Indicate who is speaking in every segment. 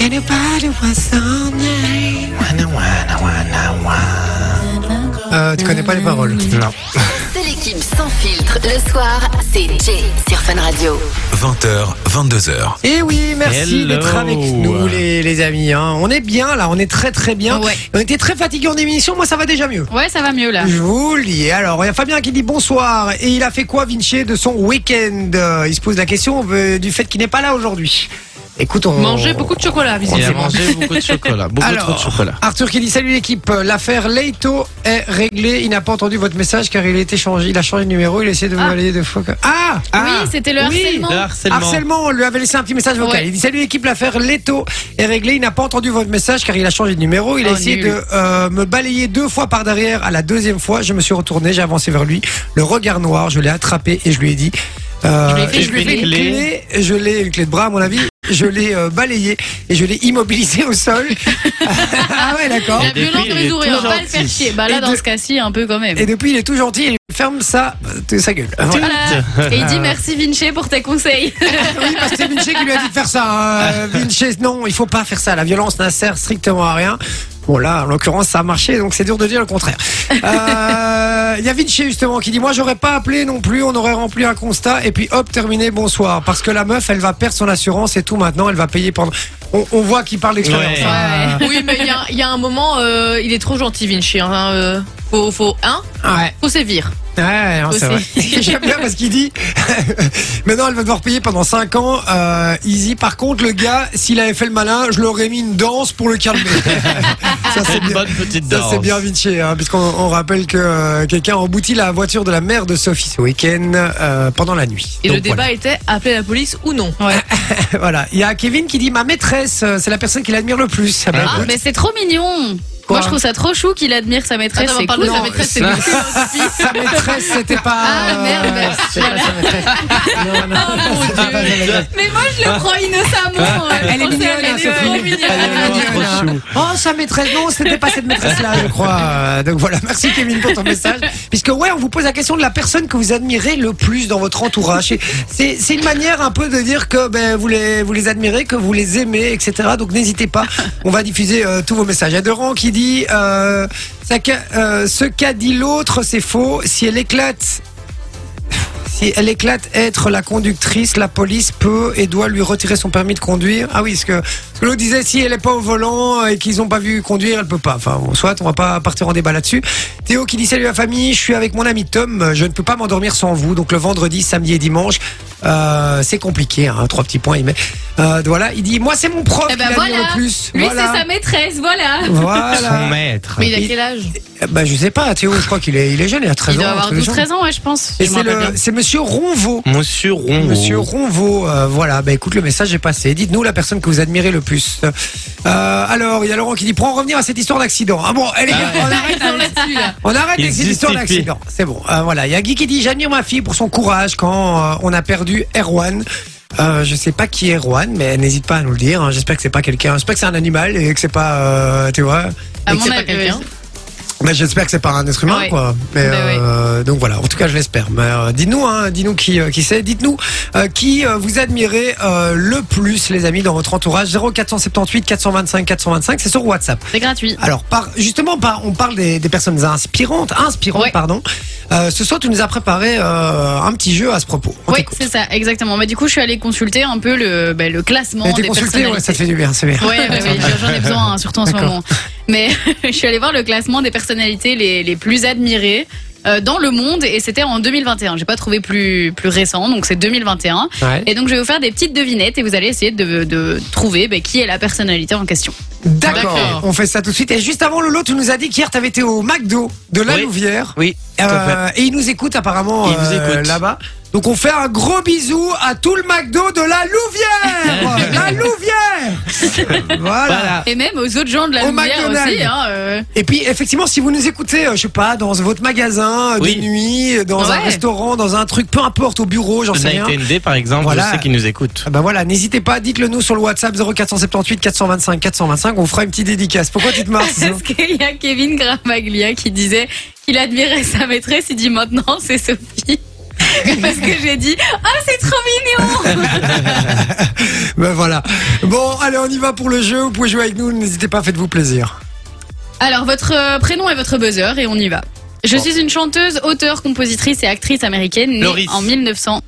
Speaker 1: Anybody wants all night.
Speaker 2: Euh, tu connais pas les paroles
Speaker 3: Non.
Speaker 4: C'est l'équipe sans filtre. Le soir, c'est Jay sur Fun Radio.
Speaker 5: 20h, 22h.
Speaker 2: Et Eh oui, merci
Speaker 3: Hello.
Speaker 2: d'être avec nous, les, les amis. hein. On est bien là, on est très très bien.
Speaker 6: Ouais.
Speaker 2: On était très fatigués en émission, moi ça va déjà mieux.
Speaker 6: Ouais, ça va mieux là.
Speaker 2: Je vous le dis. Alors, il y a Fabien qui dit bonsoir. Et il a fait quoi, Vinci, de son week-end Euh, Il se pose la question euh, du fait qu'il n'est pas là aujourd'hui. Écoute, on.
Speaker 6: Manger beaucoup de chocolat,
Speaker 3: Il a
Speaker 6: visiblement.
Speaker 3: mangé beaucoup de chocolat. Beaucoup
Speaker 2: Alors,
Speaker 3: trop de chocolat.
Speaker 2: Arthur qui dit salut l'équipe, l'affaire Leito est réglée. Il n'a pas entendu votre message car il a été changé. Il a changé de numéro, il a essayé de me
Speaker 6: Ah.
Speaker 2: valider deux fois. que- Ah, ah
Speaker 6: Oui, c'était le harcèlement.
Speaker 3: Le harcèlement.
Speaker 2: Harcèlement, on lui avait laissé un petit message vocal.
Speaker 6: Ouais.
Speaker 2: Il dit Salut l'équipe, l'affaire Leto est réglée. Il n'a pas entendu votre message car il a changé de numéro. Il a
Speaker 6: Oh,
Speaker 2: essayé
Speaker 6: nul.
Speaker 2: de euh, me balayer deux fois par derrière. À la deuxième fois, je me suis retourné, j'ai avancé vers lui. Le regard noir, je l'ai attrapé et je lui ai dit. euh,
Speaker 6: Je lui ai fait-
Speaker 2: et je lui ai fait une clé, je l'ai une clé de bras à mon avis, je l'ai euh, balayé et je l'ai immobilisé au sol. ah ouais d'accord.
Speaker 3: Et
Speaker 6: La
Speaker 3: depuis,
Speaker 6: violence dans
Speaker 3: il est
Speaker 6: les oreilles,
Speaker 3: tout
Speaker 6: on va pas le
Speaker 3: gentil.
Speaker 6: faire chier. Bah là,
Speaker 2: Et
Speaker 6: dans
Speaker 2: de-
Speaker 6: ce cas-ci, un peu quand même.
Speaker 2: Et depuis il est tout gentil, il ferme sa, euh, sa gueule. Voilà.
Speaker 6: Voilà. Et il dit merci Vinci pour tes conseils.
Speaker 2: Oui, parce que c'est Vinci qui lui a dit de faire ça. hein. Euh, Vinci, non, il faut pas faire ça. La violence n'a sert strictement à rien. Bon, là, en l'occurrence, ça a marché, donc c'est dur de dire le contraire. Euh, Il y a Vinci, justement, qui dit Moi, j'aurais pas appelé non plus, on aurait rempli un constat, et puis hop, terminé, bonsoir. Parce que la meuf, elle va perdre son assurance et tout maintenant, elle va payer pendant. On, on voit qu'il parle d'expérience.
Speaker 3: Ouais.
Speaker 2: hein.
Speaker 7: Oui, mais il y a- il y, a un moment, euh, il est trop gentil, Vinci. Hein, euh, faut, faut, hein,
Speaker 2: Ouais.
Speaker 7: faut sévir.
Speaker 2: Ouais, non, c'est vrai.
Speaker 7: Aussi.
Speaker 2: J'aime bien parce qu'il dit maintenant elle va devoir payer pendant 5 ans euh, Easy. Par contre, le gars, s'il avait fait le malin, je l'aurais mis une danse pour le calmer.
Speaker 3: C'est
Speaker 2: ça, c'est
Speaker 3: une
Speaker 2: bien.
Speaker 3: bonne petite
Speaker 2: Ça,
Speaker 3: danse.
Speaker 2: c'est bien Vinci, hein, puisqu'on on rappelle que euh, quelqu'un a embouti la voiture de la mère de Sophie ce week-end euh, pendant la nuit.
Speaker 7: Et le
Speaker 2: Donc,
Speaker 7: débat était appeler la police ou non.
Speaker 2: Voilà. Voilà. Il y a Kevin qui dit Ma maîtresse, euh, c'est la personne qu'il admire le plus. Ah bah,
Speaker 6: Ah,
Speaker 2: écoute.
Speaker 6: mais c'est trop mignon.
Speaker 2: Quoi
Speaker 6: Moi, je trouve ça trop chou qu'il admire sa maîtresse.
Speaker 7: Attends, on
Speaker 6: C'est
Speaker 7: parle
Speaker 6: cool.
Speaker 7: de sa maîtresse, c'est
Speaker 3: ça-
Speaker 7: Vinci, hein, aussi.
Speaker 2: Sa maîtresse, c'était pas.
Speaker 6: Ah, merde. Oh,
Speaker 2: euh, c'était pas sa maîtresse. Non, non, c'était pas sa maîtresse.
Speaker 6: Mais moi, je le prends innocemment. hein.
Speaker 2: Elle est
Speaker 6: Je pense
Speaker 2: mignonne,
Speaker 6: qu'elle
Speaker 2: hein,
Speaker 6: est
Speaker 2: Sophie.
Speaker 6: trop mignonne.
Speaker 2: Elle est mignonne, hein. Oh, sa maîtresse, non, c'était pas cette maîtresse-là, je crois. Euh, donc voilà, merci Kevin pour ton message. Puisque, ouais, on vous pose la question de la personne que vous admirez le plus dans votre entourage. Et C'est c'est une manière un peu de dire que ben, vous, les, vous les admirez, que vous les aimez, etc. Donc n'hésitez pas, on va diffuser euh, tous vos messages. Il y a Doran qui dit euh, ça qu'a- euh, Ce qu'a dit l'autre, c'est faux. Si elle éclate. Si elle éclate être la conductrice, la police peut et doit lui retirer son permis de conduire. Ah oui, parce que, parce que l'autre disait si elle est pas au volant et qu'ils ont pas vu conduire, elle peut pas. Enfin, bon, soit on va pas partir en débat là-dessus. Théo qui dit salut la famille, je suis avec mon ami Tom, je ne peux pas m'endormir sans vous. Donc le vendredi, samedi et dimanche, euh, c'est compliqué. Hein, trois petits points, il met. Euh, voilà, il dit moi c'est mon prof
Speaker 6: Eh ben
Speaker 2: qui l'admire
Speaker 6: voilà.
Speaker 2: le plus.
Speaker 6: Lui,
Speaker 2: voilà.
Speaker 6: c'est sa maîtresse, voilà.
Speaker 3: Son
Speaker 2: Voilà.
Speaker 3: maître.
Speaker 7: Mais il a
Speaker 2: Il-
Speaker 7: quel âge
Speaker 2: Eh Ben, je sais pas, Théo, je crois qu'il est, il est jeune, il a 13
Speaker 6: Il doit
Speaker 2: ans.
Speaker 6: avoir
Speaker 2: entre les gens.
Speaker 6: 12-13 ans, ouais, je pense.
Speaker 2: Et
Speaker 6: Je me
Speaker 2: c'est
Speaker 6: rappelle
Speaker 2: le- c'est Monsieur Ronvaux.
Speaker 3: Monsieur Ron.
Speaker 2: Monsieur Ronvaux, euh, voilà, bah écoute, le message est passé. Dites-nous la personne que vous admirez le plus. Euh, alors, il y a Laurent qui dit, pour en revenir à cette histoire d'accident. Ah bon, allez, on arrête,
Speaker 7: Non, là-dessus, là.
Speaker 2: on arrête
Speaker 3: Il
Speaker 2: avec cette histoire
Speaker 3: justifie.
Speaker 2: d'accident. C'est bon, euh, voilà. Il y a Guy qui dit, j'admire ma fille pour son courage quand euh, on a perdu Erwan. Euh, je sais pas qui est Erwan, mais n'hésite pas à nous le dire. hein. J'espère que c'est pas quelqu'un. J'espère que c'est un animal et que c'est pas, euh, tu vois.
Speaker 6: À
Speaker 7: Et
Speaker 6: mon
Speaker 7: que c'est pas
Speaker 6: avis, hein.
Speaker 7: quelqu'un.
Speaker 6: ouais.
Speaker 2: Mais j'espère que c'est pas un être humain,
Speaker 6: Ouais.
Speaker 2: quoi. Mais,
Speaker 6: Mais
Speaker 2: euh, Donc voilà, en tout cas, je l'espère. Mais euh, dites-nous, hein, dites-nous qui, euh, qui c'est. Dites-nous euh, qui euh, vous admirez euh, le plus, les amis, dans votre entourage. 0478 425 425, c'est sur WhatsApp.
Speaker 6: C'est gratuit.
Speaker 2: Alors, par, justement, par, on parle des, des personnes inspirantes, inspirantes,
Speaker 6: Ouais.
Speaker 2: pardon. Euh, ce soir, tu nous as préparé euh, un petit jeu à ce propos. On
Speaker 6: Oui,
Speaker 2: t'écoute.
Speaker 6: c'est ça, exactement. Mais du coup, je suis allée consulter un peu le, ben, le classement
Speaker 2: Mais t'es
Speaker 6: des
Speaker 2: consulté, ouais, ça
Speaker 6: personnalités.
Speaker 2: te fait du bien, c'est bien.
Speaker 6: Ouais, ouais, ouais, j'en ai besoin, hein, surtout en ce
Speaker 2: D'accord.
Speaker 6: moment. Mais je suis allée voir le classement des personnalités les, les plus admirées euh, dans le monde et c'était en 2021. J'ai pas trouvé plus, plus récent, donc c'est 2021.
Speaker 2: Ouais.
Speaker 6: Et donc je vais vous faire des petites devinettes et vous allez essayer de, de trouver ben, qui est la personnalité en question.
Speaker 2: D'accord,
Speaker 7: D'accord.
Speaker 2: on fait ça tout de suite. Et juste avant, Lolo, tu nous as dit qu'hier, tu avais été au McDo de la
Speaker 3: Oui.
Speaker 2: Louvière.
Speaker 3: Oui, tout à fait.
Speaker 2: Euh, et ils nous écoutent apparemment
Speaker 3: Ils nous
Speaker 2: euh,
Speaker 3: écoutent.
Speaker 2: là-bas. Donc on fait un gros bisou à tout le McDo de la Louvière La Louvière voilà.
Speaker 3: Voilà.
Speaker 6: Et même aux autres gens de la
Speaker 2: Au
Speaker 6: lumière
Speaker 2: McDonald's.
Speaker 6: aussi. Hein, euh,
Speaker 2: Et puis effectivement, si vous nous écoutez, euh, je sais pas, dans votre magasin, euh,
Speaker 3: Oui.
Speaker 2: de nuit, dans un
Speaker 6: Ouais.
Speaker 2: restaurant, dans un truc, peu importe, au bureau, j'en sais rien.
Speaker 3: ND, par exemple,
Speaker 2: Voilà.
Speaker 3: je sais qu'ils nous écoutent.
Speaker 2: Ah Bah voilà, n'hésitez pas, dites-le nous sur le WhatsApp 0478 425 425, on fera une petite dédicace. Pourquoi tu te marres Suzanne
Speaker 6: Parce qu'il y a Kevin Gramaglia qui disait qu'il admirait sa maîtresse, il dit maintenant c'est Sophie. parce que j'ai dit Ah, c'est trop mignon
Speaker 2: Ben voilà. Bon, allez, on y va pour le jeu. Vous pouvez jouer avec nous. N'hésitez pas, faites-vous plaisir.
Speaker 6: Alors, votre euh, prénom et votre buzzer, et on y va. Je suis une chanteuse, auteure, compositrice et actrice américaine née
Speaker 3: Loris.
Speaker 6: en 1900.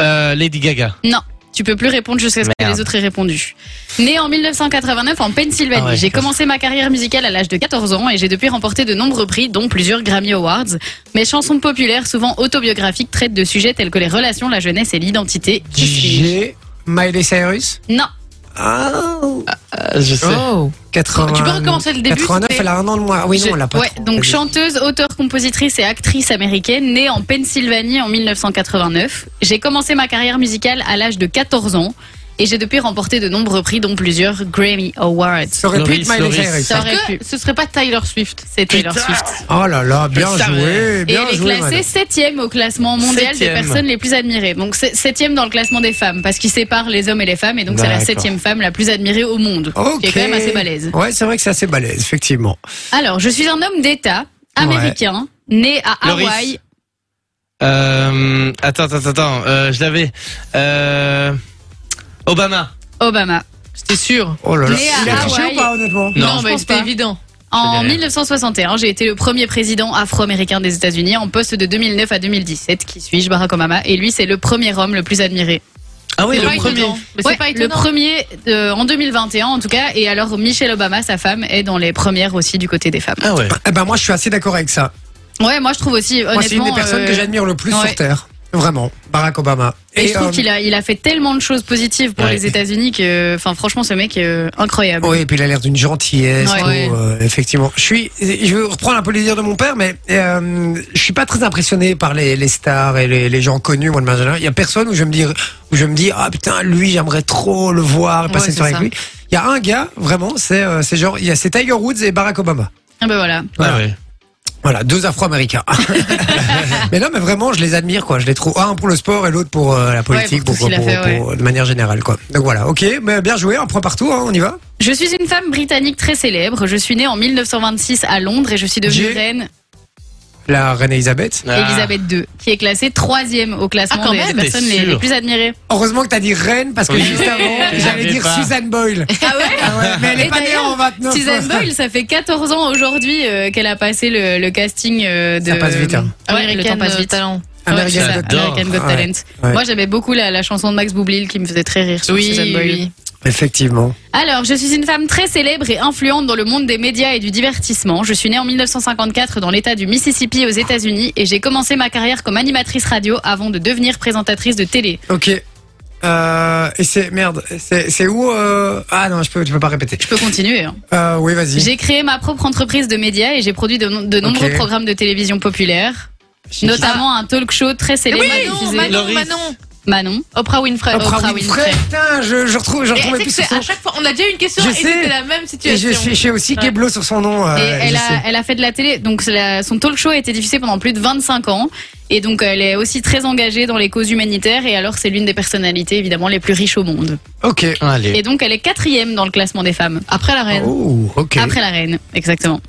Speaker 3: Euh, Lady Gaga.
Speaker 6: Non, tu peux plus répondre, je sais ce que
Speaker 3: Merde.
Speaker 6: les autres aient répondu. Née en 1989 en Pennsylvanie,
Speaker 3: Ah ouais,
Speaker 6: j'ai
Speaker 3: putain.
Speaker 6: commencé ma carrière musicale à l'âge de 14 ans et j'ai depuis remporté de nombreux prix, dont plusieurs Grammy Awards. Mes chansons populaires, souvent autobiographiques, traitent de sujets tels que les relations, la jeunesse et l'identité. Qui suis-je
Speaker 2: J'ai Miley Cyrus.
Speaker 6: Non,
Speaker 2: Ah,
Speaker 3: Euh, je sais.
Speaker 7: Oh.
Speaker 2: 80.
Speaker 7: Tu peux recommencer le début
Speaker 2: 89,
Speaker 7: s'il te plaît
Speaker 2: elle a un an de moins. Ah Oui,
Speaker 6: Je-
Speaker 2: non, elle a pas.
Speaker 6: ouais,
Speaker 2: trop.
Speaker 6: donc
Speaker 2: Vas-y.
Speaker 6: chanteuse, auteure, compositrice et actrice américaine, née en Pennsylvanie en 1989. J'ai commencé ma carrière musicale à l'âge de 14 ans et j'ai depuis remporté de nombreux prix, dont plusieurs Grammy Awards.
Speaker 2: Ça aurait pu être
Speaker 3: Loris,
Speaker 2: Miley
Speaker 3: Loris.
Speaker 2: Cyrus.
Speaker 6: Ça aurait
Speaker 7: Est-ce
Speaker 6: pu.
Speaker 7: que ce serait pas Tyler Swift
Speaker 6: C'était leur Swift.
Speaker 2: Oh là là, bien
Speaker 3: Je savais.
Speaker 2: joué.
Speaker 6: Et
Speaker 2: Bien
Speaker 6: elle est
Speaker 2: joué. madame.
Speaker 6: classée septième au classement mondial
Speaker 3: Septième.
Speaker 6: des personnes les plus admirées. Donc c'est- septième dans le classement des femmes, parce qu'il sépare les hommes et les femmes, et donc c'est la
Speaker 3: D'accord.
Speaker 6: septième femme la plus admirée au monde.
Speaker 2: Ok.
Speaker 6: Qui est quand même assez balèze.
Speaker 2: Ouais, c'est vrai que c'est assez balèze, effectivement.
Speaker 6: Alors, je suis un homme d'État américain, né à
Speaker 3: Loris.
Speaker 6: Hawaï.
Speaker 3: Euh, attends, attends, attends. Euh, je l'avais. Euh, Obama.
Speaker 6: Obama.
Speaker 7: C'était sûr.
Speaker 2: Oh là là.
Speaker 6: Mais à
Speaker 2: Il a triché
Speaker 6: Hawaï-
Speaker 2: ou pas, honnêtement
Speaker 3: Non,
Speaker 6: je
Speaker 7: mais
Speaker 6: pense
Speaker 7: c'était
Speaker 6: pas.
Speaker 7: évident.
Speaker 6: En
Speaker 3: dirais.
Speaker 6: 1961, j'ai été le premier président afro-américain des États-Unis en poste de 2009 à 2017. Qui suis-je, Barack Obama Et lui, c'est le premier homme le plus admiré.
Speaker 3: Ah oui,
Speaker 7: C'est pas
Speaker 3: le premier.
Speaker 7: étonnant. Mais
Speaker 6: Ouais,
Speaker 7: c'est pas
Speaker 6: le
Speaker 7: étonnant.
Speaker 6: premier euh, en 2021 en tout cas. Et alors Michelle Obama, sa femme, est dans les premières aussi du côté des femmes.
Speaker 3: Ah ouais.
Speaker 2: Eh ben, moi, je suis assez d'accord avec ça.
Speaker 6: Ouais, moi je trouve aussi honnêtement.
Speaker 2: Moi, c'est une des personnes
Speaker 6: euh,
Speaker 2: que j'admire le plus
Speaker 6: ouais.
Speaker 2: sur Terre. Vraiment. Barack Obama.
Speaker 6: Et je trouve
Speaker 2: euh,
Speaker 6: qu'il a, il a fait tellement de choses positives pour
Speaker 3: Ouais.
Speaker 6: les États-Unis que, enfin, franchement, ce mec, euh, incroyable.
Speaker 2: Oui, et puis il a l'air d'une gentillesse.
Speaker 6: Ouais.
Speaker 2: tout,
Speaker 6: Ouais.
Speaker 2: euh, effectivement. Je suis, je veux reprendre un peu les dires de mon père, mais euh, je suis pas très impressionné par les, les stars et les, les gens connus. Moi, de manière générale. il y a personne où je me dis, où je me dis, ah putain, lui, j'aimerais trop le voir et passer
Speaker 6: Ouais,
Speaker 2: une soirée
Speaker 6: c'est
Speaker 2: avec lui. Il y a un gars, vraiment, c'est, euh, c'est genre, il y a, c'est Tiger Woods et Barack Obama.
Speaker 6: Ah ben voilà.
Speaker 3: Ah ouais.
Speaker 2: Voilà, deux Afro-Américains. mais non, mais vraiment, je les admire, quoi. Je les trouve un pour le sport et l'autre pour euh, la politique,
Speaker 6: pour tout
Speaker 2: pour-
Speaker 6: ce qu'il a
Speaker 2: pour-
Speaker 6: fait, ouais.
Speaker 2: pour- de manière générale, quoi. Donc voilà, ok, mais bien joué, un point partout, hein, on y va.
Speaker 6: Je suis une femme britannique très célèbre. Je suis née en 1926 à Londres et je suis devenue
Speaker 2: J'ai- Ah.
Speaker 6: reine
Speaker 2: La reine Elisabeth.
Speaker 6: Elisabeth II, qui est classée troisième au classement
Speaker 7: Ah, quand
Speaker 6: des
Speaker 7: même,
Speaker 6: personnes
Speaker 3: t'es
Speaker 6: les,
Speaker 3: sûr.
Speaker 6: les plus admirées.
Speaker 2: Heureusement que t'as dit reine parce que
Speaker 3: Oui.
Speaker 2: juste avant,
Speaker 3: Je
Speaker 2: j'allais
Speaker 3: savais
Speaker 2: dire
Speaker 3: pas.
Speaker 2: Suzanne Boyle.
Speaker 6: Ah ouais
Speaker 2: Ah ouais, mais elle est
Speaker 6: Et
Speaker 2: pas née
Speaker 6: d'ailleurs,
Speaker 2: en 29.
Speaker 6: Suzanne Boyle, ça fait 14 ans aujourd'hui euh, qu'elle a passé le, le casting euh, de.
Speaker 2: Ça passe vite, hein.
Speaker 6: Ouais, le temps passe vite.
Speaker 7: Talent.
Speaker 2: American
Speaker 6: Ouais, c'est ça,
Speaker 2: Got
Speaker 3: Talent.
Speaker 6: American Got
Speaker 2: Ouais,
Speaker 6: Talent.
Speaker 2: ouais.
Speaker 6: Moi, j'aimais beaucoup la, la chanson de Max Boublil qui me faisait très rire sur Suzanne
Speaker 7: Oui,
Speaker 6: Boyle.
Speaker 7: oui.
Speaker 2: Effectivement.
Speaker 6: Alors, je suis une femme très célèbre et influente dans le monde des médias et du divertissement. Je suis née en 1954 dans l'État du Mississippi aux États-Unis et j'ai commencé ma carrière comme animatrice radio avant de devenir présentatrice de télé.
Speaker 2: Ok. Euh, et c'est merde, c'est c'est où euh... Ah non, je peux, je peux pas répéter.
Speaker 6: Je peux continuer. hein.
Speaker 2: Euh, oui, vas-y.
Speaker 6: J'ai créé ma propre entreprise de médias et j'ai produit de, no- de nombreux programmes de télévision populaires, notamment un talk show très célèbre
Speaker 7: Manon,
Speaker 6: diffusé-
Speaker 7: Manon,
Speaker 3: Loris.
Speaker 7: Manon.
Speaker 6: Manon.
Speaker 7: Oprah Winfrey.
Speaker 2: Oprah Winfrey. Putain, je, je retrouve, je
Speaker 7: Et
Speaker 2: retrouvais
Speaker 7: elle
Speaker 2: plus
Speaker 7: sait
Speaker 2: sur
Speaker 7: que c'est
Speaker 2: son.
Speaker 7: à chaque fois, on a déjà eu une question
Speaker 2: Je
Speaker 7: et
Speaker 2: sais.
Speaker 7: c'était la même
Speaker 2: Et je
Speaker 7: situation.
Speaker 2: suis, je suis aussi
Speaker 7: Ouais.
Speaker 2: Keblo sur son nom. euh,
Speaker 6: Et
Speaker 2: je
Speaker 6: elle,
Speaker 2: sais.
Speaker 6: a, elle a fait de la télé, donc c'est la- son talk show a été diffusé pendant plus de 25 ans. Et donc elle est aussi très engagée dans les causes humanitaires et alors c'est l'une des personnalités évidemment les plus riches au monde.
Speaker 2: Ok.
Speaker 3: Ah, Allez.
Speaker 6: Et donc elle est quatrième dans le classement des femmes, après la reine.
Speaker 2: Oh, ok.
Speaker 6: Après la reine, exactement.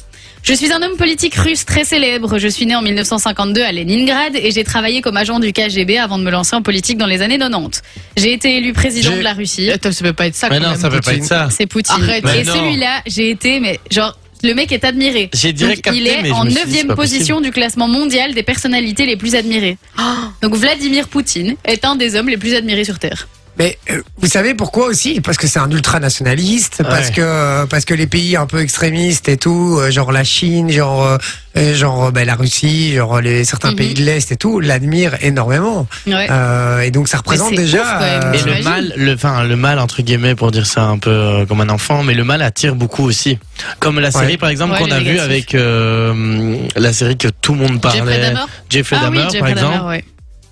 Speaker 6: Je suis un homme politique russe très célèbre. Je suis né en 1952 à Leningrad et j'ai travaillé comme agent du KGB avant de me lancer en politique dans les années 90. J'ai été élu président
Speaker 2: J'ai-
Speaker 6: de la Russie.
Speaker 7: Attends, ça peut pas être ça.
Speaker 3: Mais
Speaker 7: quand
Speaker 3: non,
Speaker 7: même.
Speaker 3: ça peut pas
Speaker 2: Poutine.
Speaker 3: être ça.
Speaker 6: C'est Poutine.
Speaker 7: Arrête.
Speaker 6: et
Speaker 3: Ah. Mais non.
Speaker 6: celui-là, j'ai été, mais genre, le mec est admiré.
Speaker 3: J'ai direct
Speaker 6: Donc,
Speaker 3: capté,
Speaker 6: il est
Speaker 3: mais je
Speaker 6: en
Speaker 3: me suis dit, c'est
Speaker 6: neuvième
Speaker 3: pas
Speaker 6: position du classement mondial des personnalités les plus admirées.
Speaker 3: Oh.
Speaker 6: Donc Vladimir Poutine est un des hommes les plus admirés sur Terre.
Speaker 2: Mais euh, vous savez pourquoi aussi Parce que c'est un ultranationaliste, parce
Speaker 3: Ouais.
Speaker 2: que euh, parce que les pays un peu extrémistes et tout, euh, genre la Chine, genre euh, euh, genre euh, ben, la Russie, genre les certains
Speaker 6: Mhm.
Speaker 2: pays de l'est et tout, l'admirent énormément.
Speaker 6: Ouais.
Speaker 3: Ah,
Speaker 2: Euh, et donc ça représente
Speaker 6: c'est
Speaker 2: déjà.
Speaker 6: ouf, quand même.
Speaker 3: Et
Speaker 2: euh,
Speaker 3: le
Speaker 6: J'imagine.
Speaker 3: mal, le, enfin, le mal, entre guillemets, pour dire ça un peu euh, comme un enfant, mais le mal attire beaucoup aussi. Comme la série,
Speaker 2: Ouais.
Speaker 3: par exemple,
Speaker 6: Ouais,
Speaker 3: qu'on
Speaker 6: les
Speaker 3: a vue
Speaker 6: négatifs.
Speaker 3: avec euh, la série que tout le monde
Speaker 7: Jeffrey
Speaker 3: parlait.
Speaker 7: Dahmer
Speaker 3: Jeffrey
Speaker 6: ah oui,
Speaker 3: Dahmer,
Speaker 6: Jeffrey
Speaker 3: par
Speaker 6: Dahmer,
Speaker 3: exemple.
Speaker 6: ouais.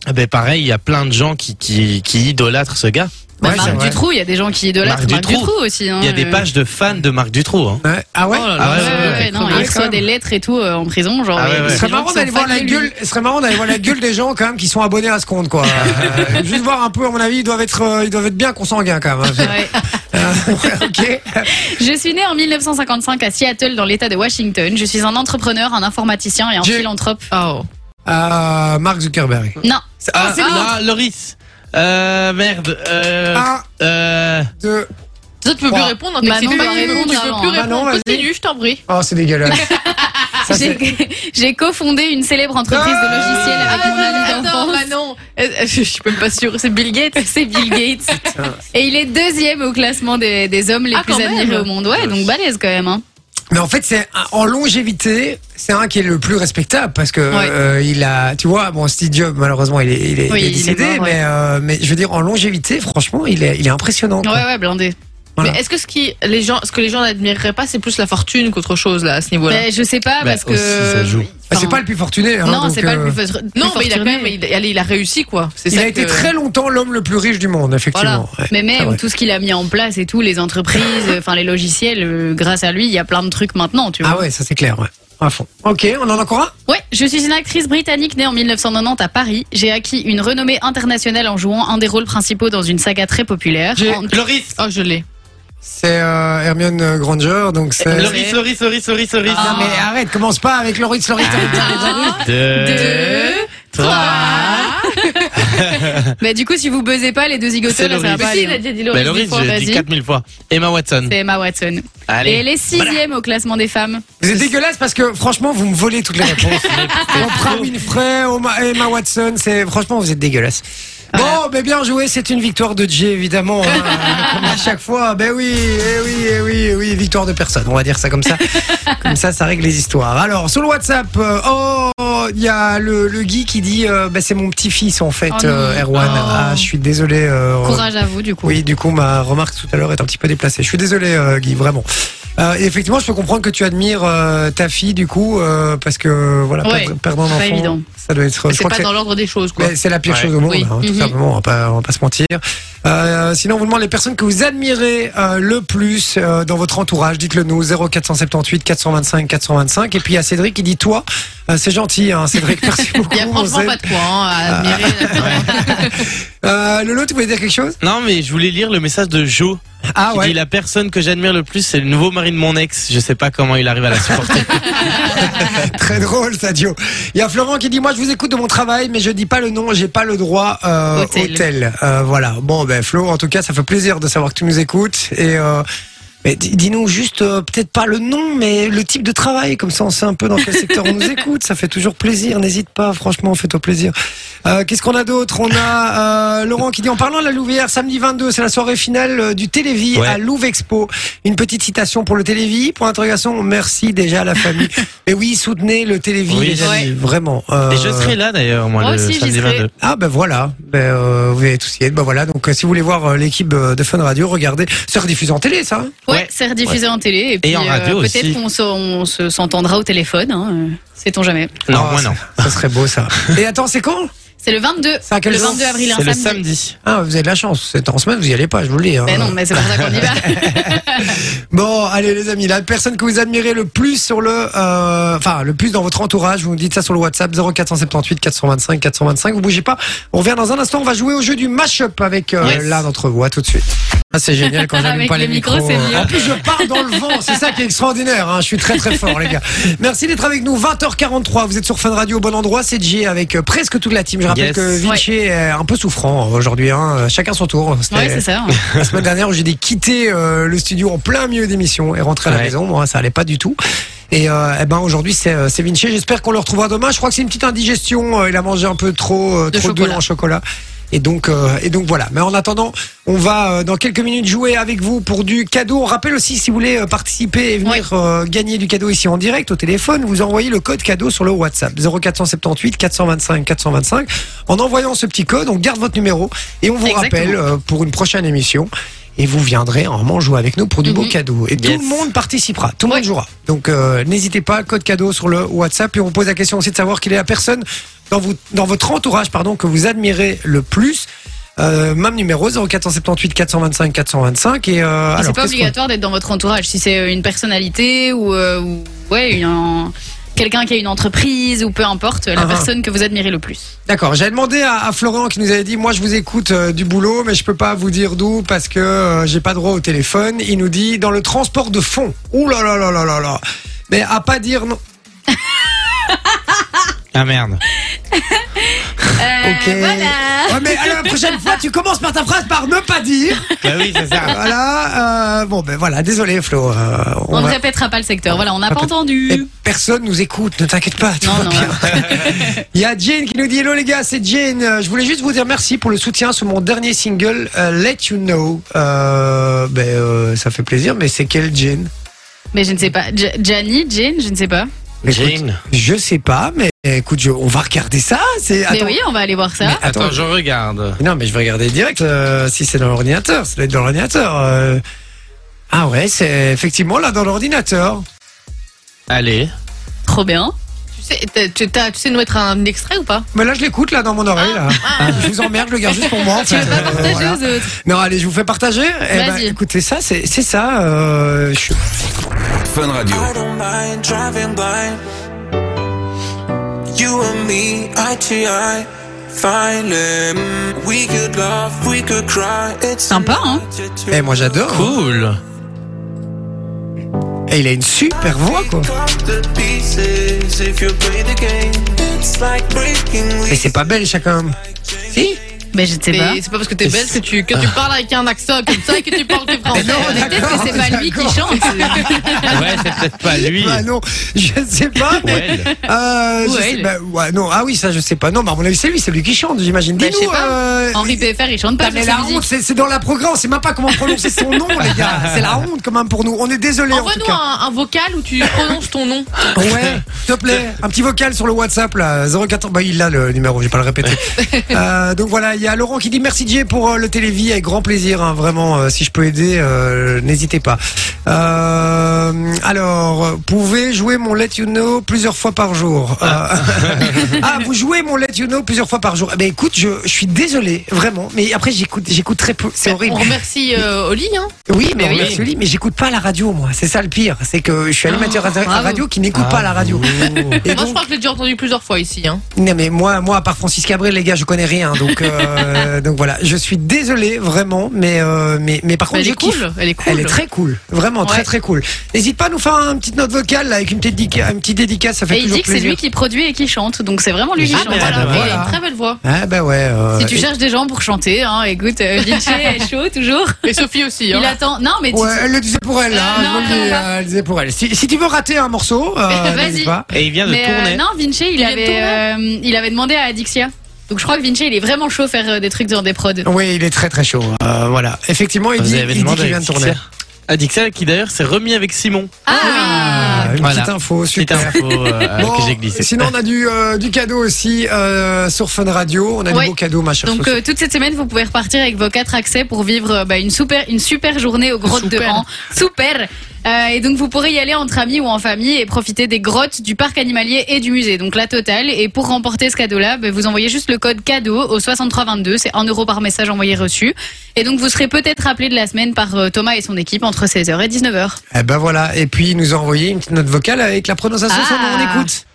Speaker 3: Eh Ben, pareil, il y a plein de gens qui, qui, qui idolâtrent ce gars.
Speaker 6: Bah,
Speaker 2: ouais, c'est
Speaker 6: Marc
Speaker 2: vrai.
Speaker 6: Dutroux, il y a des gens qui idolâtrent Marc,
Speaker 3: Marc
Speaker 6: Dutroux.
Speaker 3: Dutroux
Speaker 6: aussi. hein,
Speaker 3: Il y a des
Speaker 6: euh.
Speaker 3: pages de fans de Marc Dutroux. Hein.
Speaker 2: Ouais. Ah ouais.
Speaker 7: Oh là là.
Speaker 3: Ah
Speaker 6: Ouais,
Speaker 3: ouais,
Speaker 6: ouais,
Speaker 3: ouais,
Speaker 6: ouais, non,
Speaker 2: ouais,
Speaker 6: il reçoit
Speaker 2: quand
Speaker 6: des
Speaker 2: même.
Speaker 6: lettres et tout euh, en prison. Genre,
Speaker 3: Ah ouais,
Speaker 6: il y a
Speaker 3: ouais.
Speaker 6: des
Speaker 2: Ce serait
Speaker 6: gens
Speaker 2: marrant
Speaker 6: qui
Speaker 2: d'aller
Speaker 6: sont
Speaker 2: voir
Speaker 6: fans
Speaker 2: la
Speaker 6: de lui.
Speaker 2: gueule. Ce serait marrant d'aller voir la gueule des gens quand même qui sont abonnés à ce compte quoi. Euh, juste voir un peu à mon avis ils doivent être euh, ils doivent être bien consanguins quand même. hein.
Speaker 6: Ouais.
Speaker 2: Euh, ouais, ok.
Speaker 6: Je suis né en 1955 à Seattle, dans l'État de Washington. Je suis un entrepreneur, un informaticien et un
Speaker 2: J'ai-
Speaker 6: philanthrope.
Speaker 7: Oh.
Speaker 2: à Euh, Mark Zuckerberg.
Speaker 6: Non,
Speaker 3: Ah,
Speaker 6: c'est
Speaker 3: ah, Loris. Euh, merde. Euh,
Speaker 2: Un,
Speaker 6: Ah.
Speaker 3: euh,
Speaker 2: deux.
Speaker 7: Ça, tu peux
Speaker 2: Trois.
Speaker 7: plus répondre. hein,
Speaker 6: Manon
Speaker 7: t'es
Speaker 6: va
Speaker 7: excitée,
Speaker 6: répondre
Speaker 7: Tu peux
Speaker 6: avant,
Speaker 7: plus
Speaker 6: hein.
Speaker 7: répondre.
Speaker 2: Manon, vas-y.
Speaker 7: Continue, je t'en prie.
Speaker 2: Oh, c'est dégueulasse. Ça,
Speaker 6: j'ai
Speaker 2: c'est-
Speaker 6: j'ai cofondé une célèbre entreprise de logiciels
Speaker 7: Ah,
Speaker 6: avec mon ami
Speaker 7: attends,
Speaker 6: d'enfance.
Speaker 7: Manon. Euh, euh, Je je suis même pas sûre. C'est Bill Gates.
Speaker 6: C'est Bill Gates. Et il est deuxième au classement des, des hommes les
Speaker 7: Ah,
Speaker 6: plus
Speaker 7: quand même.
Speaker 6: admirés au monde. Ouais, donc balèze quand même. Hein.
Speaker 2: Mais en fait, c'est un- en longévité, c'est un qui est le plus respectable parce que
Speaker 7: Ouais.
Speaker 2: euh, il a, tu vois, bon, Steve Jobs, malheureusement, il est, il est,
Speaker 6: Oui,
Speaker 2: il est
Speaker 6: il est
Speaker 2: décédé,
Speaker 6: mort, ouais.
Speaker 2: mais, euh, mais je veux dire, en longévité, franchement, il est, il est impressionnant.
Speaker 6: Ouais,
Speaker 2: quoi.
Speaker 6: ouais, blindé.
Speaker 2: Voilà.
Speaker 7: Mais est-ce que ce, qui, les gens, ce que les gens n'admireraient pas, c'est plus la fortune qu'autre chose, là, à ce niveau-là
Speaker 6: Ben, je sais pas
Speaker 3: Bah,
Speaker 6: parce que.
Speaker 3: aussi, ça joue.
Speaker 2: Ah, c'est
Speaker 6: Enfin,
Speaker 2: pas le plus fortuné. Hein,
Speaker 6: Non,
Speaker 2: donc,
Speaker 6: c'est pas
Speaker 2: euh,
Speaker 6: le plus fort- plus
Speaker 7: Non, mais il a quand
Speaker 6: fortuné.
Speaker 7: même, il, allez, il a réussi, quoi. C'est
Speaker 2: Il
Speaker 7: ça
Speaker 2: a été
Speaker 7: que-
Speaker 2: très longtemps l'homme le plus riche du monde, effectivement. Ouais,
Speaker 6: Mais
Speaker 2: c'est
Speaker 6: même
Speaker 2: vrai.
Speaker 6: tout ce qu'il a mis en place et tout, les entreprises, euh, enfin les logiciels, euh, grâce à lui, il y a plein de trucs maintenant, tu vois.
Speaker 2: Ah ouais, ça c'est clair, ouais. À fond. Ok, on en a encore un
Speaker 6: Ouais, je suis une actrice britannique née en 1990 à Paris. J'ai acquis une renommée internationale en jouant un des rôles principaux dans une saga très populaire.
Speaker 2: J'ai-
Speaker 6: En-
Speaker 3: Loris.
Speaker 7: Oh, je l'ai.
Speaker 2: C'est euh, Hermione Granger, donc c'est.
Speaker 3: Loris, Loris, Loris, Loris, Loris.
Speaker 2: Non
Speaker 6: Ah.
Speaker 2: mais arrête, commence pas avec Loris, Loris.
Speaker 3: Deux, Euh, trois.
Speaker 6: Bah du coup, si vous buzzez pas les deux zigoteux,
Speaker 3: C'est
Speaker 6: là, ça va
Speaker 3: Loris.
Speaker 6: pas
Speaker 3: Mais si,
Speaker 6: aller.
Speaker 7: il a
Speaker 6: hein.
Speaker 7: déjà dit
Speaker 3: Bah,
Speaker 7: Loris.
Speaker 3: Loris,
Speaker 6: dix fois,
Speaker 3: j'ai dit
Speaker 6: vas-y.
Speaker 3: 4000 fois. Emma Watson.
Speaker 6: C'est Emma Watson.
Speaker 3: Allez.
Speaker 6: Et elle est sixième au classement des femmes.
Speaker 2: Vous êtes dégueulasse parce que franchement, vous me volez toutes les réponses. Oprah Winfrey, Oma- Emma Watson, c'est franchement, vous êtes dégueulasse.
Speaker 6: Ah.
Speaker 2: Bon, mais bien joué, c'est une victoire de Jay évidemment, hein, comme à chaque fois. Ben oui, eh oui, eh oui, eh oui, victoire de personne. On va dire ça comme ça, comme ça, ça règle les histoires. Alors sur le WhatsApp, euh, oh, il y a le, le Guy qui dit, euh, bah, c'est mon petit-fils en fait,
Speaker 6: Oh non.
Speaker 2: euh, Erwan.
Speaker 6: Oh.
Speaker 2: Ah, je suis désolé. euh,
Speaker 3: Oh.
Speaker 6: Courage à vous du coup.
Speaker 2: oui, du coup, ma remarque tout à l'heure est un petit peu déplacée. Je suis désolé, euh, Guy, vraiment. Euh, et effectivement, je peux comprendre que tu admires euh, ta fille, du coup, euh, parce que voilà,
Speaker 6: Ouais,
Speaker 2: perdre, perdre un
Speaker 6: c'est pas
Speaker 2: enfant,
Speaker 6: évident.
Speaker 2: ça doit être. je crois
Speaker 7: C'est
Speaker 2: que
Speaker 7: pas
Speaker 2: c'est-
Speaker 7: dans l'ordre des choses, quoi.
Speaker 2: mais c'est la pire
Speaker 3: Ouais.
Speaker 2: chose au monde,
Speaker 7: Oui.
Speaker 2: hein, tout
Speaker 7: Mhm.
Speaker 2: simplement. On va pas, on va pas se mentir. Euh, sinon, on vous demande les personnes que vous admirez euh, le plus euh, dans votre entourage. Dites-le nous 0478 425 425. Et puis il y a Cédric qui dit toi, Euh, c'est gentil, hein, Cédric. Merci beaucoup.
Speaker 7: Il y a
Speaker 2: on
Speaker 7: franchement
Speaker 2: sait.
Speaker 7: pas de quoi, hein, à admirer.
Speaker 2: Euh, Lolo, tu voulais dire quelque chose
Speaker 3: Non, mais je voulais lire le message de Joe.
Speaker 2: Ah
Speaker 3: qui dit la personne que j'admire le plus, c'est le nouveau mari de mon ex. Je sais pas comment il arrive à la supporter.
Speaker 2: Très drôle, Sadio. Il y a Florent qui dit Moi, je vous écoute de mon travail, mais je dis pas le nom, j'ai pas le droit euh,
Speaker 6: Hôtel.
Speaker 2: hôtel. Euh, voilà. Bon, ben, Flo, en tout cas, ça fait plaisir de savoir que tu nous écoutes. Et. euh, mais di- dis-nous juste, euh, peut-être pas le nom, mais le type de travail, comme ça on sait un peu dans quel secteur on nous écoute, ça fait toujours plaisir, n'hésite pas, franchement, fais-toi plaisir. Euh, Qu'est-ce qu'on a d'autre On a euh, Laurent qui dit, en parlant de la Louvière, samedi 22, c'est la soirée finale euh, du Télévis
Speaker 3: Ouais.
Speaker 2: à Louvre Expo. Une petite citation pour le Télévis, pour interrogation, merci déjà à la famille. Et oui, soutenez le Télévis,
Speaker 3: Oui,
Speaker 2: les amis,
Speaker 3: ouais.
Speaker 2: vraiment. Euh,
Speaker 3: Et je serai là d'ailleurs, moi,
Speaker 6: Moi
Speaker 3: le
Speaker 6: aussi, j'y
Speaker 3: samedi
Speaker 6: serai.
Speaker 3: 22.
Speaker 2: ah ben voilà, ben, euh, vous allez tous y être. Ben voilà, donc euh, si vous voulez voir euh, l'équipe euh, de Fun Radio, regardez. C'est rediffusé en télé, ça. hein
Speaker 6: Ouais,
Speaker 3: Ouais.
Speaker 6: c'est rediffusé en télé et puis euh,
Speaker 3: en radio aussi.
Speaker 6: peut-être qu'on se- on se s'entendra au téléphone. Hein, euh, Sait-on jamais.
Speaker 3: Non,
Speaker 2: Ah,
Speaker 3: moi
Speaker 2: ça-
Speaker 3: non.
Speaker 2: Ça serait beau ça. Et attends, c'est quand
Speaker 6: C'est le 22.
Speaker 2: C'est à quel
Speaker 6: le
Speaker 2: jour
Speaker 6: 22 avril, un
Speaker 3: C'est le
Speaker 6: samedi.
Speaker 3: samedi.
Speaker 2: Ah, vous avez de la chance. C'est en semaine, vous y allez pas, je vous le dis. hein.
Speaker 6: Ben non, mais c'est pour ça qu'on y va.
Speaker 2: Bon, allez les amis, la personne que vous admirez le plus sur le, euh, enfin le plus dans votre entourage, vous nous dites ça sur le WhatsApp 0478 425 425. Vous bougez pas. On revient dans un instant. On va jouer au jeu du mashup avec euh,
Speaker 3: Yes.
Speaker 2: l'un d'entre vous. À tout de suite. Ah, c'est génial quand j'allume
Speaker 6: Avec
Speaker 2: pas
Speaker 6: le
Speaker 2: les
Speaker 6: micro,
Speaker 2: micros. euh.
Speaker 6: c'est mieux.
Speaker 2: En plus, je pars dans le vent. C'est ça qui est extraordinaire. hein. Je suis très très fort, les gars. Merci d'être avec nous. 20h43. Vous êtes sur Fun Radio, au bon endroit. C'est Jay avec euh, presque toute la team. Je rappelle
Speaker 3: Yes.
Speaker 2: que Vinci est un peu souffrant aujourd'hui. hein. Chacun son tour. C'était-
Speaker 6: ouais, c'est ça. hein.
Speaker 2: la semaine dernière, j'ai dû quitter euh, le studio en plein milieu d'émission et rentrer à la
Speaker 3: Ouais.
Speaker 2: maison. Moi, ça allait pas du tout. Et euh, eh ben aujourd'hui, c'est euh, c'est Vinci. J'espère qu'on le retrouvera demain. Je crois que c'est une petite indigestion. Euh, Il a mangé un peu trop, euh,
Speaker 7: De
Speaker 2: trop
Speaker 7: chocolat.
Speaker 2: d'œufs en chocolat. Et donc, euh, et donc voilà. Mais en attendant, on va euh, dans quelques minutes jouer avec vous pour du cadeau. On rappelle aussi, si vous voulez euh, participer et venir euh, gagner du cadeau ici en direct au téléphone, vous envoyez le code cadeau sur le WhatsApp 0478 425 425. En envoyant ce petit code, on garde votre numéro et on vous
Speaker 6: Exactement.
Speaker 2: rappelle euh, pour une prochaine émission. Et vous viendrez en moment jouer avec nous pour du
Speaker 7: Mhm.
Speaker 2: beau cadeau. Et tout
Speaker 3: Yes.
Speaker 2: le monde participera, tout le monde jouera. Donc euh, n'hésitez pas, code cadeau sur le WhatsApp. Et on vous pose la question aussi de savoir quelle est la personne dans, vous, dans votre entourage pardon, que vous admirez le plus. Euh, même numéro 0478 425 425 et euh,
Speaker 6: Et
Speaker 2: alors
Speaker 6: C'est pas
Speaker 2: qu'est-ce qu'on-
Speaker 6: obligatoire d'être dans votre entourage. Si c'est une personnalité ou, euh, ou- ouais, une- un- quelqu'un qui a une entreprise ou peu importe, la
Speaker 2: Ah, ah.
Speaker 6: personne que vous admirez le plus.
Speaker 2: D'accord, j'avais demandé à, à Florent qui nous avait dit moi je vous écoute euh, du boulot mais je peux pas vous dire d'où parce que euh, j'ai pas droit au téléphone. Il nous dit dans le transport de fond. Ouh là là là là là là. Mais à pas dire non.
Speaker 3: Ah merde.
Speaker 6: Euh,
Speaker 2: Ok.
Speaker 6: Voilà.
Speaker 2: Ouais, mais alors, la prochaine fois, tu commences par ta phrase par ne pas dire.
Speaker 8: Bah oui, c'est ça.
Speaker 2: Voilà. euh, bon, ben voilà. Désolé, Flo. euh, on
Speaker 6: On ne
Speaker 2: va-
Speaker 6: répétera pas le secteur. Voilà, on n'a pas
Speaker 2: Et
Speaker 6: entendu.
Speaker 2: personne nous écoute, ne t'inquiète pas, tout
Speaker 6: Non,
Speaker 2: Eh, va
Speaker 6: non.
Speaker 2: bien. Il y a Jane qui nous dit Hello les gars, c'est Jane. Euh, Je voulais juste vous dire merci pour le soutien sur mon dernier single, euh, Let You Know. Euh, ben, euh, ça fait plaisir, mais c'est quelle Jane
Speaker 6: Mais je ne sais pas. J- Gianni, Jane, je ne sais pas.
Speaker 2: Écoute,
Speaker 3: Jane.
Speaker 2: Je sais pas, mais écoute, je- on va regarder ça. C'est,
Speaker 6: Mais
Speaker 2: attends.
Speaker 6: oui, on va aller voir ça.
Speaker 8: Attends, je regarde.
Speaker 2: Non, mais je vais regarder direct euh, si c'est dans l'ordinateur. Ça doit être dans l'ordinateur. euh. Ah ouais, c'est effectivement là dans l'ordinateur.
Speaker 3: Allez.
Speaker 6: Trop bien.
Speaker 7: Tu sais, t'as- tu t'as- tu sais nous mettre un extrait ou pas
Speaker 2: Mais là, je l'écoute là dans mon oreille. Là. Je vous emmerde, je le garde juste pour moi. en
Speaker 7: Tu
Speaker 2: fait.
Speaker 7: veux pas
Speaker 2: Euh,
Speaker 7: partager
Speaker 2: voilà.
Speaker 7: aux autres
Speaker 2: Non, allez, je vous fais partager. Eh ben,
Speaker 6: Vas-y.
Speaker 2: écoutez ça, c'est c'est ça. euh, je suis-
Speaker 5: Fun Radio.
Speaker 1: I don't mind driving blind. You and me, eye to eye. Finally, mm, we could laugh, we could cry. It's
Speaker 6: Sympa, hein
Speaker 2: Eh, moi j'adore.
Speaker 3: Cool.
Speaker 2: Et il a une super voix, quoi. Mais c'est pas belle, chacun. Si
Speaker 6: Mais je ne sais pas. Ah.
Speaker 7: Mais C'est pas parce que t'es belle que tu, que tu parles avec un accent comme ça et que tu parles que français.
Speaker 2: Mais non,
Speaker 7: Mais peut-être
Speaker 2: d'accord,
Speaker 7: que c'est pas lui qui
Speaker 2: d'accord.
Speaker 7: chante.
Speaker 3: Ouais, c'est peut-être pas lui.
Speaker 2: Bah non, je ne sais pas,
Speaker 3: Ou
Speaker 2: mais.
Speaker 3: elle.
Speaker 2: Euh,
Speaker 7: Ou
Speaker 2: je sais-
Speaker 7: elle.
Speaker 2: bah, ouais, non, ah oui, ça je sais pas. Non, mais à mon avis, c'est lui, c'est lui qui chante, j'imagine.
Speaker 6: Bah, je sais
Speaker 2: Dis-nous,
Speaker 6: pas.
Speaker 2: euh,
Speaker 6: Henri PFR, il chante pas.
Speaker 2: Putain,
Speaker 6: sur
Speaker 2: mais
Speaker 6: ses
Speaker 2: la
Speaker 6: musiques.
Speaker 2: honte, c'est c'est dans la programme, on sait même pas comment prononcer son nom, les gars. C'est la honte quand même pour nous. On est désolé en tout
Speaker 7: Envoie-nous
Speaker 2: cas.
Speaker 7: un, un vocal où tu prononces ton nom.
Speaker 2: Ouais, s'il te plaît, un petit vocal sur le WhatsApp là, 04. Bah il a le numéro, je vais pas le répéter. Euh, donc voilà, il y a Laurent qui dit merci Jay pour euh, le télévis avec grand plaisir, hein, vraiment. euh, si je peux aider, euh, n'hésitez pas. Euh, alors, euh, pouvez jouer mon Let You Know plusieurs fois par jour. Euh, ah, vous jouez mon Let You Know plusieurs fois par jour. Eh ben écoute, je, je suis désolé, vraiment. Mais après j'écoute, j'écoute très peu. C'est horrible.
Speaker 7: On remercie euh, Oli. Hein.
Speaker 2: Oui, mais,
Speaker 7: Mais oui.
Speaker 2: merci, Oli, mais j'écoute pas la radio, moi. C'est ça le pire. C'est que je suis animateur
Speaker 6: Ah,
Speaker 2: à à
Speaker 7: bravo.
Speaker 2: radio qui n'écoute
Speaker 3: Ah,
Speaker 2: pas la radio. Et
Speaker 7: Moi, je
Speaker 2: donc-
Speaker 7: crois que je l'ai déjà entendu plusieurs fois ici. Hein.
Speaker 2: non, mais moi, moi, à part Francis Cabrel, les gars, je connais rien. Donc, euh, donc voilà. Je suis désolé, vraiment, mais, euh, mais, mais par contre,
Speaker 7: Elle
Speaker 2: je
Speaker 7: est
Speaker 2: kiffe.
Speaker 7: cool. Elle est cool.
Speaker 2: Elle est très cool, vraiment très
Speaker 7: Ouais.
Speaker 2: très cool. N'hésite pas à nous faire une petite note vocale là, avec une petite, dédica- une petite dédicace, ça fait
Speaker 6: Et il
Speaker 2: toujours
Speaker 6: dit que c'est
Speaker 2: plaisir.
Speaker 6: lui qui produit et qui chante, donc c'est vraiment lui qui
Speaker 3: Ah,
Speaker 6: chante.
Speaker 3: ben
Speaker 6: Voilà.
Speaker 3: voilà.
Speaker 7: Et elle a une très belle voix.
Speaker 2: Ah bah ouais. euh,
Speaker 6: Si tu
Speaker 2: et-
Speaker 6: cherches des gens pour chanter, hein, écoute, euh, DJ est chaud toujours.
Speaker 7: Et Sophie aussi. Hein.
Speaker 6: Il attend. Non, mais tu-
Speaker 2: Ouais, elle le disait pour elle, hein,
Speaker 6: Euh,
Speaker 2: je vous
Speaker 6: non,
Speaker 2: le dis,
Speaker 6: non,
Speaker 2: euh, elle le disait pour elle. Si, si tu veux rater un morceau, euh,
Speaker 6: Vas-y.
Speaker 2: n'hésite pas.
Speaker 3: Et il vient de
Speaker 6: mais, euh,
Speaker 3: tourner.
Speaker 6: non, Vinci, il,
Speaker 7: vient de
Speaker 6: avait,
Speaker 7: tourner.
Speaker 6: euh, il avait demandé à Adixia. Donc je crois que Vinci, il est vraiment chaud faire euh, des trucs sur des prods.
Speaker 2: Oui, il est très très chaud. euh, voilà, effectivement, il
Speaker 3: Vous
Speaker 2: dit,
Speaker 3: avez
Speaker 2: il dit
Speaker 3: demandé
Speaker 2: qu'il vient de tourner.
Speaker 3: Adixia qui d'ailleurs s'est remis avec Simon.
Speaker 2: Ah, une
Speaker 3: Voilà.
Speaker 2: petite info,
Speaker 3: Petite
Speaker 2: super.
Speaker 3: info euh,
Speaker 2: Bon,
Speaker 3: que j'ai glissée.
Speaker 2: Sinon, on a du, euh, du cadeau aussi euh, sur Fun Radio. On a
Speaker 6: Ouais.
Speaker 2: du beau cadeau, ma chère.
Speaker 6: Donc
Speaker 2: Sophie.
Speaker 6: euh, toute cette semaine, vous pouvez repartir avec vos quatre accès pour vivre euh, bah, une super une super journée aux grottes de
Speaker 7: Super.
Speaker 6: Han. Super. Euh, et donc vous pourrez y aller entre amis ou en famille et profiter des grottes du parc animalier et du musée. Donc la totale. Et pour remporter ce cadeau-là, bah, vous envoyez juste le code cadeau au 6322. C'est 1 euro par message envoyé reçu. Et donc vous serez peut-être appelé de la semaine par euh, Thomas et son équipe entre 16h et 19h.
Speaker 2: Eh ben voilà. Et puis, il nous a envoyé une petite note vocale avec la prononciation.
Speaker 6: Ah.
Speaker 2: Son nom, on écoute.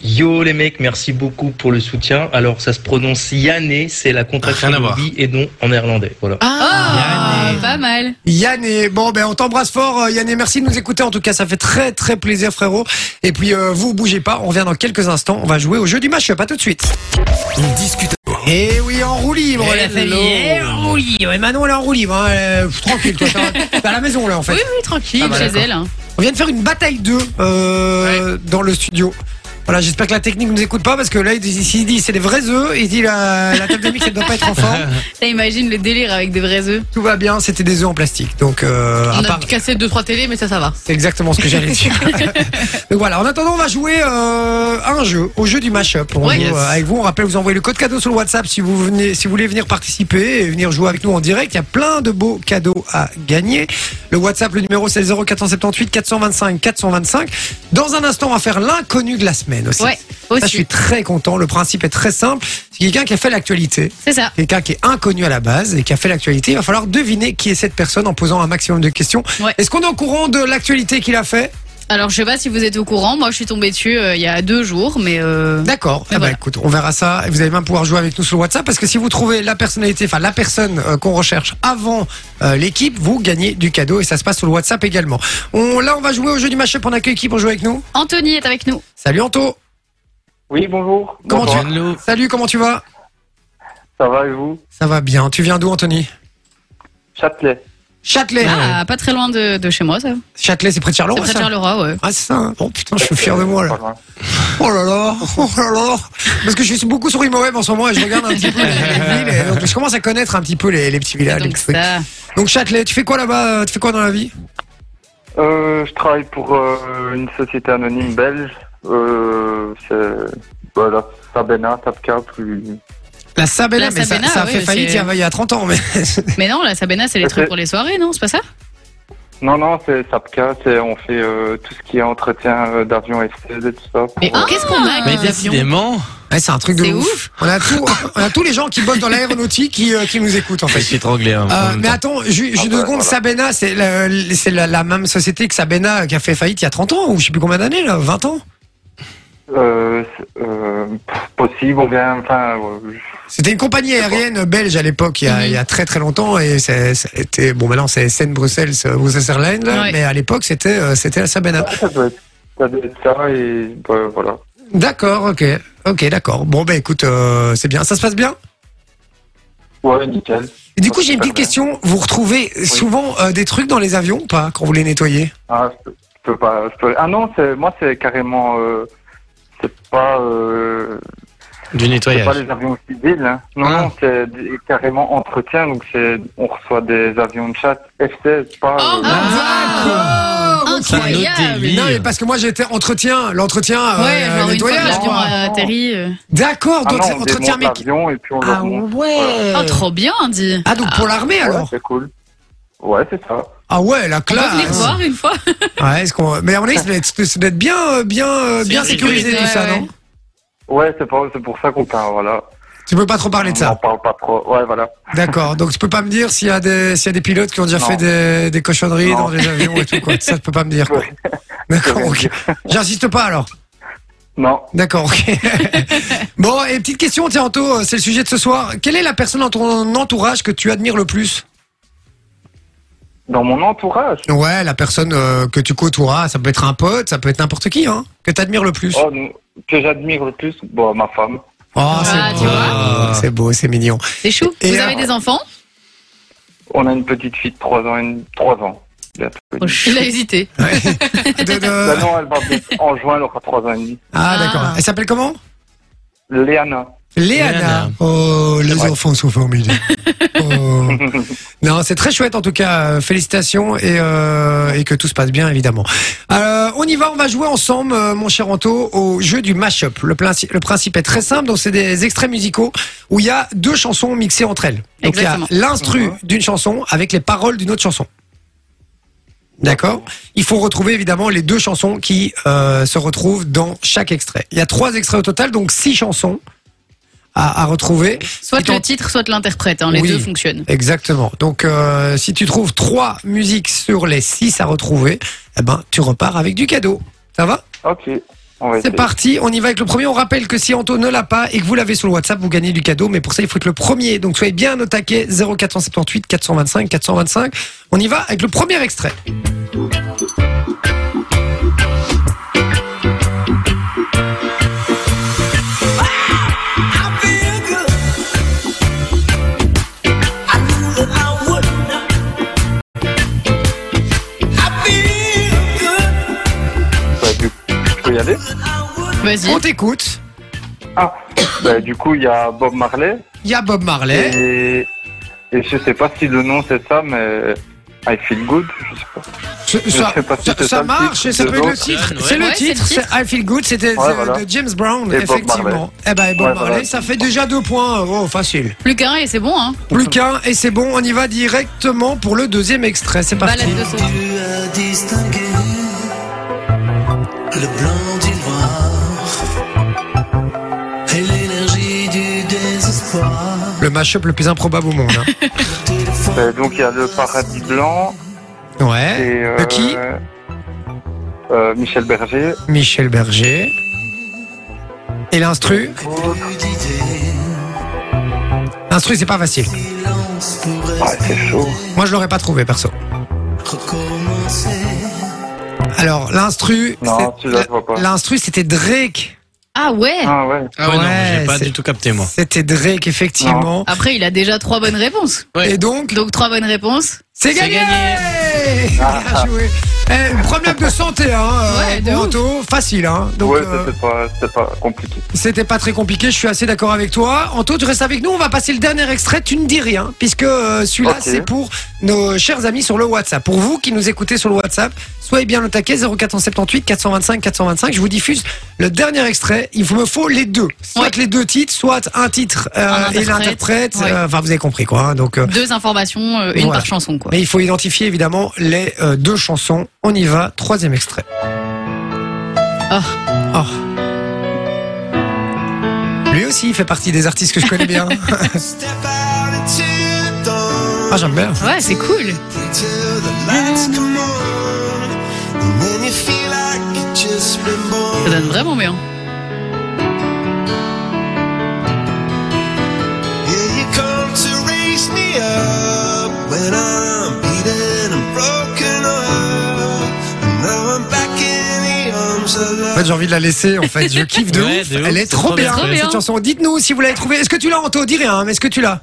Speaker 9: Yo les mecs, merci beaucoup pour le soutien. Alors ça se prononce Yanné, c'est la contraction
Speaker 3: Rien à
Speaker 9: de
Speaker 3: voir.
Speaker 9: Bi et non en néerlandais. Voilà.
Speaker 6: Ah,
Speaker 3: Yanné.
Speaker 6: pas mal.
Speaker 2: Yann et bon ben on t'embrasse fort euh, Yann et merci de nous écouter en tout cas ça fait très très plaisir frérot et puis euh, vous bougez pas on revient dans quelques instants on va jouer au jeu du match pas tout de suite
Speaker 5: On discute.
Speaker 2: et oui en roue libre la
Speaker 3: Hello.
Speaker 2: famille Eh, en roue libre et Manon elle est en roue libre hein, euh, pff, tranquille toi t'es à- t'es à la maison là en fait
Speaker 7: Oui, oui, tranquille.
Speaker 2: Ah, bah,
Speaker 6: chez
Speaker 2: d'accord.
Speaker 6: elle. hein.
Speaker 2: On vient de faire une bataille d'eux euh, dans le studio. Voilà, j'espère que la technique nous écoute pas parce que là, il dit- s'il dit c'est des vrais œufs, il dit la, la table de mix elle doit pas être en forme.
Speaker 6: Là, imagine le délire avec des vrais œufs.
Speaker 2: Tout va bien, c'était des œufs en plastique. Donc, euh, à
Speaker 7: On a
Speaker 2: part,
Speaker 7: dû casser deux trois télés, mais ça, ça va.
Speaker 2: c'est exactement ce que j'allais dire. Donc voilà, en attendant, on va jouer euh, à un jeu, au jeu du mashup. On
Speaker 7: Ouais.
Speaker 2: joue,
Speaker 3: Yes.
Speaker 2: euh, avec vous, on rappelle, vous envoyez le code cadeau sur le WhatsApp si vous venez, si vous voulez venir participer et venir jouer avec nous en direct. Il y a plein de beaux cadeaux à gagner. Le WhatsApp, le numéro c'est le 0478 425 425. Dans un instant, on va faire l'inconnu de la semaine aussi. Ça,
Speaker 6: Ouais,
Speaker 2: je
Speaker 6: aussi.
Speaker 2: suis très content. Le principe est très simple. C'est quelqu'un qui a fait l'actualité,
Speaker 6: C'est ça.
Speaker 2: quelqu'un qui est inconnu à la base et qui a fait l'actualité. Il va falloir deviner qui est cette personne en posant un maximum de questions.
Speaker 6: Ouais.
Speaker 2: Est-ce qu'on est au courant de l'actualité qu'il a fait
Speaker 6: Alors je sais pas si vous êtes au courant, moi je suis tombée dessus euh, il y a deux jours, mais euh,
Speaker 2: D'accord. Eh
Speaker 6: Mais
Speaker 2: ben,
Speaker 6: voilà.
Speaker 2: écoute, on verra ça. Et vous allez même pouvoir jouer avec nous sur le WhatsApp parce que si vous trouvez la personnalité, enfin la personne euh, qu'on recherche avant euh, l'équipe, vous gagnez du cadeau et ça se passe sur le WhatsApp également. On, là, on va jouer au jeu du match-up. On accueille qui pour jouer avec nous
Speaker 6: Anthony est avec nous.
Speaker 2: Salut Anto.
Speaker 10: Oui, bonjour.
Speaker 2: Comment
Speaker 10: Bonjour.
Speaker 2: tu Salut, comment tu vas
Speaker 10: Ça va et vous
Speaker 2: Ça va bien. Tu viens d'où, Anthony
Speaker 10: Châtelet.
Speaker 2: Châtelet.
Speaker 6: Ah, pas très loin de, de chez moi, ça.
Speaker 2: Châtelet, c'est près de Charleroi,
Speaker 6: C'est près de
Speaker 2: ça
Speaker 6: Charleroi, ouais.
Speaker 2: Ah, c'est ça. hein. Oh putain, je suis fier de moi, là.
Speaker 10: Pas loin.
Speaker 2: Oh là là, oh là là. Parce que je suis beaucoup sur Imoeb en ce moment et je regarde un petit peu les, les villes. et donc, je commence à connaître un petit peu les, les petits villages.
Speaker 6: Donc,
Speaker 2: les trucs.
Speaker 6: ça.
Speaker 2: Donc, Châtelet, tu fais quoi là-bas Tu fais quoi dans la vie
Speaker 10: Euh, je travaille pour euh, une société anonyme belge. Euh, c'est voilà, Sabena, Tapka, plus.
Speaker 2: La Sabella,
Speaker 6: La
Speaker 2: mais ça-
Speaker 6: Sabella,
Speaker 2: ça, a
Speaker 6: oui,
Speaker 2: fait faillite
Speaker 6: c'est-
Speaker 2: il y a- il y a 30 ans. Mais...
Speaker 6: Mais non, la Sabena, c'est les trucs pour les soirées, non C'est pas ça
Speaker 10: Non, non, c'est Tapka. C'est on fait euh, tout ce qui est entretien euh, d'avion et et tout ça.
Speaker 2: Oh,
Speaker 6: Mais
Speaker 10: Pour, euh,
Speaker 6: qu'est-ce qu'on a avec
Speaker 3: Mais
Speaker 6: les avions
Speaker 3: décidément,
Speaker 2: Ouais, c'est un truc de
Speaker 6: C'est
Speaker 2: ouf.
Speaker 6: ouf.
Speaker 2: On, a tout- on a tous les gens qui bossent dans l'aéronautique qui, euh, qui nous écoutent en
Speaker 3: je
Speaker 2: fait.
Speaker 3: suis étranglé. hein, en
Speaker 2: Euh,
Speaker 3: même
Speaker 2: mais
Speaker 3: temps.
Speaker 2: attends, ju- juste
Speaker 10: Ah
Speaker 2: deux
Speaker 10: bah,
Speaker 2: secondes,
Speaker 10: voilà.
Speaker 2: Sabena, c'est le- c'est la, la même société que Sabena qui a fait faillite il y a 30 ans, ou je sais plus combien d'années, là, 20 ans.
Speaker 10: euh, c'est, euh, pff, possible, on vient. Enfin, euh,
Speaker 2: C'était une compagnie aérienne belge à l'époque, il, y a-
Speaker 6: Mhm.
Speaker 2: il y a très très longtemps, et c'est- c'était, bon maintenant c'est SN Bruxelles, euh, Brussels Airlines, là,
Speaker 6: Ouais.
Speaker 2: mais à l'époque c'était euh, c'était la Sabena.
Speaker 10: je- ça doit être ça. Doit être ça et bah, voilà.
Speaker 2: D'accord, ok, ok, d'accord. Bon ben écoute, euh, c'est bien, ça se passe bien
Speaker 10: Ouais, nickel.
Speaker 2: Et Du coup
Speaker 10: Ça se
Speaker 2: j'ai une
Speaker 10: passe
Speaker 2: petite question, vous retrouvez souvent euh, des trucs dans les avions ou pas, quand vous les nettoyez
Speaker 10: Ah, je peux, je peux pas. je peux- Ah non, c'est, moi c'est carrément. euh, c'est pas. Euh,
Speaker 3: Du
Speaker 10: c'est pas
Speaker 3: nettoyage.
Speaker 10: les avions civils. hein. Non,
Speaker 3: Ah.
Speaker 10: non, c'est d- carrément entretien. Donc c'est, on reçoit des avions de chasse F-16, pas.
Speaker 6: Oh,
Speaker 10: euh,
Speaker 2: ah,
Speaker 6: Ah,
Speaker 2: D'accord.
Speaker 3: C'est un autre
Speaker 6: Incroyable
Speaker 2: Non mais
Speaker 3: délire.
Speaker 2: parce que moi j'étais entretien, l'entretien, euh,
Speaker 6: Ouais,
Speaker 2: le
Speaker 6: genre une fois que
Speaker 2: nettoyage.
Speaker 6: l'avion
Speaker 10: non,
Speaker 6: a
Speaker 10: non.
Speaker 6: atterri. euh.
Speaker 2: D'accord,
Speaker 10: ah
Speaker 2: donc
Speaker 10: non,
Speaker 2: c'est
Speaker 10: on
Speaker 2: entretien
Speaker 10: démonte
Speaker 2: mec.
Speaker 10: l'avion et puis on
Speaker 2: Ah
Speaker 10: le remonte.
Speaker 2: ouais.
Speaker 6: Oh, trop bien, dit.
Speaker 2: Ah donc pour l'armée
Speaker 10: Ouais,
Speaker 2: alors
Speaker 10: c'est cool. Ouais, c'est ça.
Speaker 2: Ah ouais, la
Speaker 6: On peut venir
Speaker 2: classe.
Speaker 6: voir une fois.
Speaker 2: Ouais, est-ce qu'on mais à mon avis, ça doit être- ça doit être bien euh, bien euh, bien sécurisé
Speaker 6: sécurisé,
Speaker 2: tout ça,
Speaker 6: ouais,
Speaker 2: non
Speaker 10: Ouais, c'est, pas, c'est pour ça qu'on parle. Voilà.
Speaker 2: Tu peux pas trop parler de
Speaker 10: On en
Speaker 2: ça.
Speaker 10: parle pas trop. Ouais, voilà.
Speaker 2: D'accord. Donc tu peux pas me dire s'il y a des s'il y a des pilotes qui ont déjà
Speaker 10: Non.
Speaker 2: fait des, des cochonneries
Speaker 10: Non.
Speaker 2: dans les avions et tout quoi. Ça tu peux pas me dire. quoi.
Speaker 10: Ouais.
Speaker 2: D'accord.
Speaker 10: rien
Speaker 2: Ah, OK. J'insiste pas alors.
Speaker 10: Non.
Speaker 2: D'accord. OK. bon, et petite question tiens Anto, euh, c'est le sujet de ce soir. Quelle est la personne dans ton entourage que tu admires le plus
Speaker 10: Dans mon entourage.
Speaker 2: Ouais, la personne euh, que tu côtoieras, ça peut être un pote, ça peut être n'importe qui hein, que tu admires le plus.
Speaker 10: Oh, non, que j'admire le plus, bon, ma femme.
Speaker 2: Oh, c'est
Speaker 6: Ah, tu
Speaker 2: beau, c'est beau, c'est mignon.
Speaker 6: C'est chou.
Speaker 2: Et
Speaker 6: Vous
Speaker 2: alors-
Speaker 6: avez des enfants
Speaker 10: On a une petite fille de 3 ans. Une... 3 ans. bientôt.
Speaker 2: Oh,
Speaker 7: Il a hésité.
Speaker 2: Ouais. De-
Speaker 10: Bah
Speaker 2: de-
Speaker 10: non, elle va bien- en juin, elle aura 3 ans et demi.
Speaker 2: Ah d'accord. Elle s'appelle comment
Speaker 10: Léana.
Speaker 2: Léana.
Speaker 3: Léana.
Speaker 2: Oh, les
Speaker 10: vrai.
Speaker 2: enfants sont formidables. Oh. Non, c'est très chouette en tout cas. Euh, Félicitations et, euh, et que tout se passe bien évidemment. Euh, on y va, on va jouer ensemble, euh, mon cher Anto, au jeu du mashup. Le, princi- le principe est très simple. Donc c'est des extraits musicaux où il y a deux chansons mixées entre elles. Donc il y a
Speaker 6: Exactement.
Speaker 2: l'instru d'une chanson avec les paroles d'une autre chanson. D'accord Il faut retrouver évidemment les deux chansons qui euh, se retrouvent dans chaque extrait. Il y a trois extraits au total, donc six chansons à, à retrouver.
Speaker 6: Soit
Speaker 2: Ils
Speaker 6: le
Speaker 2: t'ont-
Speaker 6: titre, soit l'interprète. hein, Les
Speaker 2: Oui.
Speaker 6: deux fonctionnent.
Speaker 2: Exactement. Donc, euh, si tu trouves trois musiques sur les six à retrouver, eh ben, tu repars avec du cadeau. Ça va
Speaker 10: Ok. On va
Speaker 2: C'est
Speaker 10: essayer.
Speaker 2: parti. On y va avec le premier. On rappelle que si Anto ne l'a pas et que vous l'avez sur le WhatsApp, vous gagnez du cadeau. Mais pour ça, il faut être le premier. Donc, soyez bien au taquet. 0478 425 425. On y va avec le premier extrait.
Speaker 10: Bah, du... Je peux y aller
Speaker 6: Vas-y.
Speaker 2: On t'écoute.
Speaker 10: Ah, bah, du coup, il y a Bob Marley.
Speaker 2: Il y a Bob Marley.
Speaker 10: Et... et je sais pas si le nom c'est ça, mais I feel good. Je sais pas.
Speaker 2: Ça,
Speaker 10: je
Speaker 2: ça-
Speaker 10: sais pas si
Speaker 2: ça-
Speaker 10: c'est
Speaker 2: ça
Speaker 10: ça le
Speaker 2: marche.
Speaker 10: titre
Speaker 2: Ça
Speaker 10: de
Speaker 2: peut être le
Speaker 10: l'autre.
Speaker 2: titre.
Speaker 3: Ouais,
Speaker 2: C'est le
Speaker 6: ouais, c'est le
Speaker 2: titre.
Speaker 6: titre.
Speaker 2: c'est I Feel Good. C'était
Speaker 10: Ouais,
Speaker 2: de-
Speaker 10: voilà.
Speaker 2: de James Brown.
Speaker 10: Et Bob Marley.
Speaker 2: effectivement. Eh ben, et Bob
Speaker 10: Ouais,
Speaker 2: Marley.
Speaker 10: voilà.
Speaker 2: Ça fait déjà deux points. Oh, facile.
Speaker 6: Plus qu'un et c'est bon, hein.
Speaker 2: Plus qu'un et c'est bon, on y va directement pour le deuxième extrait. C'est parti.
Speaker 7: Balade de sauvage.
Speaker 1: Le blanc du noir et l'énergie du désespoir.
Speaker 2: Le mashup le plus improbable au monde. hein.
Speaker 10: Euh, donc, il y a le paradis blanc. Et,
Speaker 2: Ouais.
Speaker 10: euh...
Speaker 2: De Eh. qui
Speaker 10: euh, Michel Berger.
Speaker 2: Michel Berger. Et l'instru L'instru, c'est pas facile.
Speaker 10: Ouais, Ah, c'est chaud.
Speaker 2: Moi, je l'aurais pas trouvé, perso. Alors, l'instru.
Speaker 10: Non,
Speaker 2: c'est-
Speaker 10: celui-là, je vois pas.
Speaker 2: L'instru, c'était Drake.
Speaker 6: Ah ouais
Speaker 10: Ah ouais.
Speaker 3: Ah ouais, non,
Speaker 2: Ouais,
Speaker 3: j'ai pas
Speaker 2: c'est-
Speaker 3: du tout capté moi.
Speaker 2: C'était Drake, effectivement.
Speaker 7: Ah
Speaker 6: Après, il a déjà trois bonnes réponses.
Speaker 3: Ouais.
Speaker 2: Et donc,
Speaker 6: Donc trois bonnes réponses.
Speaker 2: c'est gagné, Bien joué. Eh, problème de santé, hein, euh,
Speaker 6: Ouais, de
Speaker 2: pour
Speaker 6: ouf.
Speaker 2: Anto. facile, hein. Donc,
Speaker 10: ouais,
Speaker 2: euh,
Speaker 10: c'était pas, c'était pas compliqué.
Speaker 2: C'était pas très compliqué, je suis assez d'accord avec toi. Anto, tu restes avec nous, on va passer le dernier extrait, tu ne dis rien, puisque euh, celui-là,
Speaker 10: Ok.
Speaker 2: c'est pour nos chers amis sur le WhatsApp. Pour vous qui nous écoutez sur le WhatsApp, soyez bien au taquet 0478 425 425, je vous diffuse le dernier extrait, il vous me faut les deux. Soit
Speaker 6: Ouais.
Speaker 2: les deux titres, soit un titre euh,
Speaker 6: Un
Speaker 2: et
Speaker 6: interprète.
Speaker 2: l'interprète,
Speaker 6: Ouais.
Speaker 2: euh, enfin vous avez compris quoi. hein, donc, euh,
Speaker 6: Deux informations, euh, une
Speaker 2: Voilà.
Speaker 6: par chanson quoi.
Speaker 2: mais il faut identifier évidemment les euh, deux chansons. On y va, troisième extrait.
Speaker 6: Ah.
Speaker 2: Ah. Lui aussi il fait partie des artistes que je connais bien. ah j'aime bien.
Speaker 6: Ouais, c'est cool. Ça donne vraiment bien.
Speaker 2: En fait j'ai envie de la laisser en fait. Je kiffe de
Speaker 3: Ouais,
Speaker 2: ouf.
Speaker 3: de ouf,
Speaker 2: Elle est
Speaker 3: c'est
Speaker 2: trop
Speaker 3: trop
Speaker 2: bien,
Speaker 6: bien.
Speaker 2: cette chanson. Dites-nous si vous l'avez trouvée. Est-ce que tu l'as Anto Dis rien. hein, Mais est-ce que tu l'as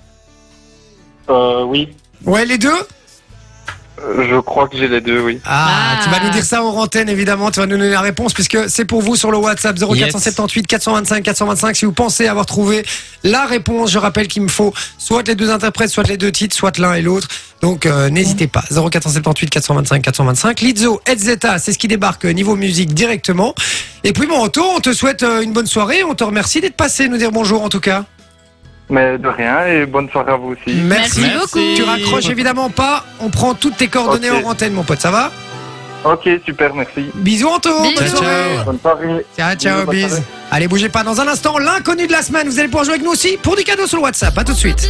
Speaker 10: Euh, oui,
Speaker 2: Ouais les deux.
Speaker 10: euh, je crois que j'ai les deux, oui.
Speaker 2: Ah,
Speaker 6: Ah.
Speaker 2: tu vas nous dire ça en antenne, évidemment. Tu vas nous donner la réponse puisque c'est pour vous sur le WhatsApp 0478 425 425. Si vous pensez avoir trouvé la réponse, je rappelle qu'il me faut soit les deux interprètes, soit les deux titres, soit l'un et l'autre. Donc, euh, n'hésitez pas. 0478 425 425. Lizzo, Edzeta, c'est ce qui débarque niveau musique directement. Et puis, bon, Anto, on te souhaite euh, une bonne soirée. On te remercie d'être passé, nous dire bonjour en tout cas.
Speaker 10: Mais de rien, et bonne soirée à vous aussi.
Speaker 2: Mm.
Speaker 6: Merci,
Speaker 3: Merci.
Speaker 6: beaucoup.
Speaker 2: Tu raccroches évidemment pas. On prend toutes tes coordonnées
Speaker 10: Ok.
Speaker 2: hors antenne, mon pote. Ça va?
Speaker 10: Ok, super, merci.
Speaker 2: Bisous, Anto.
Speaker 6: Bisous.
Speaker 2: Bonne
Speaker 6: Ciao,
Speaker 2: soirée.
Speaker 3: ciao.
Speaker 10: Bonne soirée.
Speaker 2: Ciao, ciao,
Speaker 10: Bisous, bonne
Speaker 2: bis.
Speaker 10: soirée.
Speaker 2: Allez, bougez pas. Dans un instant, l'inconnu de la semaine. Vous allez pouvoir jouer avec nous aussi pour du cadeau sur le WhatsApp. À tout de suite.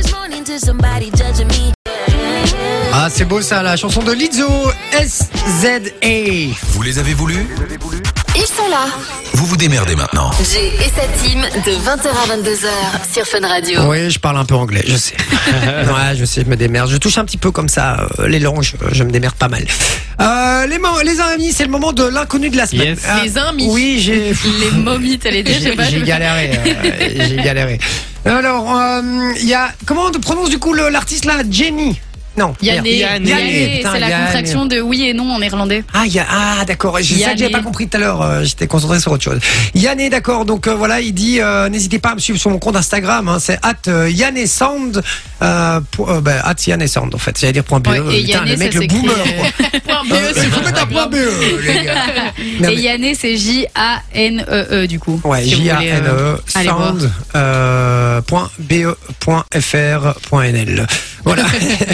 Speaker 2: Ah, c'est beau ça, la chanson de Lizzo, SZA.
Speaker 5: Vous les avez voulu
Speaker 4: Ils sont là.
Speaker 5: Vous vous démerdez maintenant.
Speaker 4: Jay et sa team de 20h à 22h sur Fun Radio.
Speaker 2: Oui, je parle un peu anglais, je sais. ouais, je sais, je me démerde. Je touche un petit peu comme ça euh, les langues, je, je me démerde pas mal. Euh, les, mo- les amis, c'est le moment de l'inconnu de la semaine.
Speaker 3: Yes.
Speaker 2: Ah,
Speaker 7: Les amis.
Speaker 2: oui, j'ai.
Speaker 7: Les momies, t'allais dire, je sais
Speaker 2: J'ai
Speaker 7: pas.
Speaker 2: j'ai
Speaker 7: je-
Speaker 2: galéré, euh, j'ai galéré. Alors, euh, il y a comment on prononce du coup le- l'artiste là, Jenny Non.
Speaker 6: Yanné,
Speaker 2: merde.
Speaker 6: Yanné,
Speaker 2: Yanné, putain,
Speaker 6: c'est la
Speaker 2: Yanné.
Speaker 6: contraction de oui et non en néerlandais.
Speaker 2: Ah, y a- ah d'accord. C'est ça que j'avais
Speaker 6: Yanné.
Speaker 2: pas compris tout à l'heure. euh, J'étais concentré sur autre chose. Yanné, d'accord. Donc euh, voilà, il dit euh, n'hésitez pas à me suivre sur mon compte Instagram. Hein, c'est at euh, Yanné Sound. Euh, pour- euh, ben, at Yanné Sound en fait. J'allais dire point BE.
Speaker 6: Ouais, et
Speaker 2: Putain,
Speaker 6: Yanné,
Speaker 2: le mec,
Speaker 6: ça
Speaker 2: le
Speaker 6: s'écrit,
Speaker 2: boomer.
Speaker 6: euh,
Speaker 2: quoi.
Speaker 7: Point BE,
Speaker 2: Euh,
Speaker 7: c'est
Speaker 2: faut
Speaker 7: pas
Speaker 2: mettre un point
Speaker 7: grave.
Speaker 2: BE, les gars. Non, mais-
Speaker 6: et Yanné, c'est J-A-N-E-E E du coup.
Speaker 2: Ouais,
Speaker 6: si vous
Speaker 2: j
Speaker 6: voulez,
Speaker 2: a
Speaker 6: euh,
Speaker 2: n e
Speaker 6: allez voir.
Speaker 2: sound euh, point be point fr point NL. Voilà.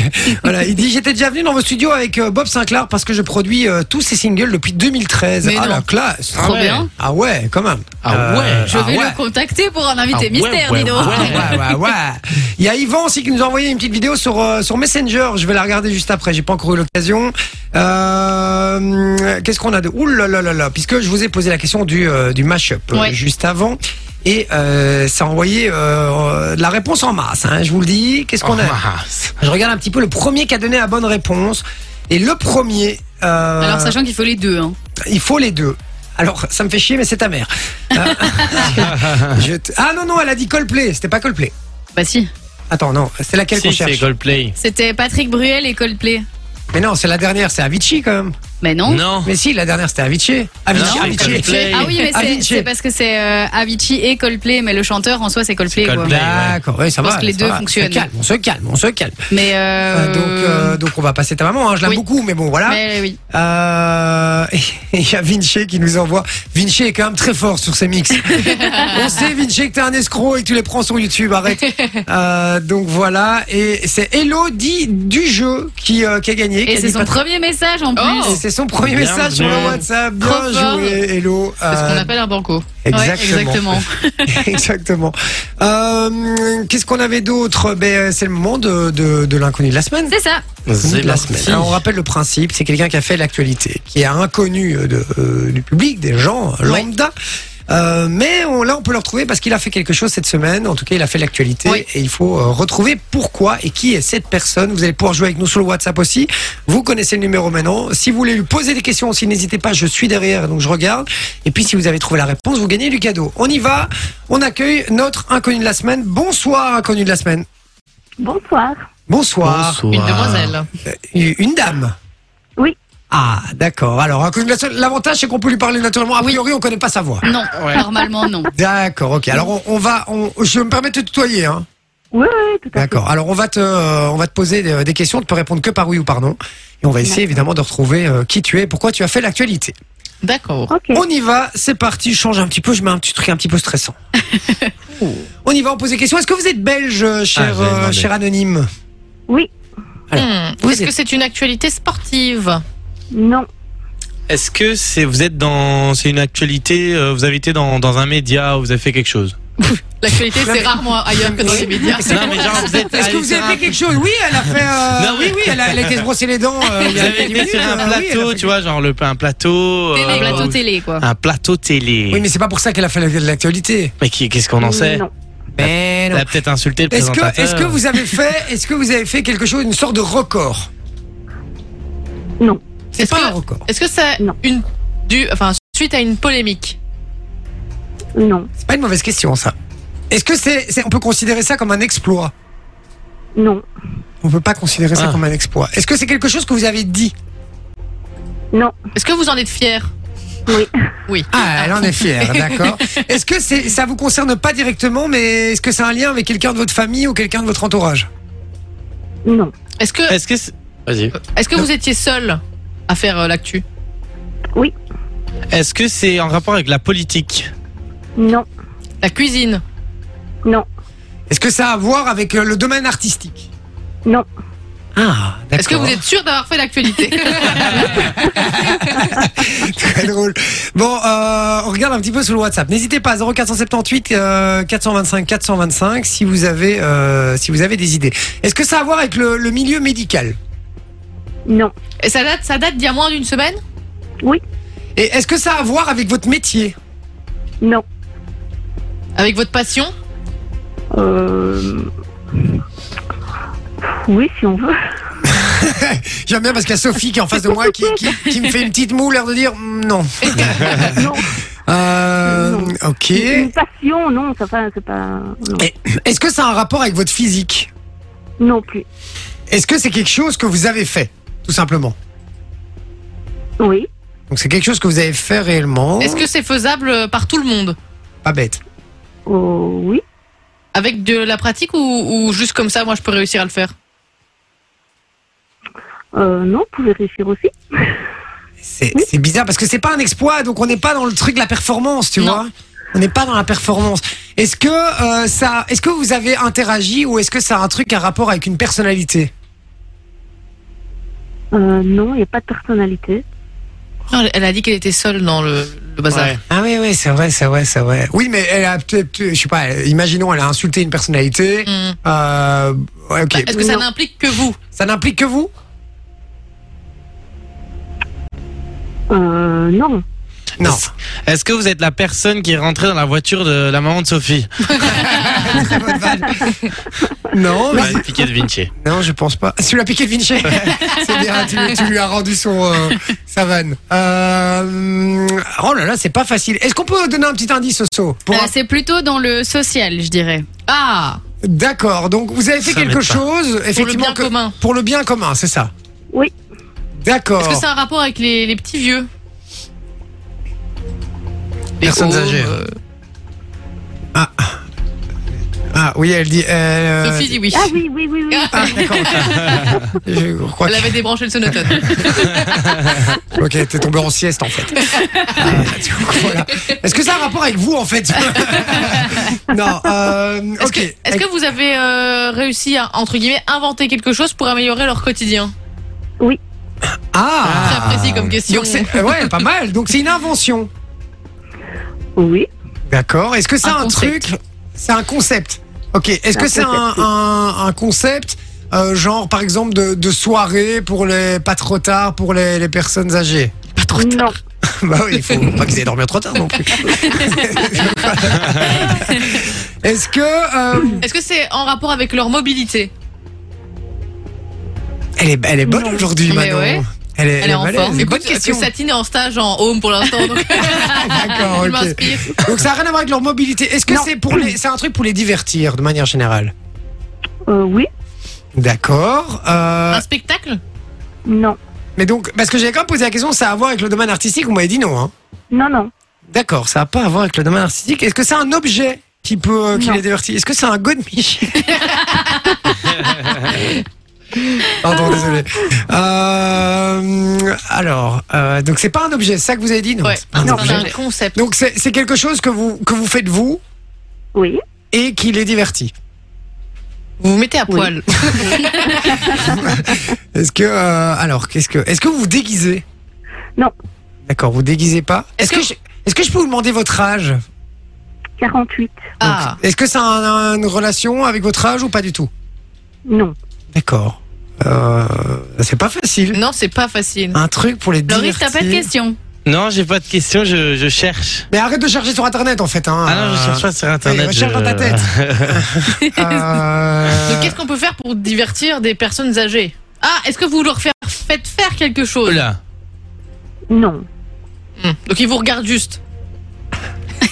Speaker 2: voilà, il dit j'étais déjà venu dans vos studios avec euh, Bob Sinclair parce que je produis euh, tous ses singles depuis 2013.
Speaker 6: Mais
Speaker 2: ah
Speaker 6: non.
Speaker 2: la classe.
Speaker 6: Trop bien.
Speaker 2: Ah ouais, quand même.
Speaker 3: Ah ouais,
Speaker 6: Je
Speaker 2: ah
Speaker 6: vais
Speaker 2: ouais.
Speaker 6: le contacter pour un invité
Speaker 3: Ah ouais,
Speaker 6: mystère,
Speaker 3: ouais,
Speaker 6: dis donc.
Speaker 2: Ah ouais, ouais, ouais. Il y a Yvan aussi qui nous a envoyé une petite vidéo sur, euh, sur Messenger. Je vais la regarder juste après. J'ai pas encore eu l'occasion. Euh, Qu'est-ce qu'on a de. Ouh là là là là. Puisque je vous ai posé la question du, euh, du mash-up euh,
Speaker 6: Ouais.
Speaker 2: juste avant. Et euh, ça a envoyé euh, euh, de la réponse en masse. hein, je vous le dis. Qu'est-ce qu'on a
Speaker 3: Ah,
Speaker 2: Je regarde un petit peu le premier qui a donné la bonne réponse. Et le premier. euh,
Speaker 6: Alors sachant qu'il faut les deux. Hein.
Speaker 2: il faut les deux. Alors, ça me fait chier, mais c'est ta mère. Euh, je te- Ah non, non, elle a dit Coldplay. C'était pas Coldplay.
Speaker 6: Bah si.
Speaker 2: Attends, non, c'est laquelle qu'on
Speaker 3: Si c'est
Speaker 2: cherche
Speaker 3: Coldplay.
Speaker 6: C'était Patrick Bruel et Coldplay.
Speaker 2: Mais non, c'est la dernière, c'est Avicii quand même.
Speaker 6: Mais non.
Speaker 3: Non.
Speaker 2: Mais si, la dernière c'était Avicii. Avicii,
Speaker 3: Oh. Non,
Speaker 2: Avicii.
Speaker 3: Coldplay.
Speaker 6: Ah oui, mais c'est-
Speaker 2: Avicii.
Speaker 6: c'est parce que c'est euh, Avicii et Coldplay, mais le chanteur en soi c'est Coldplay.
Speaker 3: C'est
Speaker 6: quoi.
Speaker 3: Coldplay.
Speaker 2: D'accord, oui, ça
Speaker 6: Je
Speaker 2: va.
Speaker 6: pense que les
Speaker 2: ça
Speaker 6: deux
Speaker 2: va.
Speaker 6: fonctionnent.
Speaker 2: On se calme, on se calme, on se calme.
Speaker 6: Mais
Speaker 2: Euh,
Speaker 6: euh,
Speaker 2: donc, euh, donc on va passer ta maman, hein, je l'aime
Speaker 6: oui.
Speaker 2: beaucoup, mais bon, voilà.
Speaker 6: mais oui.
Speaker 2: Euh, et il y a Vinci qui nous envoie. Vinci est quand même très fort sur ses mix. On sait, Vinci, que t'es un escroc et que tu les prends sur YouTube, arrête. Euh, donc voilà. Et c'est Elodie du jeu qui, euh, qui a gagné. qui
Speaker 6: Et
Speaker 2: a
Speaker 6: c'est
Speaker 2: dit Oh.
Speaker 6: son
Speaker 2: pas-
Speaker 6: premier message en
Speaker 2: Et
Speaker 6: plus.
Speaker 2: c'est son premier
Speaker 3: Bien
Speaker 2: message sur le
Speaker 3: joué.
Speaker 2: WhatsApp. Bien
Speaker 6: Oh. Trop fort.
Speaker 2: joué, Hello.
Speaker 7: C'est ce qu'on
Speaker 2: Euh,
Speaker 7: appelle un banco.
Speaker 2: Exactement.
Speaker 6: Ouais, exactement.
Speaker 2: exactement. Euh, Qu'est-ce qu'on avait d'autre ben, euh, C'est le moment de, de, de l'inconnu de la semaine.
Speaker 6: C'est ça.
Speaker 3: C'est
Speaker 2: De la
Speaker 3: parti.
Speaker 2: semaine. Alors, on rappelle le principe, c'est quelqu'un qui a fait l'actualité, qui est inconnu euh, de, euh, du public, des gens euh, lambda. Euh, mais on- là, on peut le retrouver parce qu'il a fait quelque chose cette semaine. En tout cas, il a fait l'actualité.
Speaker 6: Oui.
Speaker 2: Et il faut euh, retrouver pourquoi et qui est cette personne. Vous allez pouvoir jouer avec nous sur le WhatsApp aussi. Vous connaissez le numéro maintenant. Si vous voulez lui poser des questions aussi, n'hésitez pas. Je suis derrière, donc je regarde. Et puis, si vous avez trouvé la réponse, vous gagnez du cadeau. On y va. On accueille notre inconnu de la semaine. Bonsoir, inconnu de la semaine.
Speaker 11: Bonsoir.
Speaker 2: Bonsoir.
Speaker 7: Une demoiselle.
Speaker 2: Une une dame
Speaker 11: Oui.
Speaker 2: Ah, d'accord. Alors, inconnu de la semaine, l'avantage, c'est qu'on peut lui parler naturellement. A priori, on connaît pas sa voix.
Speaker 6: Non,
Speaker 8: Ouais.
Speaker 6: normalement non.
Speaker 2: D'accord, ok. Alors on, on va, on, je me permets de te tutoyer, hein.
Speaker 11: Oui, oui, tout à fait.
Speaker 2: D'accord. Alors on va te, euh, on va te poser des, des questions. Tu peux répondre que par oui ou par non. Et on va essayer évidemment de retrouver euh, qui tu es, pourquoi tu as fait l'actualité.
Speaker 7: D'accord.
Speaker 11: Ok.
Speaker 2: On y va, c'est parti. Je change un petit peu. Je mets un petit truc un petit peu stressant. on y va. On pose des questions. Est-ce que vous êtes belge, cher,
Speaker 3: j'allais
Speaker 2: euh,
Speaker 3: demander.
Speaker 2: cher anonyme
Speaker 11: Oui.
Speaker 7: Hmm.
Speaker 2: Vous
Speaker 7: Est-ce
Speaker 2: êtes-
Speaker 7: que c'est une actualité sportive
Speaker 11: Non.
Speaker 3: Est-ce que c'est vous êtes dans c'est une actualité euh, vous avez été dans, dans un média ou vous avez fait quelque chose
Speaker 7: L'actualité,
Speaker 2: Non, mais-
Speaker 7: c'est rarement ailleurs que dans les médias.
Speaker 3: Non mais genre vous êtes
Speaker 2: Est-ce que
Speaker 3: allé
Speaker 2: vous
Speaker 3: sur
Speaker 2: avez
Speaker 3: un-
Speaker 2: fait quelque chose Oui, elle a fait. euh,
Speaker 3: Non, mais-
Speaker 2: oui, oui, elle a, elle a été se brosser les dents. euh, il y
Speaker 3: vous
Speaker 2: a
Speaker 3: avez
Speaker 2: dix
Speaker 3: été sur
Speaker 2: minutes,
Speaker 3: un
Speaker 2: euh, oui, elle a
Speaker 3: plateau,
Speaker 2: fait-
Speaker 3: tu vois, genre le un plateau
Speaker 6: Un
Speaker 3: euh,
Speaker 6: plateau télé quoi.
Speaker 3: un plateau télé.
Speaker 2: Oui, mais c'est pas pour ça qu'elle a fait la- l'actualité.
Speaker 3: Mais qui- qu'est-ce qu'on en sait
Speaker 11: Non.
Speaker 2: Mais non.
Speaker 3: T'as peut-être insulté le
Speaker 2: Est-ce
Speaker 3: présentateur.
Speaker 2: que, est-ce que vous avez fait, est-ce que vous avez fait quelque chose, une sorte de record
Speaker 11: Non.
Speaker 2: C'est
Speaker 7: Est-ce
Speaker 2: pas
Speaker 7: que-
Speaker 2: un record.
Speaker 7: Est-ce que c'est
Speaker 11: Non.
Speaker 7: une du enfin suite à une polémique
Speaker 11: Non.
Speaker 2: C'est pas une mauvaise question, ça. Est-ce que c'est, c'est- on peut considérer ça comme un exploit
Speaker 11: Non.
Speaker 2: On peut pas considérer ça
Speaker 3: Ah.
Speaker 2: comme un exploit. Est-ce que c'est quelque chose que vous avez dit
Speaker 11: Non.
Speaker 7: Est-ce que vous en êtes fier
Speaker 11: Oui.
Speaker 7: Oui.
Speaker 2: Ah, elle en est fière, d'accord. Est-ce que c'est, ça vous concerne pas directement, mais est-ce que c'est un lien avec quelqu'un de votre famille ou quelqu'un de votre entourage
Speaker 11: Non.
Speaker 7: Est-ce
Speaker 2: Euh,
Speaker 7: que
Speaker 3: Est-ce que c'est- Vas-y.
Speaker 7: est-ce que vous étiez seul à faire euh, l'actu
Speaker 3: Est-ce que c'est en rapport avec la politique
Speaker 11: Non.
Speaker 7: La cuisine
Speaker 11: Non.
Speaker 2: Est-ce que ça a à voir avec euh, le domaine artistique
Speaker 11: Non.
Speaker 2: Ah, d'accord.
Speaker 7: Est-ce que vous êtes sûr d'avoir fait l'actualité
Speaker 2: Très drôle. Bon, euh, on regarde un petit peu sur le WhatsApp. N'hésitez pas 0478 euh, 425 425 si vous avez euh, si vous avez des idées. Est-ce que ça a à voir avec le, le milieu médical
Speaker 11: Non.
Speaker 7: Et ça date ça date d'il y a moins d'une semaine
Speaker 2: Et est-ce que ça a à voir avec votre métier
Speaker 11: Non.
Speaker 7: avec votre passion
Speaker 11: Euh... Oui, si on veut.
Speaker 2: J'aime bien parce qu'il y a Sophie qui est en face de moi qui, qui, qui me fait une petite moue l'air de dire mm, non.
Speaker 11: non.
Speaker 2: Euh,
Speaker 11: Non.
Speaker 2: ok.
Speaker 11: Une passion, Ah, oh, non. Ça, enfin, c'est pas. Non.
Speaker 2: Et- Est-ce que ça a un rapport avec votre physique
Speaker 11: non plus.
Speaker 2: Est-ce que c'est quelque chose que vous avez fait tout simplement
Speaker 11: Oui.
Speaker 2: Donc c'est quelque chose que vous avez fait réellement.
Speaker 7: Est-ce que c'est faisable euh, par tout le monde
Speaker 2: pas bête
Speaker 11: Oh, oui.
Speaker 7: avec de la pratique ou, ou juste comme ça moi je peux réussir à le faire
Speaker 11: Euh, non, vous pouvez réussir aussi.
Speaker 2: C'est c'est bizarre parce que c'est pas un exploit, donc on n'est pas dans le truc de la performance, tu
Speaker 7: Non.
Speaker 2: vois. On n'est pas dans la performance. Est-ce que euh, ça, est-ce que vous avez interagi ou est-ce que ça a un truc à rapport avec une personnalité
Speaker 11: Euh, non, il n'y a pas de personnalité.
Speaker 7: Non, Elle a dit qu'elle était seule dans le, le bazar.
Speaker 3: Ouais.
Speaker 2: Ah oui, oui, c'est vrai, c'est vrai, c'est vrai. Oui, mais elle a peut-être, je sais pas. elle- Imaginons, elle a insulté une personnalité.
Speaker 7: Hmm.
Speaker 2: Euh, ouais, ok.
Speaker 7: Bah, Est-ce que ça
Speaker 11: Non.
Speaker 7: n'implique que vous
Speaker 2: Ça n'implique que vous.
Speaker 11: Euh, non.
Speaker 2: Non.
Speaker 3: Est-ce que vous êtes la personne qui est rentrée dans la voiture de la maman de Sophie
Speaker 2: Très bonne vanne. non, mais-
Speaker 3: Ouais, Piquet de Vinci.
Speaker 2: non, je pense pas. Tu l'as piqué de Vinci. c'est bien. Tu, lui- tu lui as rendu son euh, sa vanne. Euh, oh là là, c'est pas facile. Est-ce qu'on peut donner un petit indice, Soso pour
Speaker 6: Euh,
Speaker 2: un-
Speaker 6: c'est plutôt dans le social, je dirais.
Speaker 7: Ah
Speaker 2: D'accord. Donc vous avez fait
Speaker 3: Ça
Speaker 2: quelque
Speaker 3: m'aide pas.
Speaker 2: chose,
Speaker 7: Pour le
Speaker 2: effectivement,
Speaker 7: bien
Speaker 2: que-
Speaker 7: commun.
Speaker 2: pour le bien commun, c'est ça.
Speaker 11: Oui.
Speaker 2: D'accord.
Speaker 7: Est-ce
Speaker 2: Oh.
Speaker 7: que c'est un rapport avec les, les petits vieux Les
Speaker 2: Personnes
Speaker 7: homes,
Speaker 2: âgées.
Speaker 7: euh,
Speaker 2: Ah oui, elle dit. euh,
Speaker 7: Sophie dit oui.
Speaker 11: Ah oui, oui, oui, oui.
Speaker 2: Ah, d'accord. ok. Je crois
Speaker 7: Elle
Speaker 2: que-
Speaker 7: avait débranché le sonotone.
Speaker 2: Ok, t'es tombé en sieste en fait. Ah, du coup, voilà. Est-ce que ça a un rapport avec vous en fait Non. euh,
Speaker 7: Est-ce
Speaker 2: ok.
Speaker 7: que, est-ce que vous avez euh, réussi à, entre guillemets, inventer quelque chose pour améliorer leur quotidien
Speaker 2: Ah.
Speaker 7: Très précis comme question.
Speaker 2: Donc c'est- euh, ouais, pas mal. Donc c'est une invention.
Speaker 11: Oui.
Speaker 2: D'accord. Est-ce que c'est
Speaker 7: Un
Speaker 2: un,
Speaker 7: concept.
Speaker 2: truc C'est un concept. Ok. Est-ce que
Speaker 11: Un
Speaker 2: c'est un,
Speaker 11: concept, oui.
Speaker 2: un, un concept euh, genre par exemple de, de soirée pour les pas trop tard pour les, les personnes âgées
Speaker 7: Pas trop
Speaker 11: Non.
Speaker 7: tard.
Speaker 2: bah oui, il faut pas que vous allez dormir trop tard non plus. Est-ce que. euh,
Speaker 7: Est-ce que c'est en rapport avec leur mobilité
Speaker 2: elle, est, elle est bonne aujourd'hui,
Speaker 7: Mais
Speaker 2: Manon.
Speaker 7: ouais.
Speaker 2: Elle est,
Speaker 7: Elle est en
Speaker 2: balèze.
Speaker 7: forme.
Speaker 2: C'est une
Speaker 7: Écoute,
Speaker 2: bonne question.
Speaker 7: parce que Satine est en stage en home pour l'instant. donc-
Speaker 2: D'accord,
Speaker 7: Je
Speaker 2: Ah, ok.
Speaker 7: m'inspire.
Speaker 2: Donc ça n'a rien à voir avec leur mobilité. Est-ce que c'est pour les, c'est un truc pour les divertir de manière générale
Speaker 11: Euh, oui,
Speaker 2: D'accord.
Speaker 11: Ah.
Speaker 2: euh,
Speaker 7: Un spectacle
Speaker 11: non,
Speaker 2: mais donc, parce que j'avais quand même posé la question, ça a à voir avec le domaine artistique. Vous m'avez dit non. Hein.
Speaker 11: non, non,
Speaker 2: D'accord, ça n'a pas à voir avec le domaine artistique. Est-ce que c'est un objet qui peut, euh, qui
Speaker 11: Non.
Speaker 2: les divertit Est-ce que c'est un godemiche Pardon,
Speaker 11: Ah.
Speaker 2: désolé. Euh, alors, euh, donc c'est pas un objet, c'est ça que vous avez dit non,
Speaker 7: Ouais.
Speaker 2: Ah, c'est pas un
Speaker 11: Non.
Speaker 2: objet.
Speaker 7: un concept.
Speaker 2: Donc c'est c'est quelque chose que vous, que vous faites vous
Speaker 11: oui,
Speaker 2: et qui les divertit.
Speaker 7: Vous vous mettez à
Speaker 11: Oui.
Speaker 7: poil.
Speaker 2: Est-ce que euh, alors qu'est-ce que est-ce que vous vous déguisez
Speaker 11: Non.
Speaker 2: D'accord, vous déguisez pas. Est-ce
Speaker 7: Est-ce
Speaker 2: que,
Speaker 7: que-
Speaker 2: je- est-ce que je peux vous demander votre âge Donc,
Speaker 11: 48,
Speaker 7: Ah,
Speaker 2: Est-ce que ça a un- une relation avec votre âge ou pas du tout
Speaker 11: non,
Speaker 2: D'accord. Euh, c'est pas facile.
Speaker 7: non, c'est pas facile.
Speaker 2: Un truc pour les
Speaker 6: Loris, t'as
Speaker 2: divertir.
Speaker 6: pas de question.
Speaker 3: Non, j'ai pas de question, je, je cherche.
Speaker 2: Mais arrête de chercher sur internet en fait. Hein.
Speaker 3: Ah non, je cherche pas sur internet.
Speaker 2: oui, recherche
Speaker 3: je-
Speaker 2: dans ta tête. Euh,
Speaker 7: Donc, qu'est-ce qu'on peut faire pour divertir des personnes âgées Ah, est-ce que vous leur faire- faites faire quelque chose
Speaker 3: Oh Là.
Speaker 11: non.
Speaker 7: Hmm. Donc, ils vous regardent juste.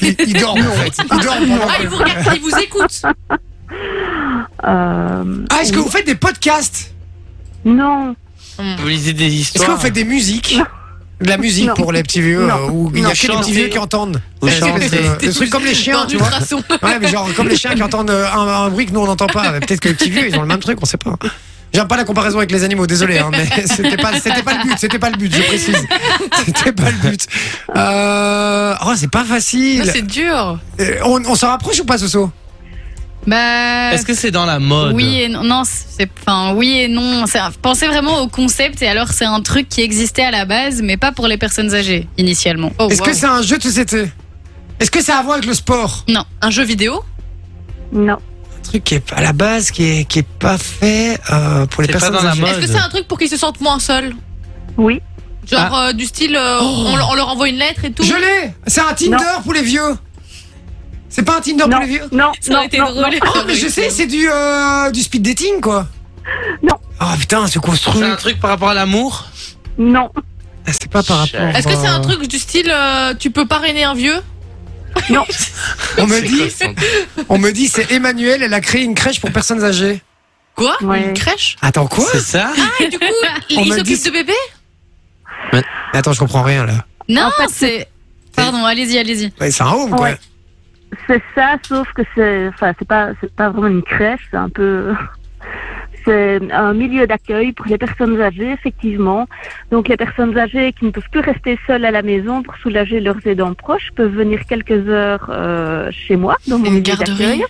Speaker 2: Il, il dort en fait. Il dort pendant
Speaker 7: Ah,
Speaker 2: que-
Speaker 7: ils vous regardent, ils vous écoutent.
Speaker 11: Euh,
Speaker 2: Ah, est-ce que vous faites des podcasts
Speaker 11: non,
Speaker 3: Vous lisez des
Speaker 2: Est-ce
Speaker 3: histoires.
Speaker 2: que vous faites des musiques De la musique
Speaker 11: Non.
Speaker 2: pour les petits vieux
Speaker 11: Non.
Speaker 2: euh, où il n'y a
Speaker 3: Non.
Speaker 2: que les petits
Speaker 3: Chanter.
Speaker 2: vieux qui entendent.
Speaker 3: Vous
Speaker 2: Est-ce que-
Speaker 3: chantez.
Speaker 2: euh, Des trucs comme les chiens,
Speaker 7: Dans
Speaker 2: tu vois.
Speaker 7: l'ultrason.
Speaker 2: Ouais, mais genre comme les chiens qui entendent euh, un, un bruit que nous on n'entend pas. Mais Peut-être que les petits vieux ils ont le même truc, on sait pas. J'aime pas la comparaison avec les animaux, désolé, hein, mais c'était pas, c'était pas le but, c'était pas le but, je précise. C'était pas le but. Euh... Oh, c'est Oh, pas
Speaker 7: Ça,
Speaker 2: facile.
Speaker 7: C'est dur.
Speaker 2: Euh, On, on s'en rapproche ou pas, Soso
Speaker 6: Bah.
Speaker 3: Est-ce que c'est dans la mode
Speaker 6: Oui et non, non, c'est enfin oui et non. C'est- Pensez vraiment au concept et alors c'est un truc qui existait à la base, mais pas pour les personnes âgées initialement.
Speaker 7: Oh,
Speaker 2: Est-ce
Speaker 7: wow.
Speaker 2: que c'est un jeu de société Est-ce que ça a à voir avec le sport
Speaker 7: un jeu vidéo
Speaker 11: non,
Speaker 2: Un truc qui est à la base, qui est, qui est pas fait euh, pour les
Speaker 3: C'est pas
Speaker 2: personnes
Speaker 3: dans la
Speaker 2: âgées.
Speaker 3: mode.
Speaker 7: Est-ce que c'est un truc pour qu'ils se sentent moins seuls
Speaker 11: oui,
Speaker 7: Genre euh, du style, euh, on, on leur envoie une lettre et tout.
Speaker 2: Je l'ai C'est un Tinder
Speaker 11: Non.
Speaker 2: pour les vieux C'est pas un Tinder
Speaker 11: non,
Speaker 2: pour les vieux
Speaker 11: non,
Speaker 7: Ça aurait
Speaker 11: non,
Speaker 7: été
Speaker 11: non,
Speaker 7: drôle.
Speaker 11: non.
Speaker 2: Oh, mais je sais, c'est du, euh, du speed dating, quoi
Speaker 11: Non.
Speaker 2: Oh putain, c'est construit
Speaker 3: C'est un truc par rapport à l'amour
Speaker 11: non,
Speaker 2: Ah, C'était pas par rapport.
Speaker 7: Est-ce que c'est un
Speaker 2: euh,
Speaker 7: truc du style, euh, tu peux parrainer un vieux
Speaker 2: On me
Speaker 9: C'est quoi
Speaker 2: dit,
Speaker 9: ce truc
Speaker 2: on me dit, c'est Emmanuel, elle a créé une crèche pour personnes âgées.
Speaker 7: Quoi
Speaker 11: Ouais.
Speaker 7: Une crèche
Speaker 2: Attends, quoi
Speaker 3: C'est ça
Speaker 7: Et du coup,
Speaker 2: On
Speaker 7: ils
Speaker 2: m'a dit-
Speaker 7: s'occupent de bébés
Speaker 2: Attends, je comprends rien, là.
Speaker 6: Non,
Speaker 11: En fait,
Speaker 6: c'est. Pardon, allez-y, allez-y.
Speaker 2: Ouais, c'est un home, quoi.
Speaker 11: Ouais. c'est ça, sauf que c'est, enfin, c'est pas, c'est pas vraiment une crèche, c'est un peu, c'est un milieu d'accueil pour les personnes âgées, effectivement. Donc, les personnes âgées qui ne peuvent plus rester seules à la maison pour soulager leurs aidants proches peuvent venir quelques heures euh, chez moi, dans mon
Speaker 7: Une
Speaker 11: milieu
Speaker 7: garderie.
Speaker 11: d'accueil.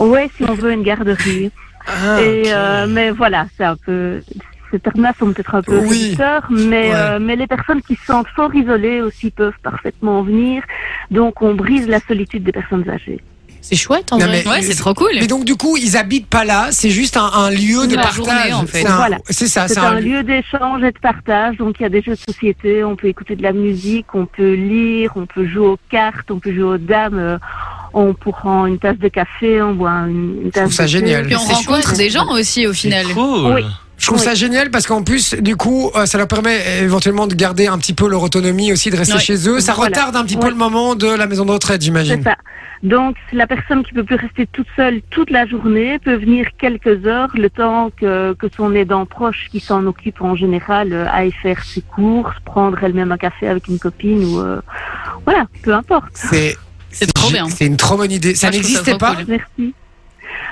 Speaker 11: Ouais, si on veut une garderie.
Speaker 6: Ah,
Speaker 11: Et, euh, mais voilà, c'est un peu. Ces termes-là sont peut-être un peu
Speaker 2: Oui.
Speaker 11: réducteurs,
Speaker 2: Ouais.
Speaker 11: mais, euh, mais les personnes qui se sentent fort isolées aussi peuvent parfaitement venir. Donc, on brise la solitude des personnes âgées.
Speaker 7: C'est chouette en
Speaker 2: Non, vrai. mais-
Speaker 6: Ouais, c'est trop cool.
Speaker 2: Mais donc, du coup, ils habitent pas là, c'est juste un, un lieu de
Speaker 6: La
Speaker 2: partage.
Speaker 6: journée, en fait.
Speaker 2: C'est un-
Speaker 11: Voilà.
Speaker 2: C'est ça,
Speaker 11: C'est un lieu d'échange et de partage. Donc, il y a des jeux de société, on peut écouter de la musique, on peut lire, on peut jouer aux cartes, on peut jouer aux dames. euh, on prend une tasse de café, on boit une, une tasse
Speaker 2: trouve ça
Speaker 11: de thé.
Speaker 2: génial.
Speaker 6: Puis on
Speaker 2: C'est
Speaker 6: rencontre
Speaker 11: chouette.
Speaker 6: des gens aussi au final.
Speaker 3: Cool.
Speaker 11: Oui.
Speaker 2: Je trouve
Speaker 11: Oui.
Speaker 2: ça génial parce qu'en plus, du coup, euh, ça leur permet éventuellement de garder un petit peu leur autonomie aussi, de rester
Speaker 6: Ouais.
Speaker 2: chez eux. Ça
Speaker 11: Voilà.
Speaker 2: retarde un petit peu
Speaker 11: Ouais.
Speaker 2: le moment de la maison de retraite,
Speaker 11: C'est
Speaker 2: j'imagine.
Speaker 11: ça. Donc, la personne qui peut plus rester toute seule toute la journée peut venir quelques heures, le temps que, que son aidant proche qui s'en occupe en général euh, aille faire ses courses, prendre elle-même un café avec une copine ou... euh, voilà, peu importe.
Speaker 2: C'est
Speaker 6: C'est trop
Speaker 2: gé-
Speaker 6: bien.
Speaker 2: C'est une trop bonne idée. Ça
Speaker 7: Moi, je trouve ça
Speaker 2: n'existait
Speaker 7: trop
Speaker 2: pas.
Speaker 7: cool.
Speaker 11: Merci.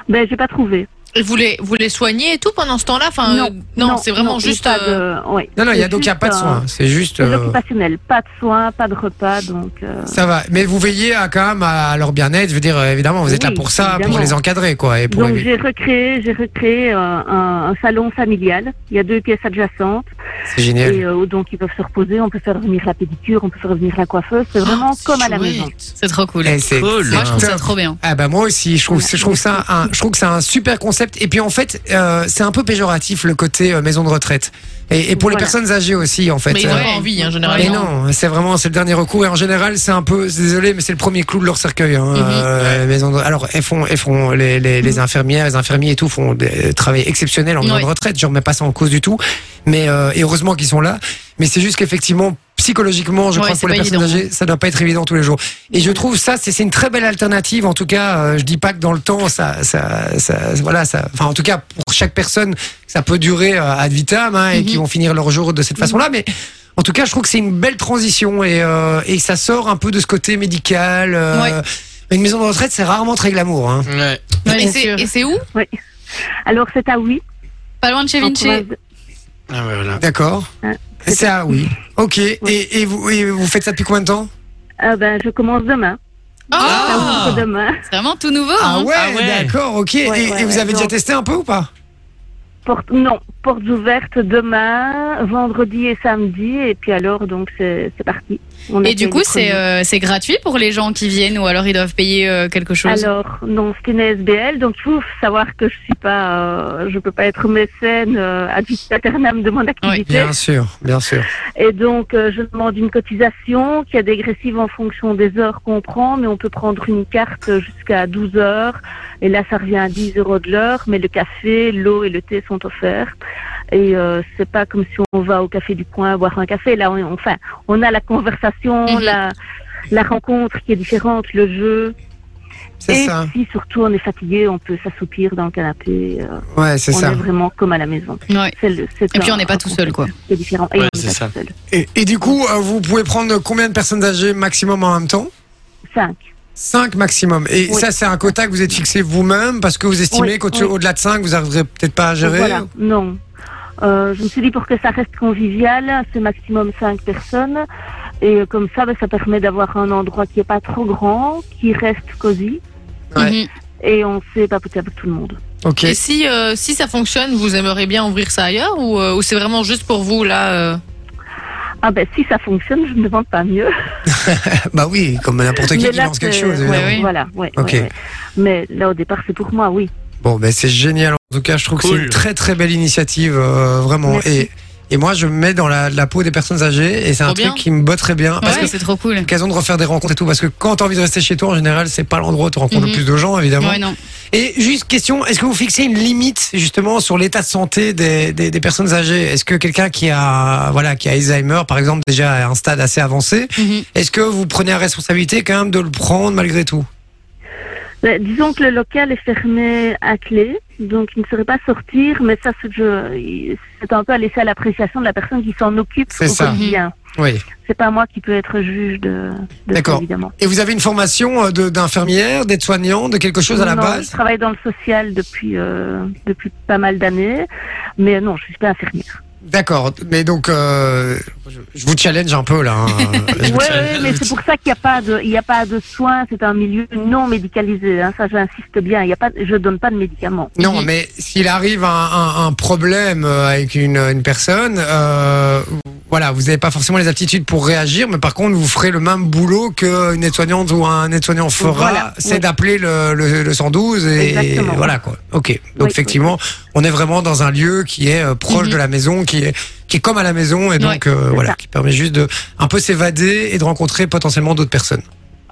Speaker 11: Ben, j'ai pas trouvé.
Speaker 7: Et vous les, vous les soignez et tout pendant ce temps-là enfin, euh, non, c'est vraiment
Speaker 11: non,
Speaker 7: juste.
Speaker 11: il y a pas
Speaker 7: euh,
Speaker 11: de- ouais.
Speaker 2: Non, non, il y a
Speaker 11: C'est
Speaker 2: donc il y a
Speaker 11: juste
Speaker 2: pas de
Speaker 11: un-
Speaker 2: soins. C'est juste.
Speaker 11: c'est
Speaker 2: euh,
Speaker 11: occupationnel, pas de soins, pas de repas, donc... euh,
Speaker 2: Ça va, mais vous veillez à, quand même à leur bien-être. Je veux dire, euh, évidemment, vous êtes là
Speaker 11: Oui,
Speaker 2: pour ça, pour
Speaker 11: évidemment.
Speaker 2: les encadrer, quoi, et pour
Speaker 11: Donc
Speaker 2: les-
Speaker 11: j'ai recréé, j'ai recréé euh, un, un salon familial. Il y a deux pièces adjacentes.
Speaker 2: C'est génial.
Speaker 11: Et euh, donc ils peuvent se reposer, on peut faire venir la pédicure, on peut faire venir la coiffeuse,
Speaker 2: Ah,
Speaker 11: c'est vraiment
Speaker 6: Ah,
Speaker 7: c'est
Speaker 11: comme à la
Speaker 7: chouette.
Speaker 11: maison.
Speaker 6: C'est trop cool.
Speaker 2: Eh, c'est
Speaker 3: Cool.
Speaker 2: c'est
Speaker 6: Moi, je trouve ça
Speaker 2: top.
Speaker 6: trop bien.
Speaker 2: Ah bah moi aussi, je trouve, je trouve ça, un, je trouve que c'est un super concept. Et puis en fait, euh, c'est un peu péjoratif le côté euh, maison de retraite. Et, et pour les
Speaker 7: Voilà.
Speaker 2: personnes âgées aussi, en fait.
Speaker 7: Mais ils n'ont
Speaker 2: Euh,
Speaker 7: pas envie, hein, généralement.
Speaker 2: mais non, c'est vraiment c'est le dernier recours et en général c'est un peu c'est désolé mais c'est le premier clou de leur cercueil. hein,
Speaker 7: Mhm.
Speaker 2: euh, maison de- alors elles font, elles font les, les, les infirmières, les infirmiers et tout font des travail exceptionnel en maison de
Speaker 6: Ouais.
Speaker 2: retraite. Je remets pas ça en cause du tout, mais euh, et heureusement qu'ils sont là. Mais c'est juste qu'effectivement psychologiquement je
Speaker 7: Ouais,
Speaker 2: crois que
Speaker 7: c'est
Speaker 2: pour les
Speaker 7: pas
Speaker 2: personnes
Speaker 7: évident.
Speaker 2: âgées ça doit pas être évident tous les jours. Et je trouve ça c'est c'est une très belle alternative en tout cas. euh, je dis pas que dans le temps ça ça, ça- voilà ça. Enfin en tout cas pour chaque personne ça peut durer euh, ad vitam hein,
Speaker 11: Mhm.
Speaker 2: et qui vont finir leur jour de cette façon là. Mais en tout cas, je trouve que c'est une belle transition et, euh, et ça sort un peu de ce côté médical. euh,
Speaker 7: Ouais.
Speaker 2: Une maison de retraite, c'est rarement très glamour. Hein.
Speaker 3: Ouais.
Speaker 7: Et
Speaker 6: bien
Speaker 7: c'est-
Speaker 6: sûr.
Speaker 7: et c'est où
Speaker 11: Oui. Alors c'est à oui.
Speaker 6: Pas loin de chez Vinci.
Speaker 3: Ah ouais, voilà.
Speaker 2: D'accord.
Speaker 11: Ouais,
Speaker 2: C'est ça, oui. Ok. Et, et vous, et vous faites ça depuis combien de temps
Speaker 11: ben, je commence demain. Ça
Speaker 6: Ah
Speaker 11: ouvre demain.
Speaker 6: C'est vraiment tout nouveau. hein.
Speaker 2: ah ouais. d'accord, ok. et,
Speaker 11: Mhm. ouais,
Speaker 2: et
Speaker 11: ouais,
Speaker 2: vous avez déjà
Speaker 11: donc-
Speaker 2: testé un peu ou pas
Speaker 11: Porte, non, portes ouvertes demain, vendredi et samedi. Et puis alors, donc, c'est c'est parti. On
Speaker 6: Et
Speaker 11: accueille
Speaker 6: du
Speaker 11: les
Speaker 6: coup, c'est
Speaker 11: premiers.
Speaker 6: euh, c'est gratuit pour les gens qui viennent ou alors ils doivent payer euh, quelque chose
Speaker 11: Alors, non, c'est une SBL, donc il faut savoir que je suis pas, euh, je peux pas être mécène euh, ad vitam aeternam de mon activité.
Speaker 2: sûr, bien sûr.
Speaker 11: Et donc, euh, je demande une cotisation qui est dégressive en fonction des heures qu'on prend, mais on peut prendre une carte jusqu'à 12 heures. Et là, ça revient à 10 euros de l'heure, mais le café, l'eau et le thé sont offerts. Et euh, c'est pas comme si on va au café du coin boire un café. Là, on, enfin, on a la conversation,
Speaker 6: Mhm.
Speaker 11: la, la rencontre qui est différente, le jeu.
Speaker 2: C'est
Speaker 11: et
Speaker 2: ça.
Speaker 11: si surtout on est fatigué, on peut s'assoupir dans le canapé. euh,
Speaker 2: Ouais, c'est
Speaker 11: on
Speaker 2: ça.
Speaker 11: est vraiment comme à la maison.
Speaker 6: Ouais.
Speaker 11: C'est le- c'est
Speaker 6: Et puis
Speaker 11: un-
Speaker 6: on n'est pas tout seul, quoi.
Speaker 11: C'est différent. Et
Speaker 3: Ouais,
Speaker 11: on n'est
Speaker 3: c'est
Speaker 11: pas
Speaker 3: ça.
Speaker 11: tout seul.
Speaker 2: Et, et du coup, euh, vous pouvez prendre combien de personnes âgées maximum en même temps
Speaker 11: Cinq.
Speaker 2: 5 maximum. Et
Speaker 11: Oui.
Speaker 2: ça, c'est un quota que vous êtes fixé vous-même parce que vous estimez
Speaker 11: Oui,
Speaker 2: qu'au-delà
Speaker 11: oui.
Speaker 2: de 5, vous n'arriverez peut-être pas à gérer.
Speaker 11: Voilà, non. Euh, je me suis dit pour que ça reste convivial, c'est maximum 5 personnes. Et comme ça, ben, ça permet d'avoir un endroit qui est pas trop grand, qui reste cosy.
Speaker 2: Ouais.
Speaker 6: Mhm.
Speaker 11: Et on sait papoter avec tout le monde.
Speaker 2: Ok.
Speaker 7: Et si, euh, si ça fonctionne, vous aimeriez bien ouvrir ça ailleurs ou, euh, ou c'est vraiment juste pour vous là euh
Speaker 11: Ah ben si ça fonctionne, je ne demande pas mieux.
Speaker 2: Bah oui, comme n'importe qui
Speaker 11: Mais
Speaker 2: qui
Speaker 11: là,
Speaker 2: lance quelque
Speaker 11: c'est-
Speaker 2: chose.
Speaker 11: ouais,
Speaker 2: évidemment.
Speaker 7: oui.
Speaker 11: Voilà, ouais,
Speaker 2: Ok.
Speaker 11: ouais, ouais. Mais là au départ, c'est pour moi, oui.
Speaker 2: Bon, ben c'est génial. En tout cas, je trouve que c'est
Speaker 3: Cool.
Speaker 2: une très très belle initiative, euh, vraiment.
Speaker 11: Merci.
Speaker 2: Et, et moi, je me mets dans la, la peau des personnes âgées et c'est un
Speaker 7: Trop
Speaker 2: truc
Speaker 7: bien.
Speaker 2: qui me botterait bien. Parce
Speaker 6: Ouais,
Speaker 2: que
Speaker 6: c'est trop cool.
Speaker 2: l'occasion de refaire des rencontres et tout. Parce que quand t'as envie de rester chez toi, en général, c'est pas l'endroit où tu rencontres
Speaker 6: Mhm.
Speaker 2: le plus de gens, évidemment.
Speaker 6: Ouais, non.
Speaker 2: Et juste question, est-ce que vous fixez une limite justement sur l'état de santé des, des, des personnes âgées Est-ce que quelqu'un qui a voilà qui a Alzheimer par exemple déjà à un stade assez avancé,
Speaker 6: Mhm.
Speaker 2: est-ce que vous prenez la responsabilité quand même de le prendre malgré tout
Speaker 11: Ben, disons que le local est fermé à clé, donc il ne saurait pas sortir, mais ça c'est je- c'est un peu à laisser à l'appréciation de la personne qui s'en occupe
Speaker 2: C'est
Speaker 11: au
Speaker 2: ça.
Speaker 11: quotidien.
Speaker 2: Oui.
Speaker 11: C'est pas moi qui peux être juge de, de ça,
Speaker 2: D'accord.
Speaker 11: évidemment.
Speaker 2: Et vous avez une formation euh, de- d'infirmière, d'aide-soignant, de quelque chose à la
Speaker 11: Non,
Speaker 2: base
Speaker 11: Je travaille dans le social depuis, euh, depuis pas mal d'années, mais non, je suis pas infirmière.
Speaker 2: D'accord. Mais donc euh, je, je vous challenge un peu là. hein. Je
Speaker 11: Oui,
Speaker 2: vous challenge.
Speaker 11: mais c'est pour ça qu'il n'y a pas de, il n'y a pas de soins. C'est un milieu non médicalisé. Hein, ça, j'insiste bien. Il y a pas, je donne pas de médicaments.
Speaker 2: Non, mais s'il arrive un, un- un problème euh, avec une, une personne, euh, voilà, vous n'avez pas forcément les aptitudes pour réagir, mais par contre, vous ferez le même boulot qu'une aide-soignante ou un aide-soignant fera,
Speaker 11: Voilà,
Speaker 2: c'est
Speaker 11: oui.
Speaker 2: d'appeler le, le- le 112 et,
Speaker 11: Exactement.
Speaker 2: voilà quoi. Ok, donc
Speaker 11: oui.
Speaker 2: effectivement, on est vraiment dans un lieu qui est euh, proche
Speaker 6: Mhm.
Speaker 2: de la maison, qui est qui est comme à la maison et donc euh, voilà,
Speaker 11: ça.
Speaker 2: qui permet juste de un peu s'évader et de rencontrer potentiellement d'autres personnes.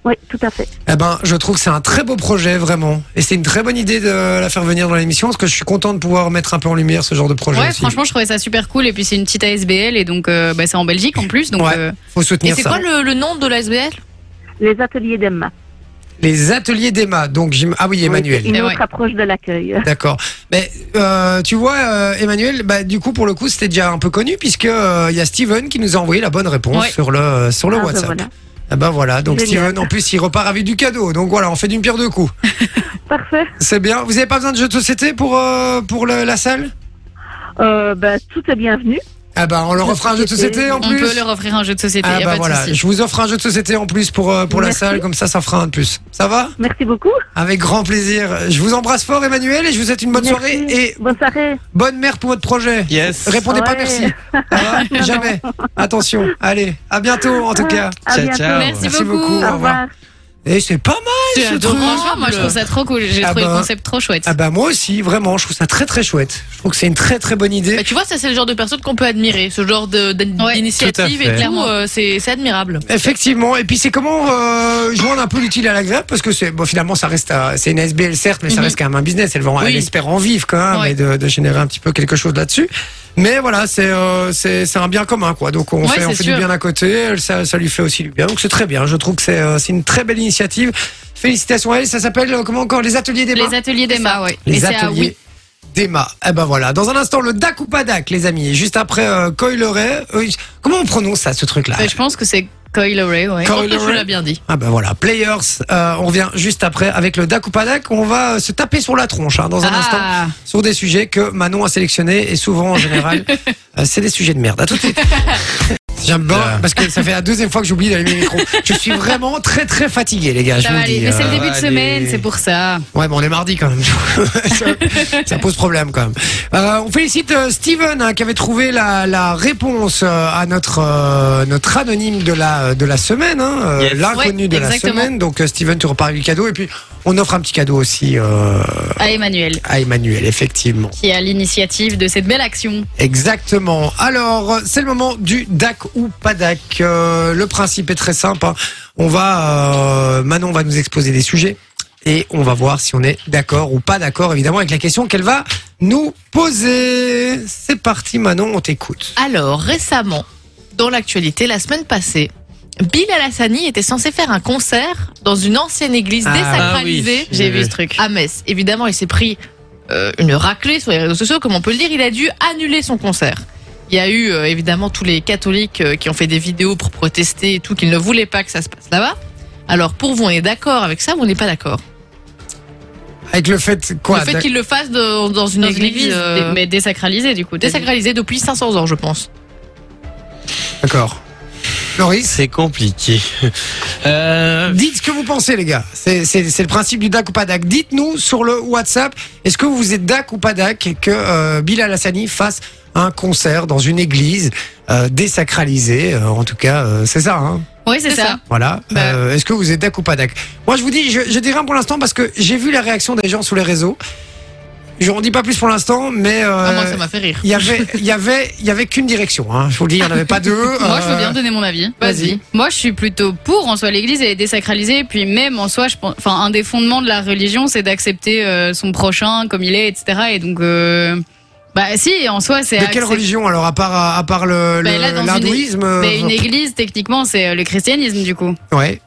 Speaker 11: Oui, tout à fait.
Speaker 2: Eh ben, je trouve que c'est un très beau projet, vraiment. Et c'est une très bonne idée de la faire venir dans l'émission, parce que je suis content de pouvoir mettre un peu en lumière ce genre de projet
Speaker 6: Ouais,
Speaker 2: aussi.
Speaker 6: franchement, je trouvais ça super cool. Et puis, c'est une petite ASBL. Et donc, euh, bah, c'est en Belgique en plus. Donc,
Speaker 2: Ouais.
Speaker 6: euh,
Speaker 2: Faut
Speaker 7: Et
Speaker 2: soutenir
Speaker 7: c'est
Speaker 2: ça.
Speaker 7: quoi le, le nom de l'ASBL
Speaker 11: Les ateliers d'Emma.
Speaker 2: Les ateliers d'Emma. Donc, j'im- ah oui, Emmanuel.
Speaker 11: Oui, c'est
Speaker 6: Eh
Speaker 11: une autre
Speaker 6: ouais.
Speaker 11: approche de l'accueil.
Speaker 2: D'accord. Mais euh, tu vois, euh, Emmanuel, bah, du coup, pour le coup, c'était déjà un peu connu, puisque euh, il y a Steven qui nous a envoyé la bonne réponse
Speaker 6: Ouais.
Speaker 2: sur le euh, sur le
Speaker 11: Ah, ben
Speaker 2: WhatsApp.
Speaker 11: voilà.
Speaker 2: Ah ben voilà. Donc
Speaker 11: Génial.
Speaker 2: Steven, en plus, il repart avec du cadeau. Donc voilà, on fait d'une pierre deux coups.
Speaker 11: Parfait.
Speaker 2: C'est bien. Vous avez pas besoin de jeux de société pour euh, pour le- la salle
Speaker 11: Euh, bah, tout est bienvenu.
Speaker 2: Ah ben, on leur
Speaker 11: Jeux de
Speaker 2: offre un jeu de société en
Speaker 6: on
Speaker 2: plus.
Speaker 6: peut leur offrir un jeu de société.
Speaker 2: Ah
Speaker 6: y a
Speaker 2: bah
Speaker 6: pas de
Speaker 2: voilà,
Speaker 6: souci.
Speaker 2: je vous offre un jeu de société en plus pour, euh, pour la
Speaker 11: Merci.
Speaker 2: salle, comme ça ça fera un de plus. Ça va
Speaker 11: Merci beaucoup.
Speaker 2: Avec grand plaisir. Je vous embrasse fort Emmanuel et je vous souhaite une bonne
Speaker 11: Merci.
Speaker 2: soirée et
Speaker 11: Bonne soirée.
Speaker 2: bonne mère pour votre projet.
Speaker 8: Yes.
Speaker 2: Répondez pas
Speaker 11: Ouais.
Speaker 2: merci. Ça va Jamais. Attention. Allez, à bientôt en tout cas.
Speaker 11: À
Speaker 8: Ciao,
Speaker 11: bientôt.
Speaker 8: ciao.
Speaker 6: Merci,
Speaker 2: Ah, Merci beaucoup.
Speaker 6: beaucoup.
Speaker 2: Au
Speaker 11: Au
Speaker 2: revoir.
Speaker 11: revoir.
Speaker 2: Et c'est pas mal
Speaker 6: C'est
Speaker 2: ce
Speaker 6: adorable.
Speaker 2: truc.
Speaker 6: Franchement, moi, je trouve ça trop cool. J'ai trouvé le concept trop chouette.
Speaker 2: Ah bah moi aussi, vraiment, je trouve ça très très chouette. Je trouve que c'est une très très bonne idée.
Speaker 7: Bah, tu vois, ça c'est le genre de personne qu'on peut admirer, ce genre de- d'in- d'initiative
Speaker 2: Tout à
Speaker 7: et
Speaker 2: fait.
Speaker 7: tout, euh, c'est c'est admirable.
Speaker 2: Effectivement. Et puis c'est comment euh, joindre un peu l'utile à l'agréable parce que c'est bon finalement ça reste à- c'est une SBL certes mais ça
Speaker 7: Mhm.
Speaker 2: reste quand même un business. Elle, vend, elle
Speaker 7: Oui.
Speaker 2: espère en vivre quand même et de, de générer un petit peu quelque chose là-dessus. Mais voilà c'est euh, c'est c'est un bien commun quoi. Donc on
Speaker 7: Ouais,
Speaker 2: fait on
Speaker 7: c'est
Speaker 2: fait du
Speaker 7: sûr.
Speaker 2: bien d'un côté, elle, ça ça lui fait aussi du bien. Donc c'est très bien. Je trouve que c'est euh, c'est une très belle initiative. Félicitations à elle. Ça s'appelle euh, comment encore les ateliers des
Speaker 6: Les ateliers d'Emma, oui.
Speaker 2: les
Speaker 6: Et c'est à oui.
Speaker 2: ateliers d'Emma. Eh ben voilà. Dans un instant, le DAC ou pas DAC, les amis. Et Juste après, euh, Coileray. Euh, comment on prononce ça, ce truc-là
Speaker 6: Ouais, je pense que c'est Coil Array, ouais.
Speaker 2: Coil
Speaker 6: Je pense que
Speaker 2: Array.
Speaker 6: tu l'as bien dit.
Speaker 2: Ah ben voilà, Players. Euh, on revient juste après avec le DAC ou pas DAC. On va euh, se taper sur la tronche hein, dans un
Speaker 6: Ah.
Speaker 2: instant sur des sujets que Manon a sélectionnés et souvent, en général, euh, c'est des sujets de merde. À tout de suite. J'aime bien parce que ça fait la deuxième fois que j'oublie d'allumer le micro. Je suis vraiment très très fatigué, les gars. je
Speaker 6: Ça
Speaker 2: vous
Speaker 6: va
Speaker 2: le
Speaker 6: aller.
Speaker 2: dis,
Speaker 6: Mais c'est le
Speaker 2: euh,
Speaker 6: début de
Speaker 2: allez.
Speaker 6: semaine, c'est pour ça.
Speaker 2: Ouais, mais on est mardi quand même. ça, ça pose problème quand même. Euh, on félicite euh, Steven hein, qui avait trouvé la, la réponse euh, à notre euh, notre anonyme de la de la semaine, hein, euh,
Speaker 6: Yes.
Speaker 2: l'inconnu
Speaker 6: Ouais,
Speaker 2: de
Speaker 6: exactement.
Speaker 2: la semaine. Donc euh, Steven, tu repars avec le cadeau et puis on offre un petit cadeau aussi euh,
Speaker 6: À Emmanuel,
Speaker 2: à Emmanuel, effectivement.
Speaker 6: qui est à l'initiative de cette belle action.
Speaker 2: Exactement. Alors, c'est le moment du DAC ou pas DAC. Euh, le principe est très simple. hein. On va, euh, Manon va nous exposer des sujets et on va voir si on est d'accord ou pas d'accord, évidemment, avec la question qu'elle va nous poser. C'est parti, Manon, on t'écoute.
Speaker 7: Alors, récemment, dans l'actualité, la semaine passée, Bill Alassani était censé faire un concert dans une ancienne église
Speaker 6: Ah,
Speaker 7: désacralisée.
Speaker 6: ah oui, j'ai vu ce truc.
Speaker 7: À Metz. Évidemment, il s'est pris euh, une raclée sur les réseaux sociaux, comme on peut le dire. Il a dû annuler son concert. Il y a eu euh, évidemment tous les catholiques euh, qui ont fait des vidéos pour protester et tout, qu'ils ne voulaient pas que ça se passe là-bas. Alors, pour vous, on est d'accord avec ça ou on n'est pas d'accord
Speaker 2: Avec le fait quoi
Speaker 7: Le fait
Speaker 2: d'ac-
Speaker 7: qu'il le fasse de- dans une
Speaker 6: Dans une
Speaker 7: église,
Speaker 6: église,
Speaker 7: euh,
Speaker 6: dé- mais désacralisée du coup. t'as dit.
Speaker 7: désacralisée depuis 500 ans, je pense.
Speaker 2: D'accord. Loris
Speaker 3: C'est compliqué. Euh,
Speaker 2: Dites ce que vous pensez, les gars. C'est c'est- c'est le principe du DAC ou pas DAC. Dites-nous sur le WhatsApp, est-ce que vous êtes DAC ou pas DAC que euh, Bilal Hassani fasse un concert dans une église euh, désacralisée Euh, En tout cas, euh, c'est ça. Hein
Speaker 6: Oui, c'est ça.
Speaker 2: voilà.
Speaker 6: Bah.
Speaker 2: Euh, Est-ce que vous êtes d'accord ou pas d'accord Moi, je vous dis, je, je dis rien pour l'instant parce que j'ai vu la réaction des gens sur les réseaux. Je n'en dis pas plus pour l'instant, mais euh,
Speaker 7: Ah, moi, ça m'a fait rire.
Speaker 2: il y avait, il y avait, il y avait qu'une direction. Hein. Je vous le dis, il n'y en avait pas deux.
Speaker 6: Moi, je veux
Speaker 2: Euh,
Speaker 6: bien donner mon avis.
Speaker 2: Vas-y.
Speaker 6: Moi, je suis plutôt pour. En soi, l'Église elle est désacralisée. Puis même en soi, je pense. Enfin, un des fondements de la religion, c'est d'accepter euh, son prochain comme il est, etc. Et donc, euh, bah si, en soi, c'est.
Speaker 2: De quelle
Speaker 6: accept-
Speaker 2: religion alors à part à part le
Speaker 6: Bah,
Speaker 2: le-
Speaker 6: là, dans une-
Speaker 2: l'hindouisme
Speaker 6: Mais
Speaker 2: euh,
Speaker 6: une Église, techniquement, c'est euh, le christianisme du coup.
Speaker 2: Ouais.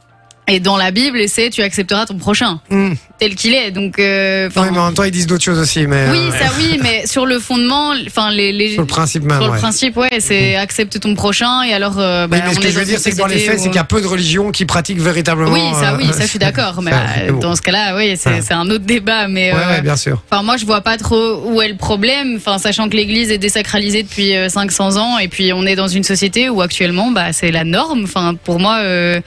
Speaker 6: Et dans la Bible, c'est tu accepteras ton prochain
Speaker 2: Hmm.
Speaker 6: tel qu'il est. Donc, euh,
Speaker 2: Non,
Speaker 6: enfin,
Speaker 2: mais en même temps, ils disent d'autres choses aussi, mais
Speaker 6: oui,
Speaker 2: euh,
Speaker 6: ça oui, mais sur le fondement, enfin les, les-
Speaker 2: sur le principe même.
Speaker 6: sur le
Speaker 2: ouais. Mm.
Speaker 6: principe, ouais, c'est accepte ton prochain et alors. euh,
Speaker 2: Oui,
Speaker 6: bah,
Speaker 2: mais ce
Speaker 6: on
Speaker 2: que
Speaker 6: est
Speaker 2: je veux
Speaker 6: dans
Speaker 2: dire,
Speaker 6: une
Speaker 2: c'est que dans les
Speaker 6: société
Speaker 2: faits,
Speaker 6: où-
Speaker 2: c'est qu'il y a peu de religions qui pratiquent véritablement.
Speaker 6: Oui, ça, oui,
Speaker 2: euh,
Speaker 6: ça, je suis d'accord. Mais
Speaker 2: ça,
Speaker 6: euh,
Speaker 2: c'est bon.
Speaker 6: dans ce cas-là, oui, c'est
Speaker 2: Ouais.
Speaker 6: c'est un autre débat. Mais
Speaker 2: Ouais,
Speaker 6: euh,
Speaker 2: ouais, bien sûr.
Speaker 6: enfin, moi, je vois pas trop où est le problème. Enfin, sachant que l'Église est désacralisée depuis euh, 500 ans, et puis on est dans une société où actuellement, bah, c'est la norme. Enfin, pour moi. euh,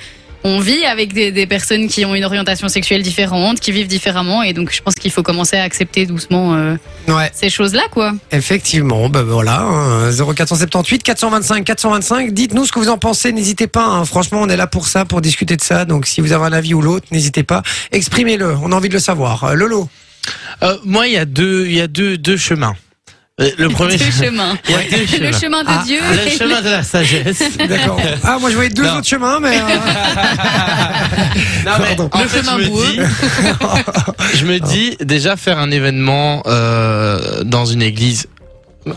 Speaker 6: on vit avec des, des personnes qui ont une orientation sexuelle différente, qui vivent différemment, et donc je pense qu'il faut commencer à accepter doucement euh,
Speaker 2: Ouais,
Speaker 6: ces choses-là, quoi.
Speaker 2: effectivement. Ben voilà, hein, 0478 425 425. Dites-nous ce que vous en pensez. N'hésitez pas. hein. Franchement, on est là pour ça, pour discuter de ça. Donc, si vous avez un avis ou l'autre, n'hésitez pas. Exprimez-le. On a envie de le savoir. Euh, Lolo.
Speaker 3: euh, moi, il y a deux, il y a deux, deux chemins. Euh, Le premier,
Speaker 6: Deux chemins.
Speaker 3: il y a deux
Speaker 6: Le
Speaker 3: chemins.
Speaker 6: chemin de
Speaker 2: Ah,
Speaker 6: Dieu.
Speaker 3: Le chemin de la sagesse.
Speaker 2: D'accord. Ah, moi, je voyais deux
Speaker 3: Non.
Speaker 2: autres chemins, mais. euh,
Speaker 3: Non, mais
Speaker 2: Pardon.
Speaker 3: en
Speaker 7: Le
Speaker 3: fait,
Speaker 7: chemin
Speaker 3: je me
Speaker 7: boueux.
Speaker 3: dis- je me dis déjà faire un événement euh, dans une église.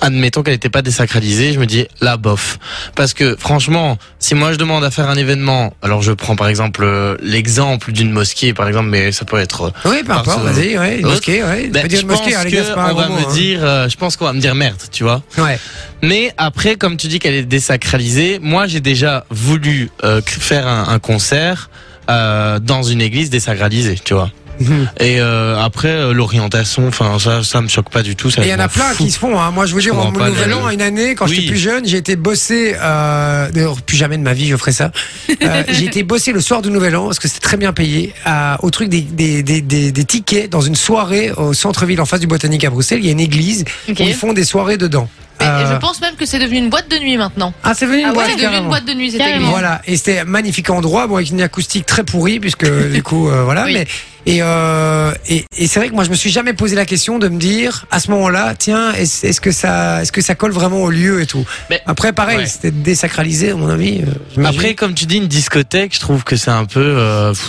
Speaker 3: Admettons qu'elle n'était pas désacralisée, je me dis la bof. Parce que franchement, si moi je demande à faire un événement, alors je prends par exemple euh, l'exemple d'une mosquée, par exemple, mais ça peut être
Speaker 2: Oui, peu importe.
Speaker 3: Parce-
Speaker 2: Vas-y, ouais. une
Speaker 3: Autre-
Speaker 2: Mosquée, ouais.
Speaker 3: Ben,
Speaker 2: Faut dire
Speaker 3: je
Speaker 2: une
Speaker 3: pense
Speaker 2: mosquée, hein, les gars, c'est pas un
Speaker 3: qu'on
Speaker 2: gros
Speaker 3: va
Speaker 2: mot,
Speaker 3: me
Speaker 2: hein.
Speaker 3: dire, euh, je pense qu'on va me dire merde, tu vois.
Speaker 2: Ouais.
Speaker 3: Mais après, comme tu dis qu'elle est désacralisée, moi j'ai déjà voulu euh, cr- faire un, un concert euh, dans une église désacralisée, tu vois.
Speaker 2: Mhm.
Speaker 3: Et euh, après euh, l'orientation, enfin ça, ça me choque pas du tout. Ça,
Speaker 2: Et il y en a plein qui se font. Hein. Moi, je vous
Speaker 3: Je
Speaker 2: dire, en
Speaker 3: comprends pas
Speaker 2: nouvel
Speaker 3: le-
Speaker 2: an, à une année, quand
Speaker 3: Oui.
Speaker 2: j'étais plus jeune, j'ai été bossé. Euh... D'ailleurs, plus jamais de ma vie, je ferai ça. Euh, j'ai été bossé le soir du nouvel an parce que c'était très bien payé à- au truc des, des, des, des, des tickets dans une soirée au centre-ville en face du Botanique à Bruxelles. Il y a une église
Speaker 6: Ok.
Speaker 2: où ils font des soirées dedans.
Speaker 7: Mais
Speaker 2: Euh,
Speaker 7: je pense même que c'est devenu une boîte de nuit maintenant.
Speaker 2: Ah, c'est devenu une
Speaker 7: ouais,
Speaker 2: boîte,
Speaker 7: c'est devenu une
Speaker 2: carrément.
Speaker 7: boîte de nuit, c'était
Speaker 2: Voilà, et c'était un magnifique endroit, bon, avec une acoustique très pourrie, puisque du coup, euh, voilà. Mais, et euh, et, et c'est vrai que moi, je me suis jamais posé la question de me dire, à ce moment-là, tiens, est-ce est-ce que ça, est-ce que ça colle vraiment au lieu et tout. Après, pareil, c'était désacralisé, à mon avis. euh, j'imagine.
Speaker 3: Après, comme tu dis, une discothèque, je trouve que c'est un peu. euh, pff,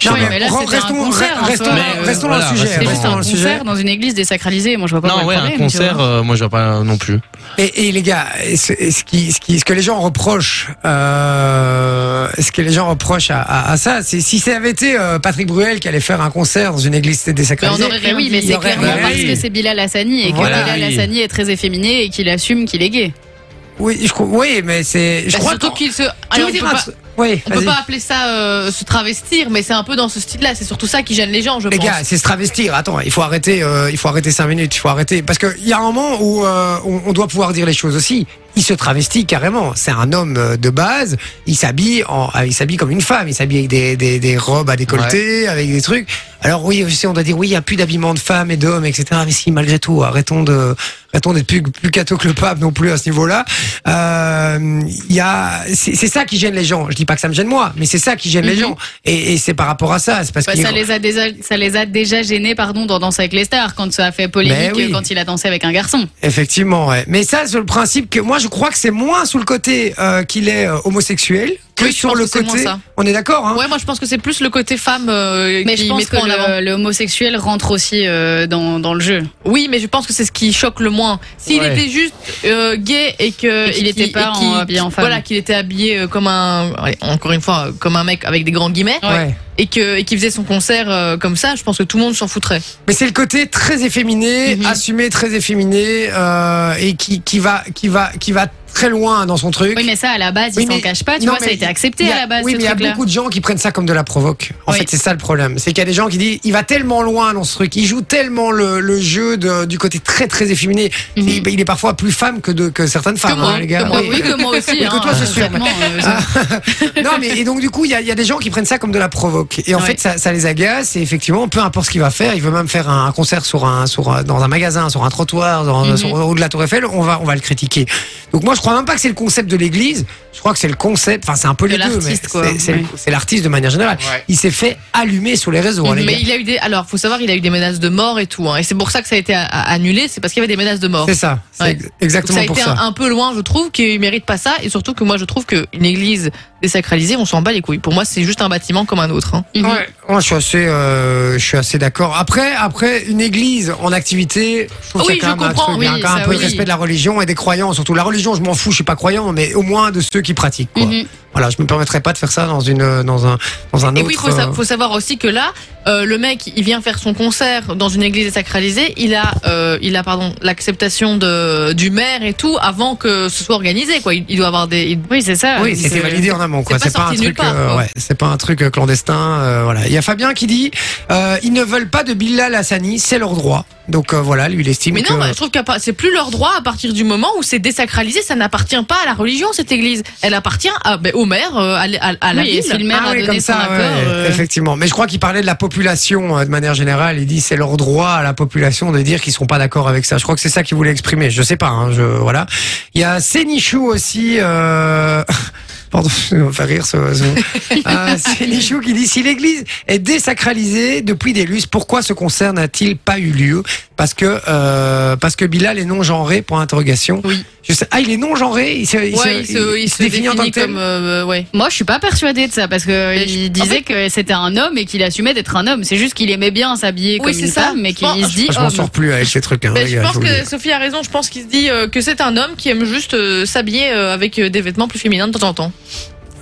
Speaker 3: je
Speaker 6: Non,
Speaker 3: sais pas.
Speaker 6: mais là,
Speaker 2: Ren-
Speaker 6: c'était un
Speaker 2: restons-
Speaker 6: concert. en
Speaker 3: restons-
Speaker 6: soi.
Speaker 3: mais, euh, restons dans le
Speaker 2: Ah, bah,
Speaker 3: voilà, sujet,
Speaker 6: C'était
Speaker 3: restons
Speaker 6: juste
Speaker 3: dans
Speaker 6: un
Speaker 3: le sujet.
Speaker 6: concert dans une église désacralisée. Moi, je vois pas
Speaker 3: Non,
Speaker 6: quoi
Speaker 3: ouais,
Speaker 6: le
Speaker 3: un
Speaker 6: problème. tu
Speaker 3: concert,
Speaker 6: vois.
Speaker 3: euh, moi, je vois pas non plus.
Speaker 2: Et, et les gars, et ce, et ce qui, ce, qui, ce que les gens reprochent, euh, ce que les gens reprochent à, à- à ça, c'est si ça avait été euh, Patrick Bruel qui allait faire un concert dans une église
Speaker 6: Mais Ben, on
Speaker 2: désacralisée.
Speaker 6: aurait rien dit, mais
Speaker 2: il
Speaker 6: c'est
Speaker 2: aurait
Speaker 6: clairement
Speaker 2: rien
Speaker 6: parce
Speaker 2: dit.
Speaker 6: que c'est Bilal Hassani et que
Speaker 2: Voilà,
Speaker 6: Bilal
Speaker 2: oui.
Speaker 6: Hassani est très efféminé et qu'il assume qu'il est gay.
Speaker 2: Oui, je, crois- oui, mais c'est. Je
Speaker 7: Bah,
Speaker 2: crois
Speaker 7: surtout
Speaker 2: que-
Speaker 7: qu'il se.
Speaker 2: Je
Speaker 7: Alors,
Speaker 2: veux
Speaker 7: on peut
Speaker 2: dire un
Speaker 7: pas-
Speaker 2: truc- Oui,
Speaker 7: on peut
Speaker 2: vas-y.
Speaker 7: pas appeler ça euh, se travestir, mais c'est un peu dans ce style-là. C'est surtout ça qui gêne les gens, je
Speaker 2: Les
Speaker 7: pense.
Speaker 2: gars, c'est se travestir. Attends, il faut arrêter. euh, il faut arrêter cinq minutes. Il faut arrêter parce que il y a un moment où euh, on, on doit pouvoir dire les choses aussi. Il se travestit carrément. C'est un homme euh, de base. Il s'habille en, euh, il s'habille comme une femme. Il s'habille avec des, des, des robes à décolleté, avec des trucs. Alors oui, aussi, on doit dire oui, il y a plus d'habillement de femmes et d'hommes, etc. Mais si, malgré tout, arrêtons de, arrêtons d'être plus, plus catho que le pape non plus à ce niveau-là. Euh, il y a, c'est c'est ça qui gêne les gens. Je dis pas que ça me gêne moi, mais c'est ça qui gêne les
Speaker 6: Mhm.
Speaker 2: gens. Et, et c'est par rapport à ça. C'est parce
Speaker 6: Bah,
Speaker 2: qu'il-
Speaker 6: ça, les a déjà, ça les a déjà gênés pardon, dans Danse avec les stars, quand ça a fait polémique,
Speaker 2: Mais Ben oui.
Speaker 6: euh, quand il a dansé avec un garçon.
Speaker 2: Effectivement, ouais. Mais ça, c'est le principe que moi, je crois que c'est moins sur le côté euh, qu'il est euh, homosexuel que
Speaker 7: Oui, je
Speaker 2: sur
Speaker 7: pense
Speaker 2: le
Speaker 7: que c'est
Speaker 2: côté.
Speaker 7: moins ça.
Speaker 2: On est d'accord, hein
Speaker 7: Ouais, moi je pense que c'est plus le côté femme euh,
Speaker 6: Mais
Speaker 7: qui
Speaker 6: je pense que
Speaker 7: mettra en avant.
Speaker 6: le, le homosexuel rentre aussi euh, dans, dans le jeu.
Speaker 7: Oui, mais je pense que c'est ce qui choque le moins. S'il
Speaker 6: Ouais.
Speaker 7: était juste euh, gay et que
Speaker 6: Et qu'il était pas
Speaker 7: et qu'il-
Speaker 6: en- habillé en femme.
Speaker 7: voilà, qu'il était habillé euh, comme un, allez, encore une fois, euh, comme un mec avec des grands guillemets,
Speaker 2: Ouais.
Speaker 7: et que et qu'il faisait son concert euh, comme ça, je pense que tout le monde s'en foutrait.
Speaker 2: Mais c'est le côté très efféminé,
Speaker 7: Mhm.
Speaker 2: assumé, très efféminé, euh, et qui, qui va, qui va, qui va très loin dans son truc.
Speaker 6: Oui, mais ça, à la base,
Speaker 2: Oui,
Speaker 6: il s'en
Speaker 2: mais-
Speaker 6: cache pas. Tu
Speaker 2: non,
Speaker 6: vois, ça a
Speaker 2: mais
Speaker 6: été accepté
Speaker 2: il y a-
Speaker 6: à la base,
Speaker 2: Oui,
Speaker 6: ce
Speaker 2: mais il y a
Speaker 6: truc-là.
Speaker 2: beaucoup de gens qui prennent ça comme de la provoque. En
Speaker 6: Oui.
Speaker 2: fait, c'est ça le problème. C'est qu'il y a des gens qui disent, il va tellement loin dans ce truc, il joue tellement le, le jeu de- du côté très très efféminé. il, il est parfois plus femme que, de, que certaines femmes,
Speaker 7: moi,
Speaker 2: hein, les gars.
Speaker 7: Mhm. que moi, oui, que moi aussi,
Speaker 2: Et que toi,
Speaker 7: hein,
Speaker 2: c'est sûr.
Speaker 7: concrètement, euh,
Speaker 2: Ah. non, mais et donc du coup, il y a, il y a des gens qui prennent ça comme de la provoque. Et en fait, ça, ça les agace. Et effectivement, peu importe ce qu'il va faire, il veut même faire un, un concert sur un, sur un- dans un magasin, sur un trottoir, dans,
Speaker 6: Mhm.
Speaker 2: sur- au haut de la Tour Eiffel, on va, on va le critiquer. Donc moi, je crois même pas que c'est le concept de l'Église. Je crois que c'est le concept. Enfin, c'est un peu
Speaker 7: De
Speaker 2: les deux, mais
Speaker 7: l'artiste, quoi.
Speaker 2: c'est- c'est le-
Speaker 7: Ouais.
Speaker 2: c'est l'artiste de manière générale. Il s'est fait allumer sur les réseaux. hein, les
Speaker 7: mais
Speaker 2: gars.
Speaker 7: il a eu des, alors faut savoir, il a eu des menaces de mort et tout, hein, et c'est pour ça que ça a été a- a- annulé, c'est parce qu'il y avait des menaces de mort.
Speaker 2: C'est ça, c'est ex- exactement
Speaker 7: Donc ça a
Speaker 2: pour
Speaker 7: été
Speaker 2: ça.
Speaker 7: Un, un peu loin, je trouve, qu'il mérite pas ça, et surtout que moi je trouve qu'une église désacralisée, on s'en bat les couilles. Pour moi, c'est juste un bâtiment comme un autre. hein.
Speaker 2: Ouais, ouais, je suis assez, euh, je suis assez d'accord. Après, après une église en activité, je trouve
Speaker 7: Ah
Speaker 2: qu'il y
Speaker 7: oui,
Speaker 2: a quand
Speaker 7: je
Speaker 2: même un
Speaker 7: comprends,
Speaker 2: truc, il y a
Speaker 7: oui,
Speaker 2: quand même un
Speaker 7: ça,
Speaker 2: peu de
Speaker 7: oui.
Speaker 2: respect de la religion et des croyants. Surtout la religion, je m'en fous, je suis pas croyant, mais au moins de ceux qui pratiquent. Quoi.
Speaker 7: Mhm.
Speaker 2: Voilà, je me permettrais pas de faire ça dans une, euh, dans un, dans un
Speaker 7: Et
Speaker 2: autre.
Speaker 7: oui, faut, sa-
Speaker 2: euh,
Speaker 7: faut savoir aussi que là, euh, le mec, il vient faire son concert dans une église désacralisée. Il a, euh, il a pardon, l'acceptation de du maire et tout avant que ce soit organisé. Quoi, il, il doit avoir des.
Speaker 6: Oui, c'est ça.
Speaker 2: euh, Oui, c'était validé en amont. quoi.
Speaker 7: euh, C'est pas, sorti
Speaker 2: un
Speaker 7: de nulle
Speaker 2: truc,
Speaker 7: part.
Speaker 2: euh,
Speaker 7: quoi.
Speaker 2: ouais, c'est pas un truc euh, clandestin. euh, voilà. Il y a Fabien qui dit, euh, ils ne veulent pas de Bilal Hassani, c'est leur droit. Donc euh, voilà, lui il estime
Speaker 7: Mais
Speaker 2: que.
Speaker 7: non, bah, je trouve que c'est plus leur droit à partir du moment où c'est désacralisé. Ça n'appartient pas à la religion, cette église. Elle appartient à, ben, au maire, euh, à, l- à- à la
Speaker 6: Oui, et
Speaker 7: ville.
Speaker 6: si le maire
Speaker 7: Ah
Speaker 6: a
Speaker 7: oui,
Speaker 6: donné
Speaker 7: comme
Speaker 6: son
Speaker 7: ça,
Speaker 6: accord,
Speaker 7: ouais.
Speaker 2: Ouais,
Speaker 6: euh,
Speaker 2: Effectivement. Mais je crois qu'il parlait de la population euh, de manière générale. Il dit c'est leur droit à la population de dire qu'ils sont pas d'accord avec ça. Je crois que c'est ça qu'il voulait exprimer. Je sais pas. hein, je, voilà. Il y a Sénichou aussi. Euh... Pardon, ça me fait rire ce. ce... Euh, Sénichou qui dit si l'Église est désacralisée depuis des lustres, pourquoi ce concert n'a-t-il pas eu lieu Parce que euh, parce que Bilal est non genré pour interrogation.
Speaker 7: Oui.
Speaker 2: Je sais... Ah, il est non genré. Il se, il
Speaker 7: Ouais, il se, il se définit,
Speaker 2: en tant que tel
Speaker 7: comme. euh, ouais.
Speaker 6: Moi, je suis pas persuadée de ça parce que
Speaker 7: Mais je-
Speaker 6: il disait que c'était un homme et qu'il assumait d'être un homme. C'est juste qu'il aimait bien s'habiller
Speaker 7: Oui,
Speaker 6: comme
Speaker 7: c'est
Speaker 6: une
Speaker 7: ça.
Speaker 6: femme, mais
Speaker 7: Je
Speaker 6: qu'il
Speaker 7: pense-
Speaker 6: se dit oh,
Speaker 2: Ah, je m'en
Speaker 6: homme.
Speaker 2: sors plus avec ces trucs. hein,
Speaker 7: Ben,
Speaker 2: les
Speaker 7: je
Speaker 2: gars,
Speaker 7: pense
Speaker 2: vous le dis.
Speaker 7: que Sophie a raison. Je pense qu'il se dit euh, que c'est un homme qui aime juste euh, s'habiller euh, avec euh, des vêtements plus féminins de temps en temps.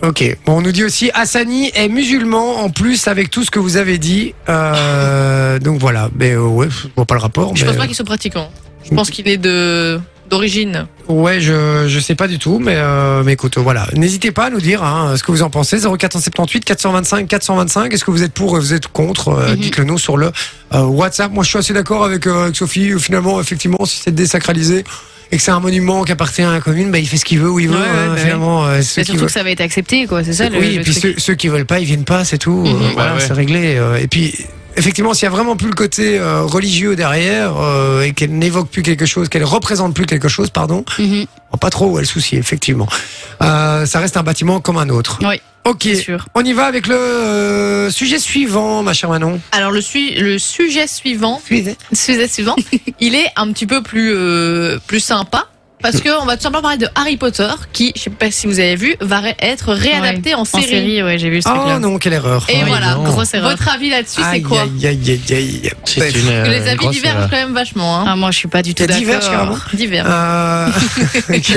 Speaker 2: Ok. Bon, on nous dit aussi Hassani est musulman en plus avec tout ce que vous avez dit. Euh, donc voilà. Mais euh, ouais, je vois pas le rapport.
Speaker 7: Je
Speaker 2: mais-
Speaker 7: pense pas qu'il soit pratiquant. ben, Je pense qu'il est de d'origine.
Speaker 2: Ouais, je je sais pas du tout, mais euh, mais écoute, voilà. N'hésitez pas à nous dire hein, ce que vous en pensez. 0478 425 425. Est-ce que vous êtes pour, vous êtes contre
Speaker 6: Mhm.
Speaker 2: Euh, Dites-le nous sur le euh, WhatsApp. Moi, je suis assez d'accord avec, euh, avec Sophie. Finalement, effectivement, si c'est désacralisé et que c'est un monument qui appartient à la commune, bah, il fait ce qu'il veut où il veut.
Speaker 6: Ouais, ouais,
Speaker 2: hein,
Speaker 6: bah oui.
Speaker 2: finalement, euh, ceux
Speaker 6: Mais
Speaker 2: qui
Speaker 6: surtout
Speaker 2: veulent-
Speaker 6: que ça avait été accepté, quoi. C'est ça le.
Speaker 2: oui, et
Speaker 6: le
Speaker 2: puis
Speaker 6: truc.
Speaker 2: ceux, ceux qui veulent pas, ils viennent pas, c'est tout. Euh,
Speaker 6: Mhm.
Speaker 2: voilà,
Speaker 6: Ouais, ouais.
Speaker 2: c'est réglé. euh, et puis effectivement, s'il y a vraiment plus le côté euh, religieux derrière euh, et qu'elle n'évoque plus quelque chose, qu'elle représente plus quelque chose, pardon, oh, pas trop où est le souci, effectivement. Euh, ça reste un bâtiment comme un autre.
Speaker 7: Oui.
Speaker 2: Ok, on y va avec le euh, sujet suivant, ma chère Manon. Oh
Speaker 7: Alors le, sui- le sujet suivant,
Speaker 2: Sujet.
Speaker 7: sujet suivant, il est un petit peu plus euh, plus sympa parce que on va tout simplement parler de Harry Potter qui, je sais pas si vous avez vu, va ré- être réadapté en série.
Speaker 6: ouais, j'ai vu
Speaker 7: ce
Speaker 2: Oh non, quelle erreur.
Speaker 7: Et
Speaker 2: Oh
Speaker 7: voilà,
Speaker 2: non.
Speaker 7: Votre avis là-dessus, c'est
Speaker 2: Aïe,
Speaker 7: quoi
Speaker 2: aïe, aïe, aïe, aïe.
Speaker 3: C'est
Speaker 2: Bref.
Speaker 3: une, euh,
Speaker 7: Parce que les avis
Speaker 3: grosse
Speaker 7: divergent
Speaker 3: erreur.
Speaker 7: quand même vachement. Hein.
Speaker 6: Ah, moi, je suis pas du
Speaker 2: tout T'as divers, d'accord. carrément
Speaker 7: Divers.
Speaker 2: Euh, ok.